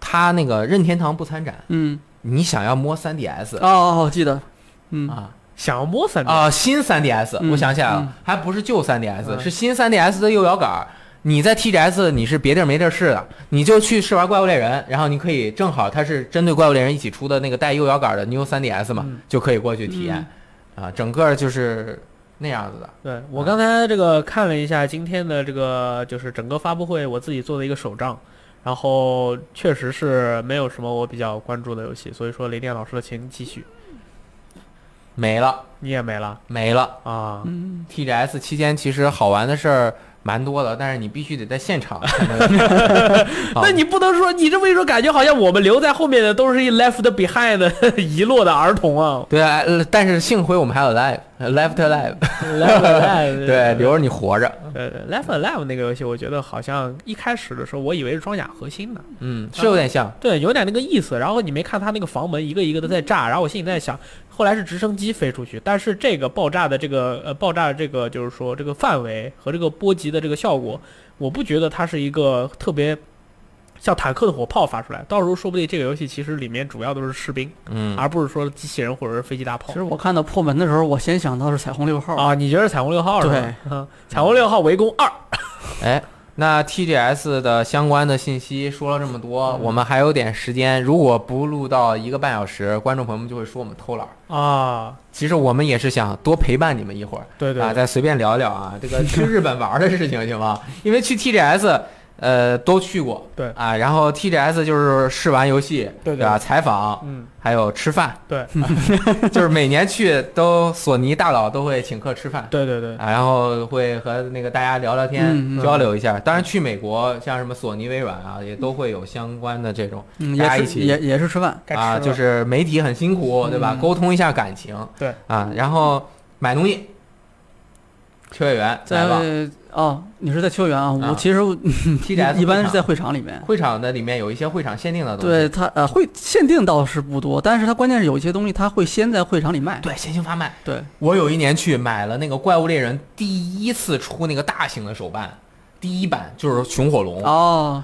Speaker 2: 他那个任天堂不参展，
Speaker 3: 嗯，
Speaker 2: 你想要摸 3DS
Speaker 3: 哦哦，哦记得，嗯，
Speaker 2: 啊
Speaker 1: 想要摸三
Speaker 2: 啊、新 3DS，、
Speaker 3: 嗯
Speaker 2: 我想起来了，
Speaker 3: 嗯
Speaker 2: 还不是旧 3DS，、
Speaker 1: 嗯
Speaker 2: 是新 3DS 的右摇杆儿。你在 TGS 你是别地儿没地儿试的，你就去试玩《怪物猎人》，然后你可以正好它是针对《怪物猎人》一起出的那个带右摇杆儿的 New 3DS 嘛，
Speaker 1: 嗯
Speaker 2: 就可以过去体验，啊，整个就是那样子的。
Speaker 1: 对我刚才这个看了一下今天的这个就是整个发布会，我自己做的一个手账，然后确实是没有什么我比较关注的游戏，所以说雷电老师的请继续，
Speaker 2: 没了，
Speaker 1: 你也没了
Speaker 2: 没了。
Speaker 1: 啊，
Speaker 3: 嗯，
Speaker 2: TGS 期间其实好玩的事儿蛮多的，但是你必须得在现场才能。啊
Speaker 1: 那你不能说你这么一说，感觉好像我们留在后面的都是一 left behind 的 遗落的儿童啊
Speaker 2: 对啊，呃但是幸亏我们还有 live left live，
Speaker 1: ，left alive，
Speaker 2: 对，留着你活着。
Speaker 1: 呃，left alive 那个游戏，我觉得好像一开始的时候我以为是装甲核心呢。
Speaker 2: 嗯，是有点像。
Speaker 1: 对，有点那个意思。然后你没看他那个房门一个一个的在炸，然后我心里在想，后来是直升机飞出去，但是这个爆炸的这个呃爆炸的这个就是说这个范围和这个波及的这个效果，我不觉得它是一个特别像坦克的火炮发出来。到时候说不定这个游戏其实里面主要都是士兵，
Speaker 2: 嗯，
Speaker 1: 而不是说机器人或者是飞机大炮
Speaker 3: 其。实我看到破门的时候，我先想到是彩虹六号，
Speaker 1: 啊，你觉得是彩虹六号是吧？
Speaker 3: 对
Speaker 1: 嗯，彩虹六号围攻二，
Speaker 2: 哎，那 TGS 的相关的信息说了这么多，
Speaker 1: 嗯
Speaker 2: 我们还有点时间，如果不录到一个半小时，观众朋友们就会说我们偷懒儿。
Speaker 1: 啊，
Speaker 2: 其实我们也是想多陪伴你们一会儿。
Speaker 1: 对对
Speaker 2: 啊，再随便聊聊啊，这个去日本玩的事情行吗？ 因为去 TGS，呃，都去过，
Speaker 1: 对
Speaker 2: 啊，然后 TGS 就是试玩游戏，
Speaker 1: 对对
Speaker 2: 吧？采访，
Speaker 1: 嗯，
Speaker 2: 还有吃饭，
Speaker 1: 对
Speaker 2: 就是每年去都索尼大佬都会请客吃饭。
Speaker 1: 对对对，
Speaker 2: 啊，然后会和那个大家聊聊天，
Speaker 3: 嗯嗯
Speaker 2: 交流一下。当然，去美国像什么索尼、微软啊，也都会有相关的这种
Speaker 3: 嗯，
Speaker 2: 大家
Speaker 3: 也
Speaker 2: 一
Speaker 3: 是
Speaker 2: 起
Speaker 3: 也也是吃饭，
Speaker 1: 该吃
Speaker 2: 啊，
Speaker 1: 了
Speaker 2: 就是媒体很辛苦，对吧？
Speaker 3: 嗯
Speaker 2: 沟通一下感情，
Speaker 1: 对
Speaker 2: 啊，然后买东西，秋叶原来吧
Speaker 3: 在哦，你是在秋园啊？
Speaker 2: 啊
Speaker 3: 我 其实
Speaker 2: TGS
Speaker 3: 一
Speaker 2: 会
Speaker 3: 般是
Speaker 2: 场
Speaker 3: 在会场里面。
Speaker 2: 会场的里面有一些会场限定的东西。
Speaker 3: 对它呃会限定倒是不多，但是它关键是有一些东西它会先在会场里卖。
Speaker 2: 对，先行发卖。
Speaker 3: 对，
Speaker 2: 我有一年去买了那个《怪物猎人》第一次出那个大型的手办，第一版就是熊火龙，
Speaker 3: 哦，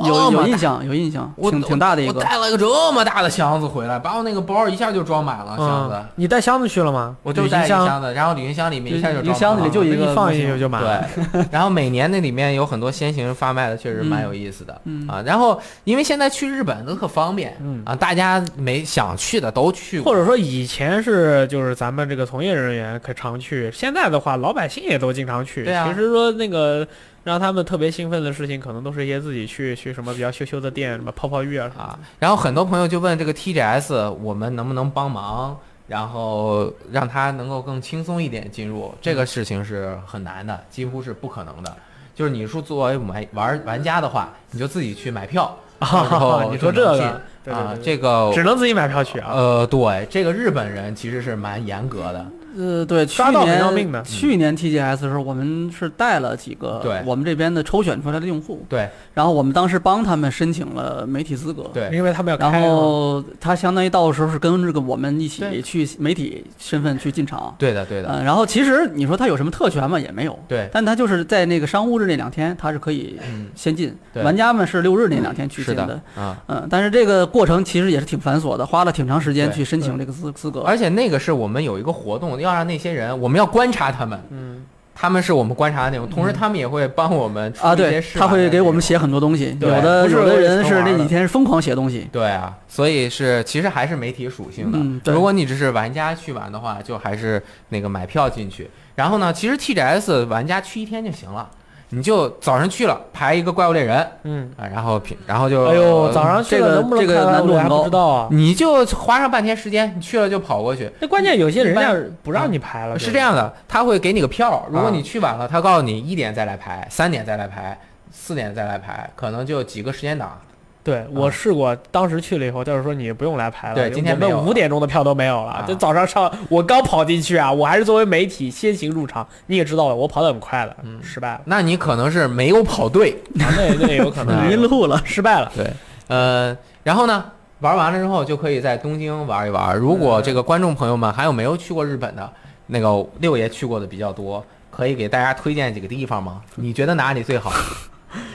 Speaker 3: 有
Speaker 2: 哦
Speaker 3: 有
Speaker 2: 妈
Speaker 3: 印
Speaker 2: 大
Speaker 3: 象，有印象，
Speaker 2: 我
Speaker 3: 挺
Speaker 2: 我
Speaker 3: 挺大的一
Speaker 2: 我
Speaker 3: 个。
Speaker 2: 带了个这么大的箱子回来，把我那个包一下就装满了箱子，
Speaker 1: 嗯，你带箱子去了吗？
Speaker 2: 我就
Speaker 1: 旅行
Speaker 2: 带一
Speaker 1: 箱
Speaker 2: 箱啊子，然后旅行箱里面一下就
Speaker 3: 一个
Speaker 2: 装
Speaker 3: 箱
Speaker 2: 满
Speaker 3: 子里
Speaker 2: 了
Speaker 3: 就一
Speaker 1: 那
Speaker 3: 个
Speaker 1: 你放进
Speaker 3: 模
Speaker 1: 去
Speaker 3: 型
Speaker 1: 就满了。
Speaker 2: 对，然后每年那里面有很多先行发卖的，确实蛮有意思的、
Speaker 3: 嗯
Speaker 2: 啊。然后因为现在去日本都特方便、
Speaker 1: 嗯
Speaker 2: 啊，大家没想去的都去过
Speaker 1: 或，者说以前是就是咱们这个从业人员可常去，现在的话老百姓也都经常去。
Speaker 2: 对啊
Speaker 1: 其实说那个让他们特别兴奋的事情，可能都是一些自己去去什么比较羞羞的店，什么泡泡浴啊什么
Speaker 2: 啊。然后很多朋友就问这个 TGS 我们能不能帮忙，然后让他能够更轻松一点进入，这个事情是很难的，几乎是不可能的。就是你说作为玩玩玩家的话，你就自己去 买票，然后
Speaker 1: 你说
Speaker 2: 就
Speaker 1: 这
Speaker 2: 能
Speaker 1: 个
Speaker 2: 进
Speaker 1: 对对
Speaker 2: 啊，
Speaker 1: 对
Speaker 2: 这个
Speaker 1: 只能自己买票去啊。
Speaker 2: 呃，对，这个日本人其实是蛮严格的，
Speaker 3: 呃，对，去
Speaker 1: 抓到很要命的
Speaker 3: 年去年 TGS 的时候，我们是带了几
Speaker 2: 嗯对
Speaker 3: 个我们这边的抽选出来的用户，
Speaker 2: 对
Speaker 3: 然后我们当时帮他们申请了媒体资格。
Speaker 2: 对，
Speaker 1: 因为他们要开嘛，
Speaker 3: 然后他相当于到的时候是跟这个我们一
Speaker 2: 对
Speaker 3: 起去媒体身份去进场，
Speaker 2: 对的，对的，
Speaker 3: 嗯，然后其实你说他有什么特权吗？也没有，
Speaker 2: 对，
Speaker 3: 但他就是在那个商务日那两天他是可以
Speaker 2: 嗯，
Speaker 3: 先进，
Speaker 2: 对
Speaker 3: 玩家们是六日那两天去
Speaker 2: 是
Speaker 3: 进
Speaker 2: 的，啊。
Speaker 3: 嗯，但是这个过程其实也是挺繁琐的，花了挺长时间
Speaker 2: 对
Speaker 3: 去申请这个资资格。
Speaker 2: 而且那个是我们有一个活动，要让那些人，我们要观察他们，
Speaker 1: 嗯，
Speaker 2: 他们是我们观察的内容，同时他们也会帮我们出
Speaker 3: 嗯啊，
Speaker 2: 一些
Speaker 3: 对，
Speaker 2: 试
Speaker 3: 他
Speaker 2: 玩的
Speaker 3: 会给我们
Speaker 2: 内
Speaker 3: 写很多东西，有
Speaker 2: 对
Speaker 3: 的
Speaker 1: 不是
Speaker 3: 有的人
Speaker 1: 纯
Speaker 3: 是
Speaker 1: 玩的
Speaker 3: 那几天是疯狂写东西，
Speaker 2: 容。对啊，所以是其实还是媒体属性的。
Speaker 3: 嗯对
Speaker 2: 如果你只是玩家去玩的话，就还是那个买票进去。然后呢，其实 TGS 玩家去一天就行了。你就早上去了排一个怪物猎人
Speaker 1: 嗯，
Speaker 2: 啊，然后平然后就
Speaker 1: 哎呦，早上去
Speaker 3: 这
Speaker 1: 了
Speaker 3: 个
Speaker 1: 能不能
Speaker 3: 这个
Speaker 1: 看完
Speaker 3: 难度
Speaker 1: 我
Speaker 3: 很
Speaker 1: 还不
Speaker 3: 高
Speaker 1: 知道啊。
Speaker 2: 你就花上半天时间，你去了就跑过去。
Speaker 1: 那关键有些人
Speaker 2: 一般啊
Speaker 1: 家不让你排了，
Speaker 2: 是这样的，他会给你个票，如果
Speaker 1: 啊
Speaker 2: 你去晚了，他告诉你一点再来排，三点再来排，四点再来排，可能就几个时间档。
Speaker 1: 对我试过，当时去了以后，就是说你不用来排了。
Speaker 2: 对今天
Speaker 1: 我
Speaker 2: 没有
Speaker 1: 们
Speaker 2: 了
Speaker 1: 五点钟的票都没有了
Speaker 2: 啊。
Speaker 1: 这、早上上我刚跑进去啊，我还是作为媒体先行入场，你也知道了，我跑得很快的，
Speaker 2: 嗯
Speaker 1: 失败了。
Speaker 2: 那你可能是没有跑对，
Speaker 1: 啊、那那也有可 能
Speaker 2: 嗯
Speaker 3: 迷路了。
Speaker 1: 失败了。
Speaker 2: 对，呃，然后呢，玩完了之后就可以在东京玩一玩。如果这个观众朋友们还有没有去过日本的，那个六爷去过的比较多，可以给大家推荐几个地方吗？
Speaker 3: 嗯
Speaker 2: 你觉得哪里最好？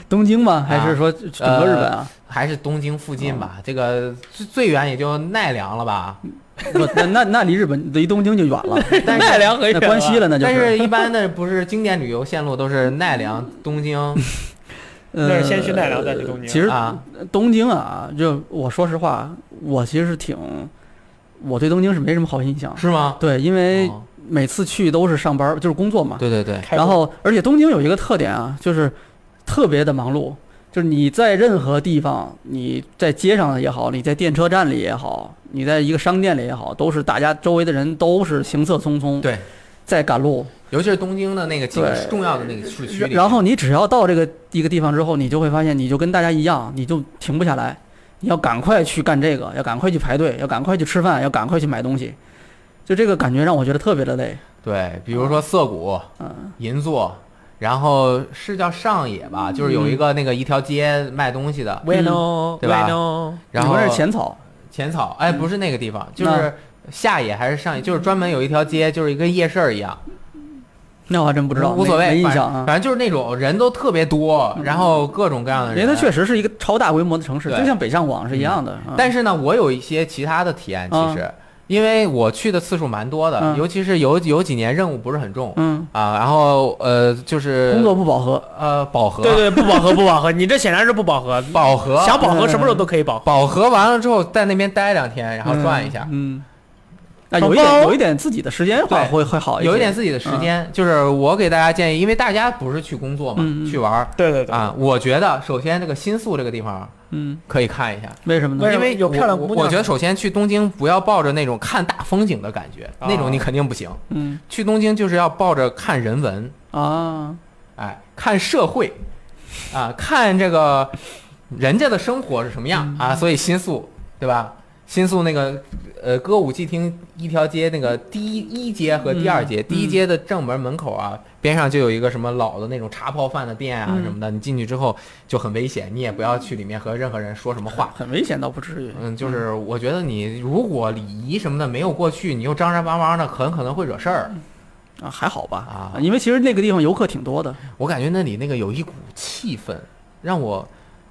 Speaker 3: 东京吗？
Speaker 2: 啊
Speaker 3: 还是说整个日本啊？
Speaker 2: 还是东京附近
Speaker 3: 嗯
Speaker 2: 吧，这个最最远也就奈良了吧。
Speaker 3: 不那那那离日本离东京就远 了，
Speaker 2: 但是
Speaker 1: 奈良很
Speaker 3: 那
Speaker 1: 远
Speaker 3: 关西了，那就
Speaker 2: 但是一般的不是经典旅游线路都是奈 良、东京
Speaker 1: 那
Speaker 3: 呃，
Speaker 1: 是先去奈良再去东京
Speaker 3: 其实
Speaker 2: 啊，
Speaker 3: 东京啊，就我说实话，我其实是挺，我对东京是没什么好印象。
Speaker 2: 是吗？
Speaker 3: 对，因为
Speaker 2: 哦
Speaker 3: 每次去都是上班儿，就是工作嘛。
Speaker 2: 对对对，
Speaker 1: 开
Speaker 3: 然
Speaker 1: 会
Speaker 3: 后，而且东京有一个特点啊，就是特别的忙碌，就是你在任何地方，你在街上也好，你在电车站里也好，你在一个商店里也好，都是大家周围的人都是行色匆匆，
Speaker 2: 对，
Speaker 3: 在赶路。
Speaker 2: 尤其是东京的那个几个
Speaker 3: 嗯对
Speaker 2: 重要的那个市区里，
Speaker 3: 然后你只要到这个一个地方之后，你就会发现，你就跟大家一样，你就停不下来，你要赶快去干这个，要赶快去排队，要赶快去吃饭，要赶快去买东西，就这个感觉让我觉得特别的累。
Speaker 2: 对，比如说涩谷、
Speaker 3: 嗯，
Speaker 2: 银座，然后是叫上野吧，
Speaker 3: 嗯
Speaker 2: 就是有一个那个一条街卖东西的，
Speaker 1: ，we
Speaker 3: 嗯
Speaker 1: know，
Speaker 2: 对吧
Speaker 1: we know
Speaker 2: 然
Speaker 3: 你
Speaker 2: 后
Speaker 3: 们那是浅草，
Speaker 2: 浅草，哎，
Speaker 3: 嗯
Speaker 2: 不是那个地方，就
Speaker 3: 那嗯
Speaker 2: 是下野还是上野，就是专门有一条街，就是一个夜市儿一样，
Speaker 3: 那我还真不知道，
Speaker 2: 无所谓，
Speaker 3: 没没印
Speaker 2: 反
Speaker 3: 象啊。嗯
Speaker 2: 反正就是那种人都特别多，然后各种各样的
Speaker 3: 因
Speaker 2: 人，
Speaker 3: 为它确实是一个超大规模的城市，
Speaker 2: 对
Speaker 3: 就像北上广是一样的。嗯
Speaker 2: 但是呢，我有一些其他的体验，其实、因为我去的次数蛮多的，
Speaker 3: 嗯
Speaker 2: 尤其是有有几年任务不是很重、
Speaker 3: 嗯，
Speaker 2: 啊，然后呃就是
Speaker 3: 工作不饱和，
Speaker 2: 呃饱和，
Speaker 1: 对对，不饱和不饱和，你这显然是不饱和，
Speaker 2: 饱和
Speaker 1: 想饱
Speaker 3: 嗯
Speaker 1: 和什么时候都可以饱和。
Speaker 2: 饱和完了之后在那边待两天，然后转一下。
Speaker 3: 嗯，那
Speaker 1: 好
Speaker 3: 有一点
Speaker 1: 棒哦
Speaker 3: 有一点自己的时间话
Speaker 2: 对
Speaker 3: 会会
Speaker 1: 嗯
Speaker 3: 好些，
Speaker 2: 有一点自己的时间，就是我给大家建议，因为大家不是去工作嘛，
Speaker 3: 嗯嗯
Speaker 2: 去玩儿
Speaker 1: 对对对，
Speaker 2: 啊。我觉得首先这个新宿这个地方
Speaker 3: 嗯，
Speaker 2: 可以看一下，
Speaker 3: 为什么
Speaker 1: 为
Speaker 3: 呢
Speaker 1: 什？
Speaker 2: 因为
Speaker 1: 嗯有
Speaker 2: 我
Speaker 1: 漂亮
Speaker 2: 我
Speaker 1: 姑娘
Speaker 2: 我觉得首先去东京不要抱着那种看大风景的感觉，
Speaker 1: 啊
Speaker 2: 那种你肯定不行。
Speaker 3: 嗯
Speaker 2: 去东京就是要抱着看人文，
Speaker 3: 啊，
Speaker 2: 哎，看社会，啊，看这个人家的生活是什么样啊，所以新宿对吧？新宿那个呃歌舞伎町一条街那个第一一街和第二街，
Speaker 3: 嗯
Speaker 2: 第一街的正门门口啊，边上就有一个什么老的那种茶泡饭的店啊
Speaker 3: 嗯
Speaker 2: 什么的，你进去之后就很危险，你也不要去里面和任何人说什么话。
Speaker 3: 很危险倒不至于。
Speaker 2: 嗯，就是我觉得你如果礼仪什么的没有过去，你又张张巴巴的，很可能会惹事儿。
Speaker 3: 啊，还好吧
Speaker 2: 啊
Speaker 3: 因为其实那个地方游客挺多的，
Speaker 2: 我感觉那里那个有一股气氛，让我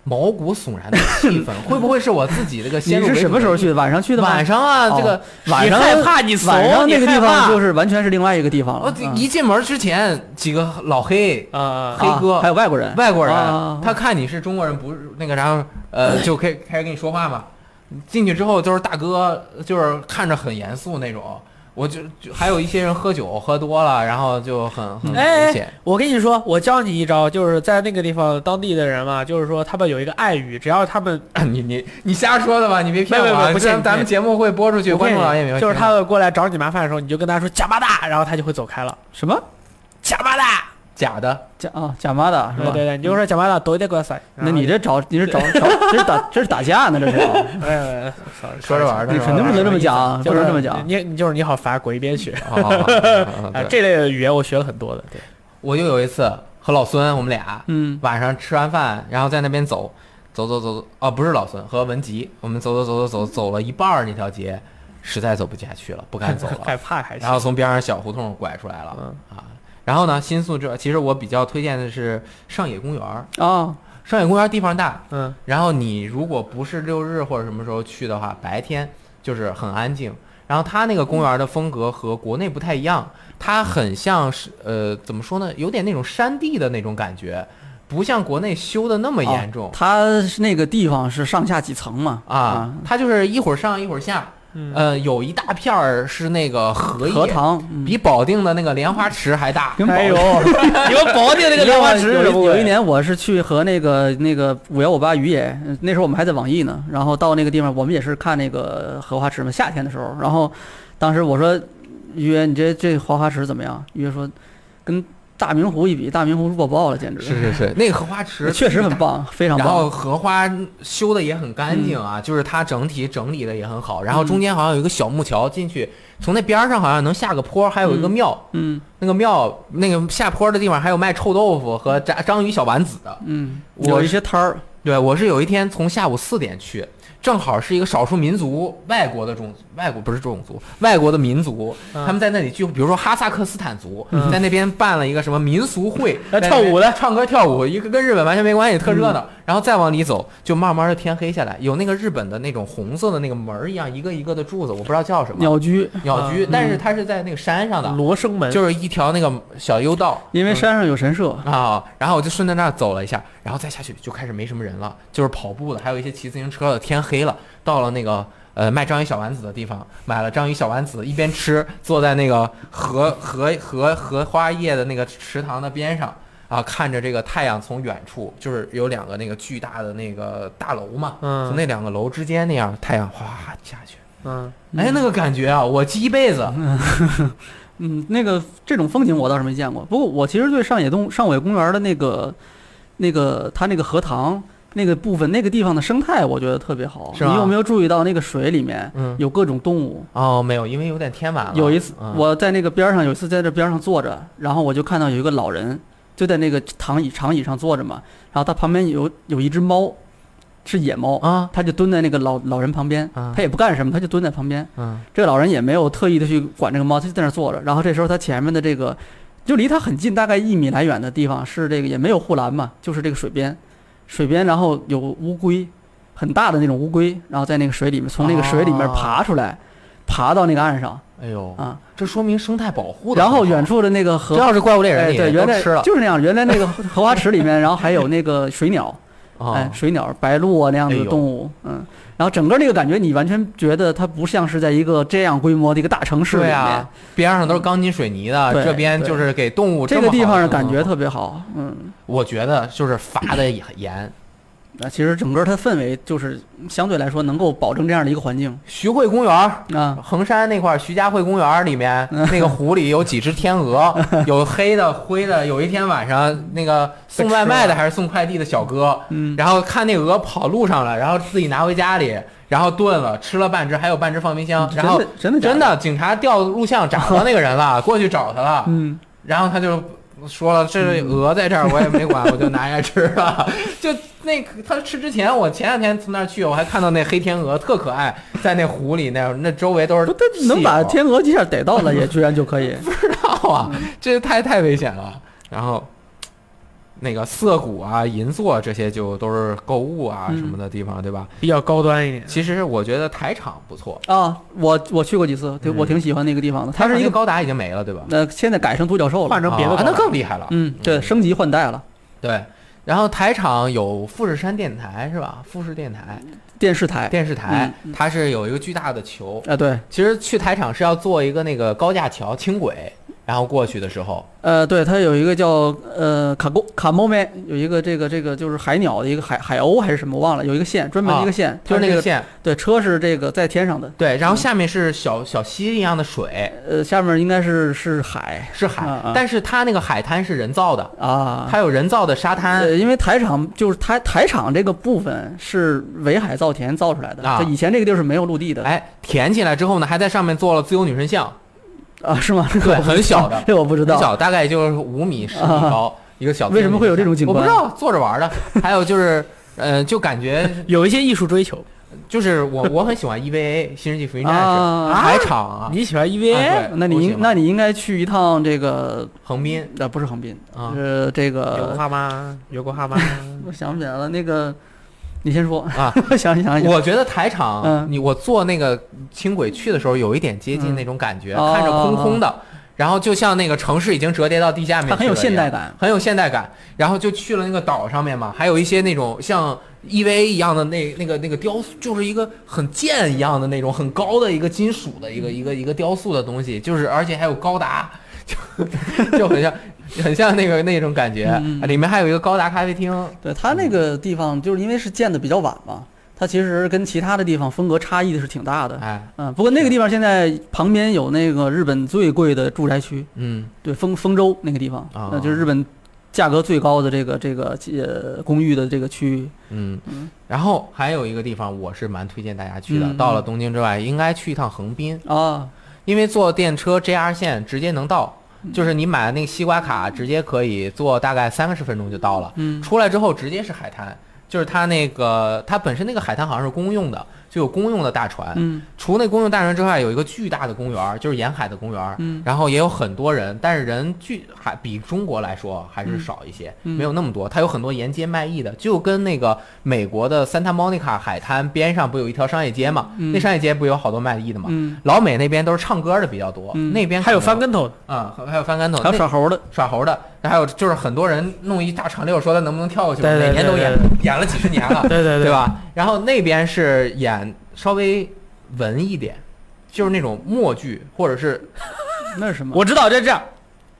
Speaker 2: 毛骨悚然的气氛，会不会是我自己这个先
Speaker 3: 你
Speaker 2: 入
Speaker 3: 是
Speaker 2: 为
Speaker 3: 什
Speaker 2: 主
Speaker 3: 么时候去的？晚上去的吗？
Speaker 2: 晚上啊，
Speaker 3: 哦
Speaker 2: 这个
Speaker 3: 晚上啊
Speaker 2: 你害怕你怂，
Speaker 3: 晚上那个地
Speaker 2: 你害
Speaker 3: 方
Speaker 2: 怕
Speaker 3: 就是完全是另外一个地方
Speaker 2: 我
Speaker 3: 了。
Speaker 2: 哦这
Speaker 3: 嗯
Speaker 2: 一进门之前，几个老黑、
Speaker 1: 啊，
Speaker 2: 黑哥
Speaker 3: 啊还有外国人，
Speaker 2: 外国人
Speaker 3: 啊，
Speaker 2: 他看你是中国人，不是那个啥， 呃，就可以开始跟你说话嘛。进去之后都是大哥，就是看着很严肃那种。我就就还有一些人喝酒喝多了，然后就很
Speaker 3: 嗯
Speaker 2: 很
Speaker 1: 哎
Speaker 2: 危险。
Speaker 1: 我跟你说，我教你一招，就是在那个地方当地的人嘛，就是说他们有一个爱语，只要他们
Speaker 2: 你你你瞎说的吧，你别骗
Speaker 1: 没
Speaker 2: 我
Speaker 1: 没
Speaker 2: 啊！
Speaker 1: 没不
Speaker 2: 咱
Speaker 1: 信
Speaker 2: 咱们节目会播出去，
Speaker 1: 不
Speaker 2: 观
Speaker 1: 骗
Speaker 2: 众
Speaker 3: 啊
Speaker 2: 老爷们也
Speaker 1: 你，
Speaker 2: 会
Speaker 1: 就是
Speaker 2: 听
Speaker 1: 他
Speaker 2: 到
Speaker 1: 们过来找你麻烦的时候，你就跟他说“假八大”，然后他就会走开了。
Speaker 3: 什么
Speaker 1: 假八大，
Speaker 2: 假的，
Speaker 3: 假啊假妈的是
Speaker 1: 对
Speaker 3: 吧？
Speaker 1: 对对，你就说“假八大”，多一点过来。
Speaker 3: 那你这找你是找找这是打这是打架呢？这是啊
Speaker 1: 哎哎 哎，sorry，
Speaker 2: 说着玩儿的
Speaker 3: 你肯定不能这么讲，啊不能这么讲。嗯
Speaker 1: 你啊你就是你好烦，滚一边去！
Speaker 2: 哦
Speaker 1: 啊，
Speaker 2: 对
Speaker 1: 这类的语言我学了很多的， 对，
Speaker 2: 我就有一次和老孙，我们俩
Speaker 3: 嗯
Speaker 2: 晚上吃完饭，然后在那边走，走走走走，哦，不是老孙，和文吉，我们走走走走走，走了一半儿那条街，实在走不下去了，不敢走了，
Speaker 1: 害怕还
Speaker 2: 然后
Speaker 1: 行。
Speaker 2: 从边上小胡同拐出来了啊。然后呢，新宿这其实我比较推荐的是上野公园儿，
Speaker 3: 啊
Speaker 2: 上野公园儿地方大，
Speaker 1: 嗯，
Speaker 2: 然后你如果不是六日或者什么时候去的话，白天就是很安静。然后它那个公园的风格和国内不太一样，它很像是呃怎么说呢，有点那种山地的那种感觉，不像国内修的那么严重啊
Speaker 3: 它是那个地方是上下几层嘛啊
Speaker 2: 啊。它就是一会儿上一会儿下，
Speaker 1: 嗯
Speaker 2: 呃，有一大片儿是那个荷
Speaker 3: 荷
Speaker 2: 叶，
Speaker 3: 塘、嗯
Speaker 2: 比保定的那个莲花池还大。
Speaker 3: 跟
Speaker 1: 哎
Speaker 3: 宝
Speaker 1: 呦， 你们保定那个莲花池
Speaker 3: 有
Speaker 1: 是
Speaker 3: 一
Speaker 1: 不
Speaker 3: 有一
Speaker 1: 会
Speaker 3: 年我是去和那个那个五幺五八于野，呃那时候我们还在网易呢，然后到那个地方我们也是看那个荷花池嘛，夏天的时候，然后当时我说于野，你这这荷花池怎么样？于野说跟大明湖一比，大明湖弱爆了，简直
Speaker 2: 是是是，那个荷花池
Speaker 3: 确实很。棒，非常
Speaker 2: 然后
Speaker 3: 棒。嗯
Speaker 2: 荷花修的也很干净啊，就是它整体整理的也很好。然后中间好像有一个小木桥进去，从那边儿上好像能下个坡，还有一个庙。
Speaker 3: 嗯
Speaker 2: 那个庙那个下坡的地方还有卖臭豆腐和炸章鱼小丸子的。
Speaker 3: 嗯，
Speaker 2: 我
Speaker 3: 有一些摊儿，
Speaker 2: 对我是有一天从下午四点去，正好是一个少数民族外国的种族，外国不是种族，外国的民族，
Speaker 1: 嗯
Speaker 2: 他们在那里聚，比如说哈萨克斯坦族、
Speaker 1: 嗯
Speaker 2: 在那边办了一个什么民 俗会，
Speaker 1: 呃
Speaker 2: 在那边
Speaker 1: 跳舞的嗯
Speaker 2: 唱歌跳舞，一个跟日本完全没关系，特热闹。然后再往里走，就慢慢的天黑下来，有那个日本的那种红色的那个门儿一样，一个一个的柱子，我不知道叫什么
Speaker 3: 鸟居，
Speaker 2: 鸟居、
Speaker 3: 嗯
Speaker 2: 但是它是在那个山上的，
Speaker 1: 罗生门，
Speaker 2: 就是一条那个小幽道。
Speaker 3: 因为山上有神社，
Speaker 2: 啊、然后我就顺着那儿走了一下，然后再下去就开始没什么人了，就是跑步的，还有一些骑自行车的。天黑了，到了那个呃卖章鱼小丸子的地方，买了章鱼小丸子，一边吃，坐在那个荷荷荷荷花叶的那个池塘的边上。啊，看着这个太阳从远处，就是有两个那个巨大的那个大楼嘛，
Speaker 1: 嗯
Speaker 2: 从那两个楼之间那样，太阳哗下去，
Speaker 1: 嗯，
Speaker 2: 哎，那个感觉啊，我记一辈子。
Speaker 3: 嗯，那个这种风景我倒是没见过。不过我其实对上野动上野公园的那个那个它那个荷塘那个部分那个地方的生态，我觉得特别好。
Speaker 2: 是吧
Speaker 3: 你有没有注意到那个水里面
Speaker 2: 嗯，
Speaker 3: 有各种动物？
Speaker 2: 哦，没有，因为有点天晚了。
Speaker 3: 有一次
Speaker 2: 嗯
Speaker 3: 我在那个边上，有一次在这边上坐着，然后我就看到有一个老人就在那个躺椅长椅上坐着嘛，然后他旁边有有一只猫，是野猫。
Speaker 2: 啊，
Speaker 3: 他就蹲在那个老老人旁边，
Speaker 2: 啊
Speaker 3: 他也不干什么，他就蹲在旁边。
Speaker 2: 嗯
Speaker 3: 这个老人也没有特意的去管这个猫，他就在那儿坐着。然后这时候他前面的这个，就离他很近，大概一米来远的地方是这个也没有护栏嘛，就是这个水边，水边然后有乌龟，很大的那种乌龟，然后在那个水里面从那个水里面
Speaker 2: 哦
Speaker 3: 爬出来，爬到那个岸上
Speaker 2: 哎呦，
Speaker 3: 啊。
Speaker 2: 这说明生态保护的很
Speaker 3: 然
Speaker 2: 好。
Speaker 3: 后远处的那个
Speaker 2: 只
Speaker 3: 荷，
Speaker 2: 要是怪物猎人，
Speaker 3: 哎
Speaker 2: 你
Speaker 3: 对，原
Speaker 2: 都
Speaker 3: 来
Speaker 2: 吃了。
Speaker 3: 就是那样，原来那个 荷花池里面，然后还有那个水鸟，哎
Speaker 2: 啊，，
Speaker 3: 水鸟、白鹭啊那样
Speaker 2: 哎呦
Speaker 3: 的动物，嗯。然后整个那个感觉，你完全觉得它不像是在一个这样规模的一个大城市里
Speaker 2: 对
Speaker 3: 面，
Speaker 2: 啊，边上都是钢筋水泥的，
Speaker 3: 对
Speaker 2: 这边就是给动物
Speaker 3: 这
Speaker 2: 么
Speaker 3: 个
Speaker 2: 好的
Speaker 3: 地方
Speaker 2: 生
Speaker 3: 的
Speaker 2: 活
Speaker 3: 感觉，特别好，嗯，
Speaker 2: 我觉得就是罚的也严。
Speaker 3: 那其实整个它氛围就是相对来说能够保证这样的一个环境
Speaker 2: 徐汇公园儿。
Speaker 3: 啊，
Speaker 2: 衡山那块儿，徐家汇公园儿里 面那个湖里有几只天鹅，有黑的、灰的。有一天晚上，那个送外卖的还是送快递的小哥，
Speaker 3: 嗯，
Speaker 2: 然后看那鹅跑路上了，然后自己拿回家里，然后炖了，吃了半只，还有半只放冰箱。啊然后
Speaker 3: 真的真的 假
Speaker 2: 真，的，警察调录像找到那个人了，过去找他了，
Speaker 3: 嗯，
Speaker 2: 然后他就说了，这鹅在这儿我也没管，我就拿来吃了。 就那个他吃之前，我前两天从那儿去，我还看到那黑天鹅特可爱，在那湖里那儿，那周围都是
Speaker 3: 不，它能把天鹅一下逮到 了，也居然就可以，
Speaker 2: 道啊， 这太太危险了。然后。那个涩谷啊、银座这些就都是购物啊
Speaker 3: 嗯
Speaker 2: 什么的地方，对吧？
Speaker 1: 比较高端一点。
Speaker 2: 其实我觉得台场不错，
Speaker 3: 啊，我我去过几次，对
Speaker 2: 嗯
Speaker 3: 我挺喜欢那个地方的，它是
Speaker 2: 台场
Speaker 3: 一个
Speaker 2: 跟高达已经没了，对吧？
Speaker 3: 呃，现在改成独角兽
Speaker 1: 换
Speaker 3: 了，
Speaker 1: 成别的
Speaker 2: 啊
Speaker 1: 高达
Speaker 2: 那更厉害了。
Speaker 3: 嗯，对，升级换代了，
Speaker 2: 对，然后台场有富士山电台是吧？富士电台
Speaker 3: 电视台，
Speaker 2: 电视台
Speaker 3: 嗯，嗯
Speaker 2: 它是有一个巨大的球。
Speaker 3: 啊，对，
Speaker 2: 其实去台场是要坐一个那个高架桥轻轨，然后过去的时候，
Speaker 3: 呃，对，它有一个叫呃卡沟卡莫梅，有一个这个这个就是海鸟的一个海海鸥还是什么忘了，有一个线专门的一个线，
Speaker 2: 啊就是那
Speaker 3: 它
Speaker 2: 个
Speaker 3: 个
Speaker 2: 线，
Speaker 3: 对，车是这个嗯在天上的，
Speaker 2: 对，然后下面是小小溪一样的水，
Speaker 3: 呃，下面应该是是海
Speaker 2: 是海，
Speaker 3: 啊啊
Speaker 2: 但是它那个海滩是人造的，
Speaker 3: 啊。
Speaker 2: 它有人造的沙滩
Speaker 3: 呃，。因为台场就是台台场这个部分是围海造田造出来的，
Speaker 2: 啊
Speaker 3: 这以前这个地儿是没有陆地的，
Speaker 2: 哎，填起来之后呢，还在上面做了自由女神 像，
Speaker 3: 啊，是吗？，
Speaker 2: 对，很小的
Speaker 3: 这我不知
Speaker 2: 很
Speaker 3: 道。
Speaker 2: 小，大概也就是五米、十米
Speaker 3: 啊
Speaker 2: 高，一个小。
Speaker 3: 为什么会有这种景观
Speaker 2: 我不知道，坐着玩儿的。还有就是，呃，就感觉
Speaker 1: 有一些艺术追求，
Speaker 2: 就是我 我很喜欢 EVA《新世纪福音战士》
Speaker 3: 啊
Speaker 2: 海场啊，
Speaker 1: 你喜欢
Speaker 2: 啊
Speaker 1: EVA？
Speaker 2: 对
Speaker 3: 哎那你
Speaker 2: 我喜
Speaker 3: 应
Speaker 2: 欢
Speaker 3: 那你应该去一趟这个
Speaker 2: 横滨
Speaker 3: 呃不是横滨，
Speaker 2: 啊
Speaker 3: 是这
Speaker 1: 有个
Speaker 3: 个
Speaker 1: 哈吗？有个哈吗？
Speaker 3: 我想不起来了，那个你先说，
Speaker 2: 啊。
Speaker 3: 我 想一想一想。
Speaker 2: 我觉得台场，
Speaker 3: 嗯
Speaker 2: 你我坐那个轻轨去的时候，有一点接近那种感觉，
Speaker 3: 嗯
Speaker 2: 看着空空的，然后就像那个城市已经折叠到地下面去
Speaker 3: 它
Speaker 2: 了一
Speaker 3: 很
Speaker 2: 样，
Speaker 3: 有现代感。
Speaker 2: 很有现代感。然后就去了那个岛上面嘛，还有一些那种像 EVA 一样的那那个那个雕塑，就是一个很剑一样的那种很高的一个金属的一个一个一个雕塑的东西，就是而且还有高达，就就很像很像那个那种感觉。
Speaker 3: 嗯
Speaker 2: 里面还有一个高达咖啡厅，
Speaker 3: 对它那个地方，就是因为是建的比较晚嘛，它其实跟其他的地方风格差异是挺大的。
Speaker 2: 哎，
Speaker 3: 嗯，不过那个地方现在旁边有那个日本最贵的住宅区，
Speaker 2: 嗯
Speaker 3: 对，丰丰州那个地方，
Speaker 2: 啊
Speaker 3: 那就是日本价格最高的这个这个呃公寓的这个区域。
Speaker 2: 嗯
Speaker 3: 嗯。
Speaker 2: 然后还有一个地方，我是蛮推荐大家去的。
Speaker 3: 嗯
Speaker 2: 到了东京之外，应该去一趟横滨。
Speaker 3: 啊，
Speaker 2: 因为坐电车 JR 线直接能到，
Speaker 3: 嗯
Speaker 2: 就是你买那个西瓜卡，直接可以坐大概三十分钟就到了。
Speaker 3: 嗯
Speaker 2: 出来之后直接是海滩，就是它那个它本身那个海滩好像是公用的，就有公用的大船。
Speaker 3: 嗯
Speaker 2: 除那公用大船之外，有一个巨大的公园儿，就是沿海的公园儿，
Speaker 3: 嗯
Speaker 2: 然后也有很多人，但是人巨还比中国来说还是少一些，
Speaker 3: 嗯嗯
Speaker 2: 没有那么多。它有很多沿街卖艺的，就跟那个美国的 Santa Monica 海滩边上不有一条商业街嘛？
Speaker 3: 嗯
Speaker 2: 那商业街不有好多卖艺的嘛？
Speaker 3: 嗯
Speaker 2: 老美那边都是唱歌的比较多，
Speaker 3: 嗯
Speaker 2: 那 边
Speaker 1: 还有
Speaker 2: 可能
Speaker 1: 翻跟头的，
Speaker 2: 啊、还有翻跟头，
Speaker 3: 还有
Speaker 2: 那
Speaker 3: 耍猴的，
Speaker 2: 耍猴的，还有就是很多人弄一大长溜，说他能不能跳过去，
Speaker 1: 对对
Speaker 2: 每年都
Speaker 1: 对
Speaker 2: 演
Speaker 1: 对，
Speaker 2: 演了几十年了，
Speaker 1: 对对对？
Speaker 2: 吧？然后那边是演稍微文一点，就是那种默剧，或者是
Speaker 3: 那是什么？
Speaker 1: 我知道，这这样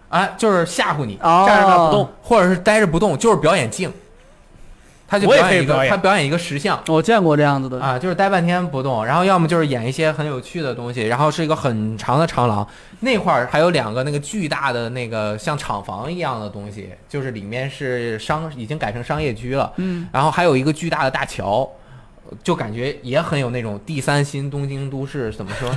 Speaker 2: 啊，就是吓唬你，
Speaker 3: 哦
Speaker 1: 站着那不动，
Speaker 2: 或者是呆着不动，就是表演静。他就
Speaker 1: 我也
Speaker 2: 表
Speaker 1: 可以
Speaker 2: 演一个，
Speaker 1: 表演
Speaker 2: 他表演一个石像
Speaker 3: 我见过这样子的。
Speaker 2: 啊，就是待半天不动，然后要么就是演一些很有趣的东西，然后是一个很长的长廊，那块儿还有两个那个巨大的那个像厂房一样的东西，就是里面是商已经改成商业区了，
Speaker 3: 嗯
Speaker 2: 然后还有一个巨大的大桥，就感觉也很有那种第三新东京都市，怎么 说？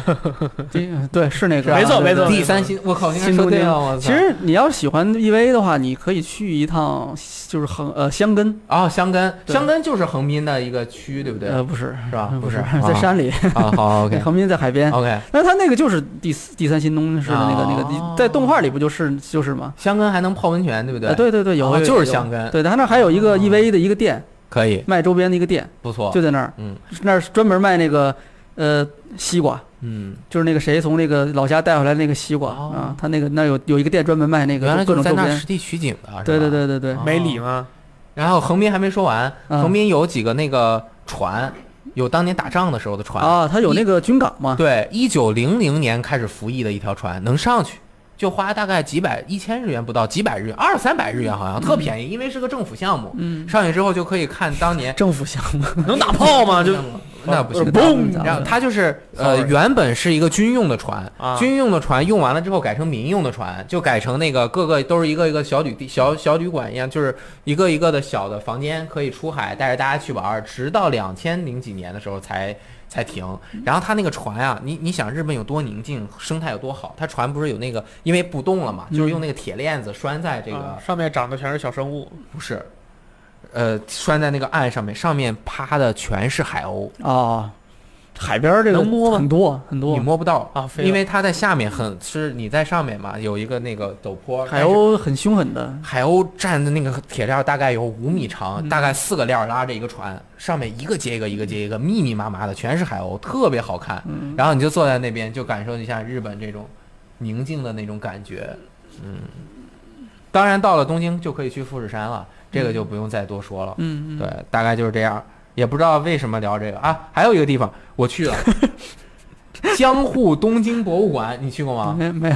Speaker 3: 这个对是那个啊，
Speaker 1: 没错
Speaker 3: 对
Speaker 1: 没错
Speaker 3: 对
Speaker 2: 第三新，我靠，应该
Speaker 3: 新
Speaker 2: 说
Speaker 3: 东
Speaker 2: 对
Speaker 3: 京
Speaker 2: 了，我操
Speaker 3: 其实你要是喜欢 EVA 的话，你可以去一趟，就是横呃香根，
Speaker 2: 哦，箱根，
Speaker 3: 对
Speaker 2: 箱根就是横滨的一个区，对不对？
Speaker 3: 呃不是
Speaker 2: 是吧？
Speaker 3: 不
Speaker 2: 是，
Speaker 3: 在
Speaker 2: 啊
Speaker 3: 山里，
Speaker 2: 啊，好
Speaker 3: 对
Speaker 2: ，OK 啊
Speaker 3: 横滨在海边。
Speaker 2: OK。
Speaker 3: 但是它那个就是第四第三新东京市的那个那个
Speaker 2: 哦
Speaker 3: 地，在动画里不就是就是吗？
Speaker 2: 箱根还能泡温泉，对不对？
Speaker 3: 呃，，对对对，有
Speaker 2: 哦
Speaker 3: 有
Speaker 2: 就是
Speaker 3: 有
Speaker 2: 箱根
Speaker 3: 对，它那还有一个
Speaker 2: 哦
Speaker 3: EVA 的一个店，
Speaker 2: 可以，
Speaker 3: 卖周边的一个店，
Speaker 2: 不错。
Speaker 3: 就在那儿，
Speaker 2: 嗯
Speaker 3: 那儿专门卖那个呃西瓜，
Speaker 2: 嗯，
Speaker 3: 就是那个谁从那个老家带回来那个西瓜
Speaker 2: 哦
Speaker 3: 啊，他那个那有有一个店专门卖那个
Speaker 2: 原来
Speaker 3: 各
Speaker 2: 就是
Speaker 3: 种
Speaker 2: 在
Speaker 3: 周
Speaker 2: 那儿
Speaker 3: 边
Speaker 2: 实。地取景的，是吧
Speaker 3: 对对。对对对，
Speaker 2: 哦
Speaker 1: 没理吗？
Speaker 2: 然后横滨还没说完，
Speaker 3: 嗯
Speaker 2: 横滨有几个那个船，有当年打仗的时候的船。
Speaker 3: 啊，它有那个军港嘛，
Speaker 2: 对，一九零零年开始服役的一条船，能上去就花大概几百一千日元不到，几百日元二三百日元好像特便宜，因为是个政府项目。
Speaker 3: 嗯，
Speaker 2: 上去之后就可以看当年
Speaker 3: 政府项目，
Speaker 1: 能打炮 吗？就呃
Speaker 2: 那不行，
Speaker 1: 嘣，
Speaker 3: 那
Speaker 2: 然后它就是呃，
Speaker 1: Sorry
Speaker 2: 原本是一个军用的船，
Speaker 1: 啊
Speaker 2: 军用的船用完了之后改成民用的船，就改成那个各个都是一个一个小旅地小小旅馆一样，就是一个一个的小的房间可以出海，带着大家去玩儿，直到两千零几年的时候才。才停，然后它那个船啊，你你想日本有多宁静，生态有多好，它船不是有那个，因为不动了嘛，就是用那个铁链子拴在这个、
Speaker 1: 嗯啊上面长的全是小生物，
Speaker 2: 不是，呃，拴在那个岸上面，上面趴的全是海鸥，
Speaker 3: 啊，海边儿这个
Speaker 1: 能摸吗
Speaker 3: 很多很多
Speaker 2: 你，摸不到
Speaker 1: 啊飞了
Speaker 2: 因为它在下面很是你在上面嘛，有一个那个陡坡。
Speaker 3: 海鸥很凶狠的
Speaker 2: 但是，海鸥站的那个铁链儿大概有五米长，
Speaker 3: 嗯
Speaker 2: 大概四个链儿拉着一个船，上面一个接一个，一个接一个，密密麻麻的全是海鸥，特别好看。
Speaker 3: 嗯
Speaker 2: 然后你就坐在那边，就感受一下日本这种宁静的那种感觉。嗯，当然到了东京就可以去富士山了，这个就不用再多说了。
Speaker 3: 嗯
Speaker 2: 对，大概就是这样。也不知道为什么聊这个啊，还有一个地方我 去了，江户东京博物馆，你去过
Speaker 3: 嗯，
Speaker 2: 吗？
Speaker 3: 没没有，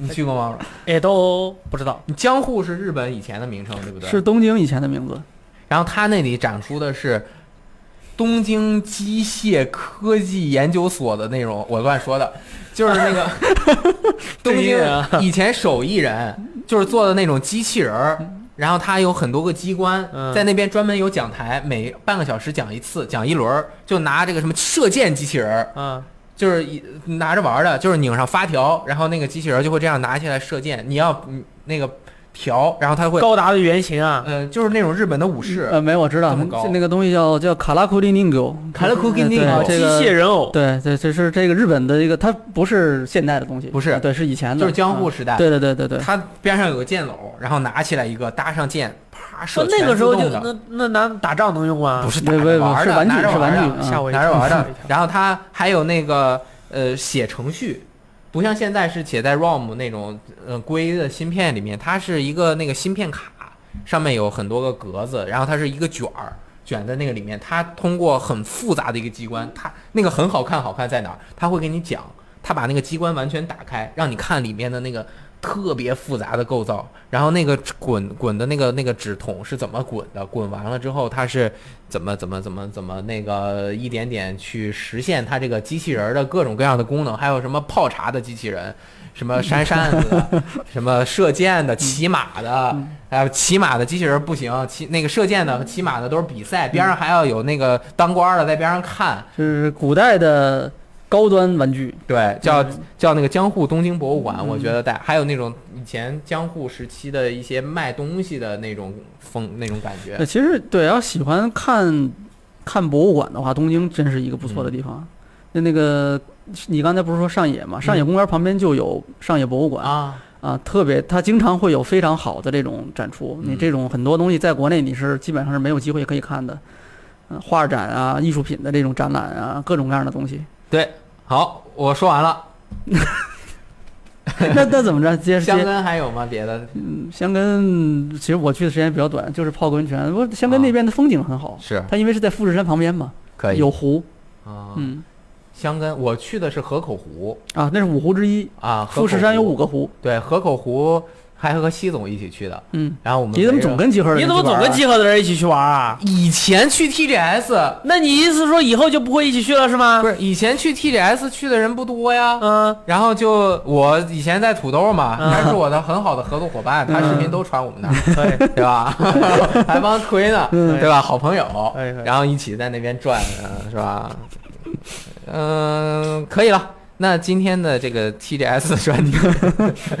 Speaker 2: 你去过吗？
Speaker 1: 也哎都不知道。
Speaker 2: 江户是日本以前的名称，对不对？
Speaker 3: 是。东京以前的名字，
Speaker 2: 然后它那里展出的是东京机械科技研究所的内容，我乱说的，就是那 个东
Speaker 1: 这一
Speaker 2: 京
Speaker 1: 人啊
Speaker 2: 以前手艺人，就是做的那种机器人儿。然后它有很多个机关，
Speaker 1: 嗯
Speaker 2: 在那边专门有讲台，每半个小时讲一次，讲一轮儿，就拿这个什么射箭机器人儿，
Speaker 1: 嗯，
Speaker 2: 就是一拿着玩儿的，就是拧上发条，然后那个机器人儿就会这样拿起来射箭。你要嗯那个调，然后它会，
Speaker 1: 高嗯达的原型啊，
Speaker 2: 嗯、就是那种日本的武士，
Speaker 3: 呃，没有，我知道
Speaker 2: 这么高
Speaker 3: 那个东西叫叫卡拉库利宁狗，
Speaker 2: Karakuriningo
Speaker 3: 呃
Speaker 1: 啊
Speaker 2: 哦
Speaker 1: 机
Speaker 3: 对这个
Speaker 1: 械人偶，
Speaker 3: 对对，这是这个日本的一个，它不是现代的东西，
Speaker 2: 不是
Speaker 3: 呃对，是以前的，
Speaker 2: 就是江户
Speaker 3: 啊
Speaker 2: 时代
Speaker 3: 对对对对对，
Speaker 2: 它边上有个箭篓，然后拿起来一个搭上箭，啪射
Speaker 1: 说。哦那个时候就
Speaker 2: 全自动的啊
Speaker 1: 那那拿打仗能用吗
Speaker 2: 不？ 是打
Speaker 3: 不不
Speaker 2: 着玩
Speaker 3: 不
Speaker 2: 儿
Speaker 3: 是
Speaker 2: 的，
Speaker 3: 玩具
Speaker 2: 拿着
Speaker 3: 是
Speaker 2: 嗯玩
Speaker 3: 玩
Speaker 2: 儿
Speaker 3: 具
Speaker 2: 的
Speaker 3: 啊
Speaker 1: 吓我一
Speaker 2: 拿
Speaker 1: 跳，
Speaker 2: 着玩儿
Speaker 1: 吓我
Speaker 2: 的
Speaker 1: 一。跳
Speaker 2: 然后它还有那个呃写程序，不像现在是写在 ROM 那种呃硅的芯片里面，它是一个那个芯片卡，上面有很多个格子，然后它是一个卷儿卷在那个里面，它通过很复杂的一个机关，它那个很好看，好看在哪儿？它会给你讲，它把那个机关完全打开，让你看里面的那个。特别复杂的构造，然后那个滚滚的那个那个纸筒是怎么滚的？滚完了之后，它是怎么怎么怎么怎么那个一点点去实现它这个机器人儿的各种各样的功能，还有什么泡茶的机器 人，什么扇扇子的，什么射箭的、骑马的，
Speaker 3: 嗯
Speaker 2: 还有骑马的机器人不行，骑那个射箭的和骑马的都是比赛，边上还要有那个当官儿的在边上看。
Speaker 3: 是古代的高端玩具，
Speaker 2: 对，叫
Speaker 3: 嗯
Speaker 2: 叫那个江户东京博物馆，我
Speaker 3: 嗯
Speaker 2: 觉得带还有那种以前江户时期的一些卖东西的那种风那种感觉
Speaker 3: 呃，。其实对，要喜欢看看博物馆的话，东京真是一个不
Speaker 2: 嗯
Speaker 3: 错的地方。那、那个，你刚才不是说上野嘛？
Speaker 2: 嗯
Speaker 3: 上野公园旁边就有上野博物馆、
Speaker 2: 啊，
Speaker 3: 啊，特别它经常会有非常好的这种展出。你
Speaker 2: 嗯
Speaker 3: 这种很多东西在国内你是基本上是没有机会可以看的，呃画展啊、艺术品的这种展览啊，各种各样的 东西。
Speaker 2: 对，好，我说完了。
Speaker 3: 那那怎么着？接着
Speaker 2: 香
Speaker 3: 接
Speaker 2: 根还有吗？别的？
Speaker 3: 嗯香根，其实我去的时间比较短，就是泡个温泉。我香根那边的风景很好，
Speaker 1: 啊
Speaker 2: 是
Speaker 3: 它因为是在富士山旁边嘛，
Speaker 1: 哎
Speaker 2: 可
Speaker 3: 有湖，
Speaker 2: 啊。
Speaker 3: 嗯。
Speaker 2: 香根，我去的是河口湖
Speaker 3: 啊，那是五湖之一。
Speaker 2: 啊。河
Speaker 3: 富士
Speaker 2: 口
Speaker 3: 山有
Speaker 2: 湖
Speaker 3: 五个湖，
Speaker 2: 对，河口湖还和西总一起去的。
Speaker 3: 嗯，
Speaker 2: 然后我们
Speaker 3: 你怎么
Speaker 2: 围着
Speaker 3: 总跟集合的人
Speaker 1: 你
Speaker 3: 一
Speaker 1: 怎
Speaker 3: 起玩
Speaker 1: 么
Speaker 3: 啊？
Speaker 1: 总跟集合的人一起去玩啊？
Speaker 2: 以前去
Speaker 3: 啊
Speaker 2: TGS
Speaker 1: 那你意思说以后就不会一起去了是吗
Speaker 2: 不？是以前去 TGS 去的人不多呀？
Speaker 1: 嗯，
Speaker 2: 然后就我以前在土豆嘛，
Speaker 1: 嗯
Speaker 2: 他是我的很好的合作伙伴，他视频
Speaker 3: 嗯
Speaker 2: 都传我们那儿，
Speaker 1: 对，
Speaker 2: 对吧？还帮推呢，
Speaker 1: 嗯哎
Speaker 2: 对吧？好朋友
Speaker 1: 可以可以，
Speaker 2: 然后一起在那边转，嗯是吧？嗯，可以了。那今天的这个 TGS 的专题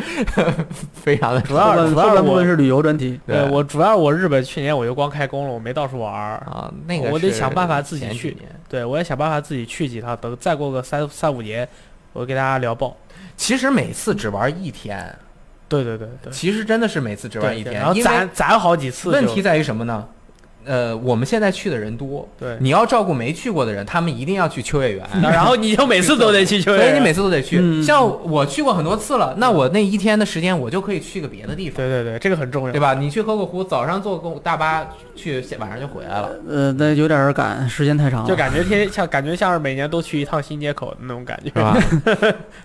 Speaker 2: 非常的
Speaker 1: 主要
Speaker 3: 啊后半
Speaker 1: 主
Speaker 3: 后
Speaker 1: 要是
Speaker 3: 半部分
Speaker 1: 我
Speaker 3: 是旅游专题。
Speaker 1: 对我主要我日本去年我就光开工了，我没到处玩儿。
Speaker 2: 啊，那个
Speaker 1: 我得
Speaker 2: 是
Speaker 1: 想办法自己
Speaker 2: 前几
Speaker 1: 去
Speaker 2: 年。
Speaker 1: 对，我也想办法自己去几趟，等再过个三三五年，我给大家聊爆。
Speaker 2: 其实每次只玩一天，
Speaker 1: 对对对对，
Speaker 2: 其实真的是每次只玩一
Speaker 1: 嗯对对
Speaker 2: 天，
Speaker 1: 然后
Speaker 2: 因为
Speaker 1: 攒攒好几次就。
Speaker 2: 问题在于什么呢？呃，我们现在去的人多，
Speaker 1: 对，
Speaker 2: 你要照顾没去过的人，他们一定要去秋 叶原，
Speaker 1: 然后你就每次都得去秋叶
Speaker 2: 所以
Speaker 1: 原，
Speaker 2: 你每次都得去。
Speaker 3: 嗯
Speaker 2: 像我去过很多次了，那我那一天的时间，我就可以去个别的地方，
Speaker 1: 对对对，这个很重要
Speaker 2: 对。吧？你去河口湖，早上坐公大巴去，下晚上就回来 了。
Speaker 3: 呃，那有点儿赶，时间太长了。
Speaker 1: 就感觉天像感觉像是每年都去一趟新街口的那种感觉
Speaker 2: 是。吧？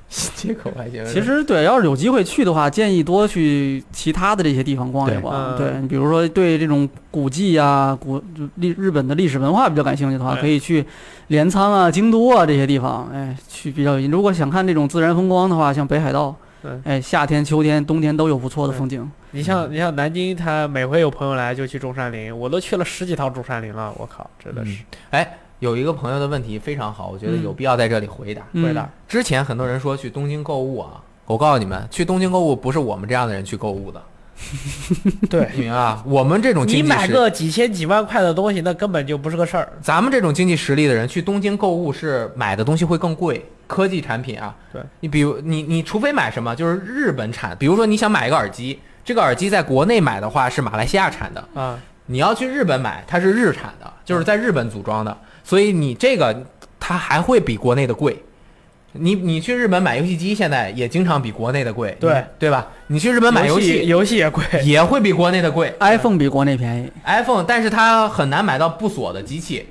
Speaker 2: 接口还行。
Speaker 3: 其实对，要是有机会去的话，建议多去其他的这些地方逛一逛。
Speaker 1: 对
Speaker 3: 对，你比如说对这种古迹啊、古就历日本的历史文化比较感兴趣的话，
Speaker 1: 对
Speaker 3: 可以去镰仓啊、京都啊这些地方，哎，去比较。如果想看这种自然风光的话，像北海道
Speaker 1: 对，
Speaker 3: 哎，夏天、秋天、冬天都有不错的
Speaker 1: 对
Speaker 3: 风景。
Speaker 1: 你像你像南京，他每回有朋友来就去中山陵，我都去了十几趟中山陵了，我靠，真的是。
Speaker 2: 有一个朋友的问题非常好，我觉得
Speaker 3: 嗯
Speaker 2: 有必要在这里回答。
Speaker 1: 回答
Speaker 3: 嗯
Speaker 2: 之前很多人说去东京购物啊，我告诉你们，去东京购物不是我们这样的人去购物的，
Speaker 1: 对，
Speaker 2: 你明白吧？我们这种经
Speaker 1: 你
Speaker 2: 济
Speaker 1: 买
Speaker 2: 实
Speaker 1: 个几千几万块的东西，那根本就不是个事儿。
Speaker 2: 咱们这种经济实力的人去东京购物是买的东西会更贵，科技产品啊。
Speaker 1: 对，
Speaker 2: 你比如你你除非买什么就是日本产，比如说你想买一个耳机，这个耳机在国内买的话是马来西亚产的，
Speaker 1: 啊，
Speaker 2: 你要去日本买它是日产的，就是在日本组装的，所以你这个它还会比国内的贵。你你去日本买游戏机，现在也经常比国内的贵，
Speaker 1: 对
Speaker 2: 对吧？你去日本买游戏
Speaker 1: 游戏也贵，
Speaker 2: 也会比国内的贵
Speaker 3: iPhone 比国内便宜，
Speaker 2: ，iPhone，但是它很难买到不锁的机器，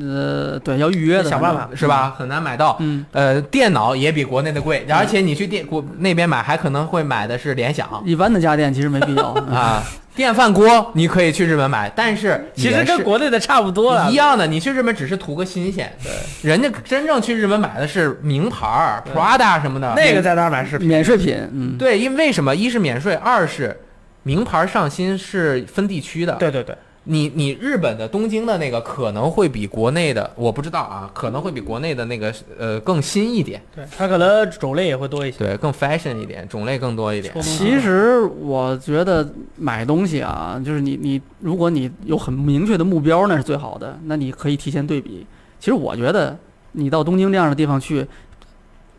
Speaker 3: 呃，对，要预约的，
Speaker 1: 想办法
Speaker 2: 是吧？很难买到。
Speaker 3: 嗯，
Speaker 2: 呃，电脑也比国内的贵，而且你去电国那边买，还可能会买的是联想
Speaker 3: 一般的家电其实没 必要嗯
Speaker 2: 啊，电饭锅你可以去日本买，但是
Speaker 1: 其实
Speaker 2: 也
Speaker 1: 跟
Speaker 2: 是
Speaker 1: 国内的差不多了
Speaker 2: 一。样的，你去日本只是图个新鲜，对，人家真正去日本买的是名牌儿
Speaker 1: 对
Speaker 2: Prada 什么的，
Speaker 1: 那个在哪儿买是
Speaker 3: 免税品，嗯，
Speaker 2: 对，因为什么？一是免税，二是名牌上新是分地区的，
Speaker 1: 对对对，
Speaker 2: 你你日本的东京的那个可能会比国内的，我不知道啊，可能会比国内的那个呃更新一点，
Speaker 1: 对，它可能种类也会多一些。
Speaker 2: 对，更 fashion 一点，种类更多一点。
Speaker 1: 说
Speaker 3: 其实我觉得买东西啊，就是你你，如果你有很明确的目标，那是最好的。那你可以提前对比。其实我觉得你到东京这样的地方去，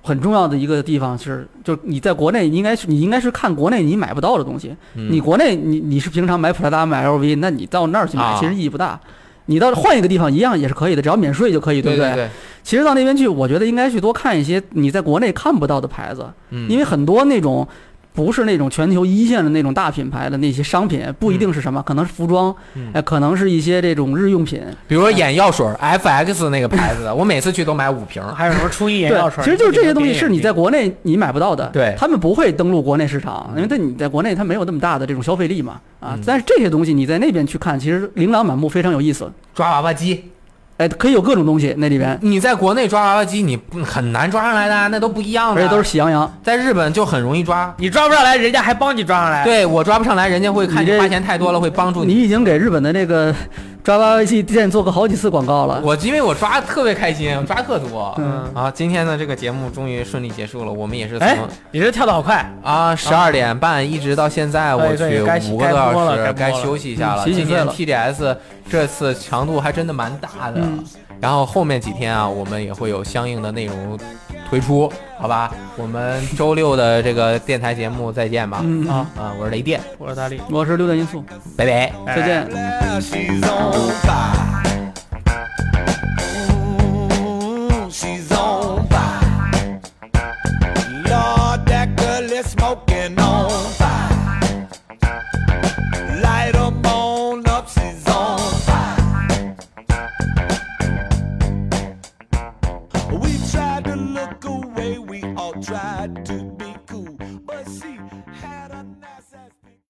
Speaker 3: 很重要的一个地方是，就是你在国内，你应该是你应该是看国内你买不到的东西。
Speaker 2: 嗯
Speaker 3: 你国内你你是平常买普拉达买 LV，那你到那儿去买
Speaker 2: 啊
Speaker 3: 其实意义不大。你到换一个地方一样也是可以的，只要免税就可以，
Speaker 2: 对
Speaker 3: 不
Speaker 2: 对对，
Speaker 3: 其实到那边去，我觉得应该去多看一些你在国内看不到的牌子，
Speaker 2: 嗯，
Speaker 3: 因为很多那种不是那种全球一线的那种大品牌的那些商品，不一定是什么，可能是服装，
Speaker 2: 嗯
Speaker 3: 哎，可能是一些这种日用品。
Speaker 2: 比如说眼药水儿 FX 那个牌子的，我每次去都买五瓶儿。
Speaker 1: 还有什么初一眼
Speaker 3: 对
Speaker 1: 药，水？
Speaker 3: 其实就是这些东西是你在
Speaker 1: 国
Speaker 3: 国内你买不到的，
Speaker 2: 对
Speaker 3: 他们不会登陆国内市场，因为在你在国内它没有那么大的这种消费力嘛，啊
Speaker 2: 嗯，
Speaker 3: 但是这些东西你在那边去看，其实琳琅满目，非常有意思。
Speaker 2: 抓娃娃机，
Speaker 3: 哎，可以有各种东西那里边，
Speaker 2: 你在国内抓娃娃机，你不很难抓上来的，那都不一样
Speaker 3: 而
Speaker 2: 的。
Speaker 3: 且都是喜羊羊。
Speaker 2: 在日本就很容易抓。
Speaker 1: 你抓不上来，人家还帮你抓上来。，
Speaker 2: 对我抓不上来，人家会看
Speaker 3: 哎你这
Speaker 2: 花钱太多了，会帮助
Speaker 3: 你。已经给日本的那个 抓娃娃机店做过好几次广告了。
Speaker 2: 我因为我抓得特别开心，我抓得特多。
Speaker 3: 嗯
Speaker 2: 啊，今天的这个节目终于顺利结束了，我们也是
Speaker 1: 哎
Speaker 2: 从，
Speaker 1: 你这跳的好快，
Speaker 2: 啊十二点半一直到现在，我
Speaker 1: 对哎对该
Speaker 2: 去五个多
Speaker 1: 该播了
Speaker 2: 小
Speaker 1: 该
Speaker 2: 时，
Speaker 1: 播了
Speaker 2: 该休息一下了。
Speaker 3: 嗯洗洗
Speaker 2: 今
Speaker 3: 睡
Speaker 2: 年
Speaker 3: 了
Speaker 2: TDS 这次强度还真的蛮大的
Speaker 3: 嗯，
Speaker 2: 然后后面几天啊，我们也会有相应的内容推出，好吧？我们周六的这个电台节目再见吧。
Speaker 3: 嗯
Speaker 1: 啊，
Speaker 2: 啊，我是哎雷电，
Speaker 1: 我是大力，
Speaker 3: 我是六段因素，
Speaker 2: 拜拜。
Speaker 1: 拜
Speaker 3: 再
Speaker 1: 拜
Speaker 3: 见。
Speaker 4: Now she's on fire. Mm, she's on fire. Lord, that girl is smoking on fire. Light 'em on up, she's on fire. We tried to look away, we all tried to.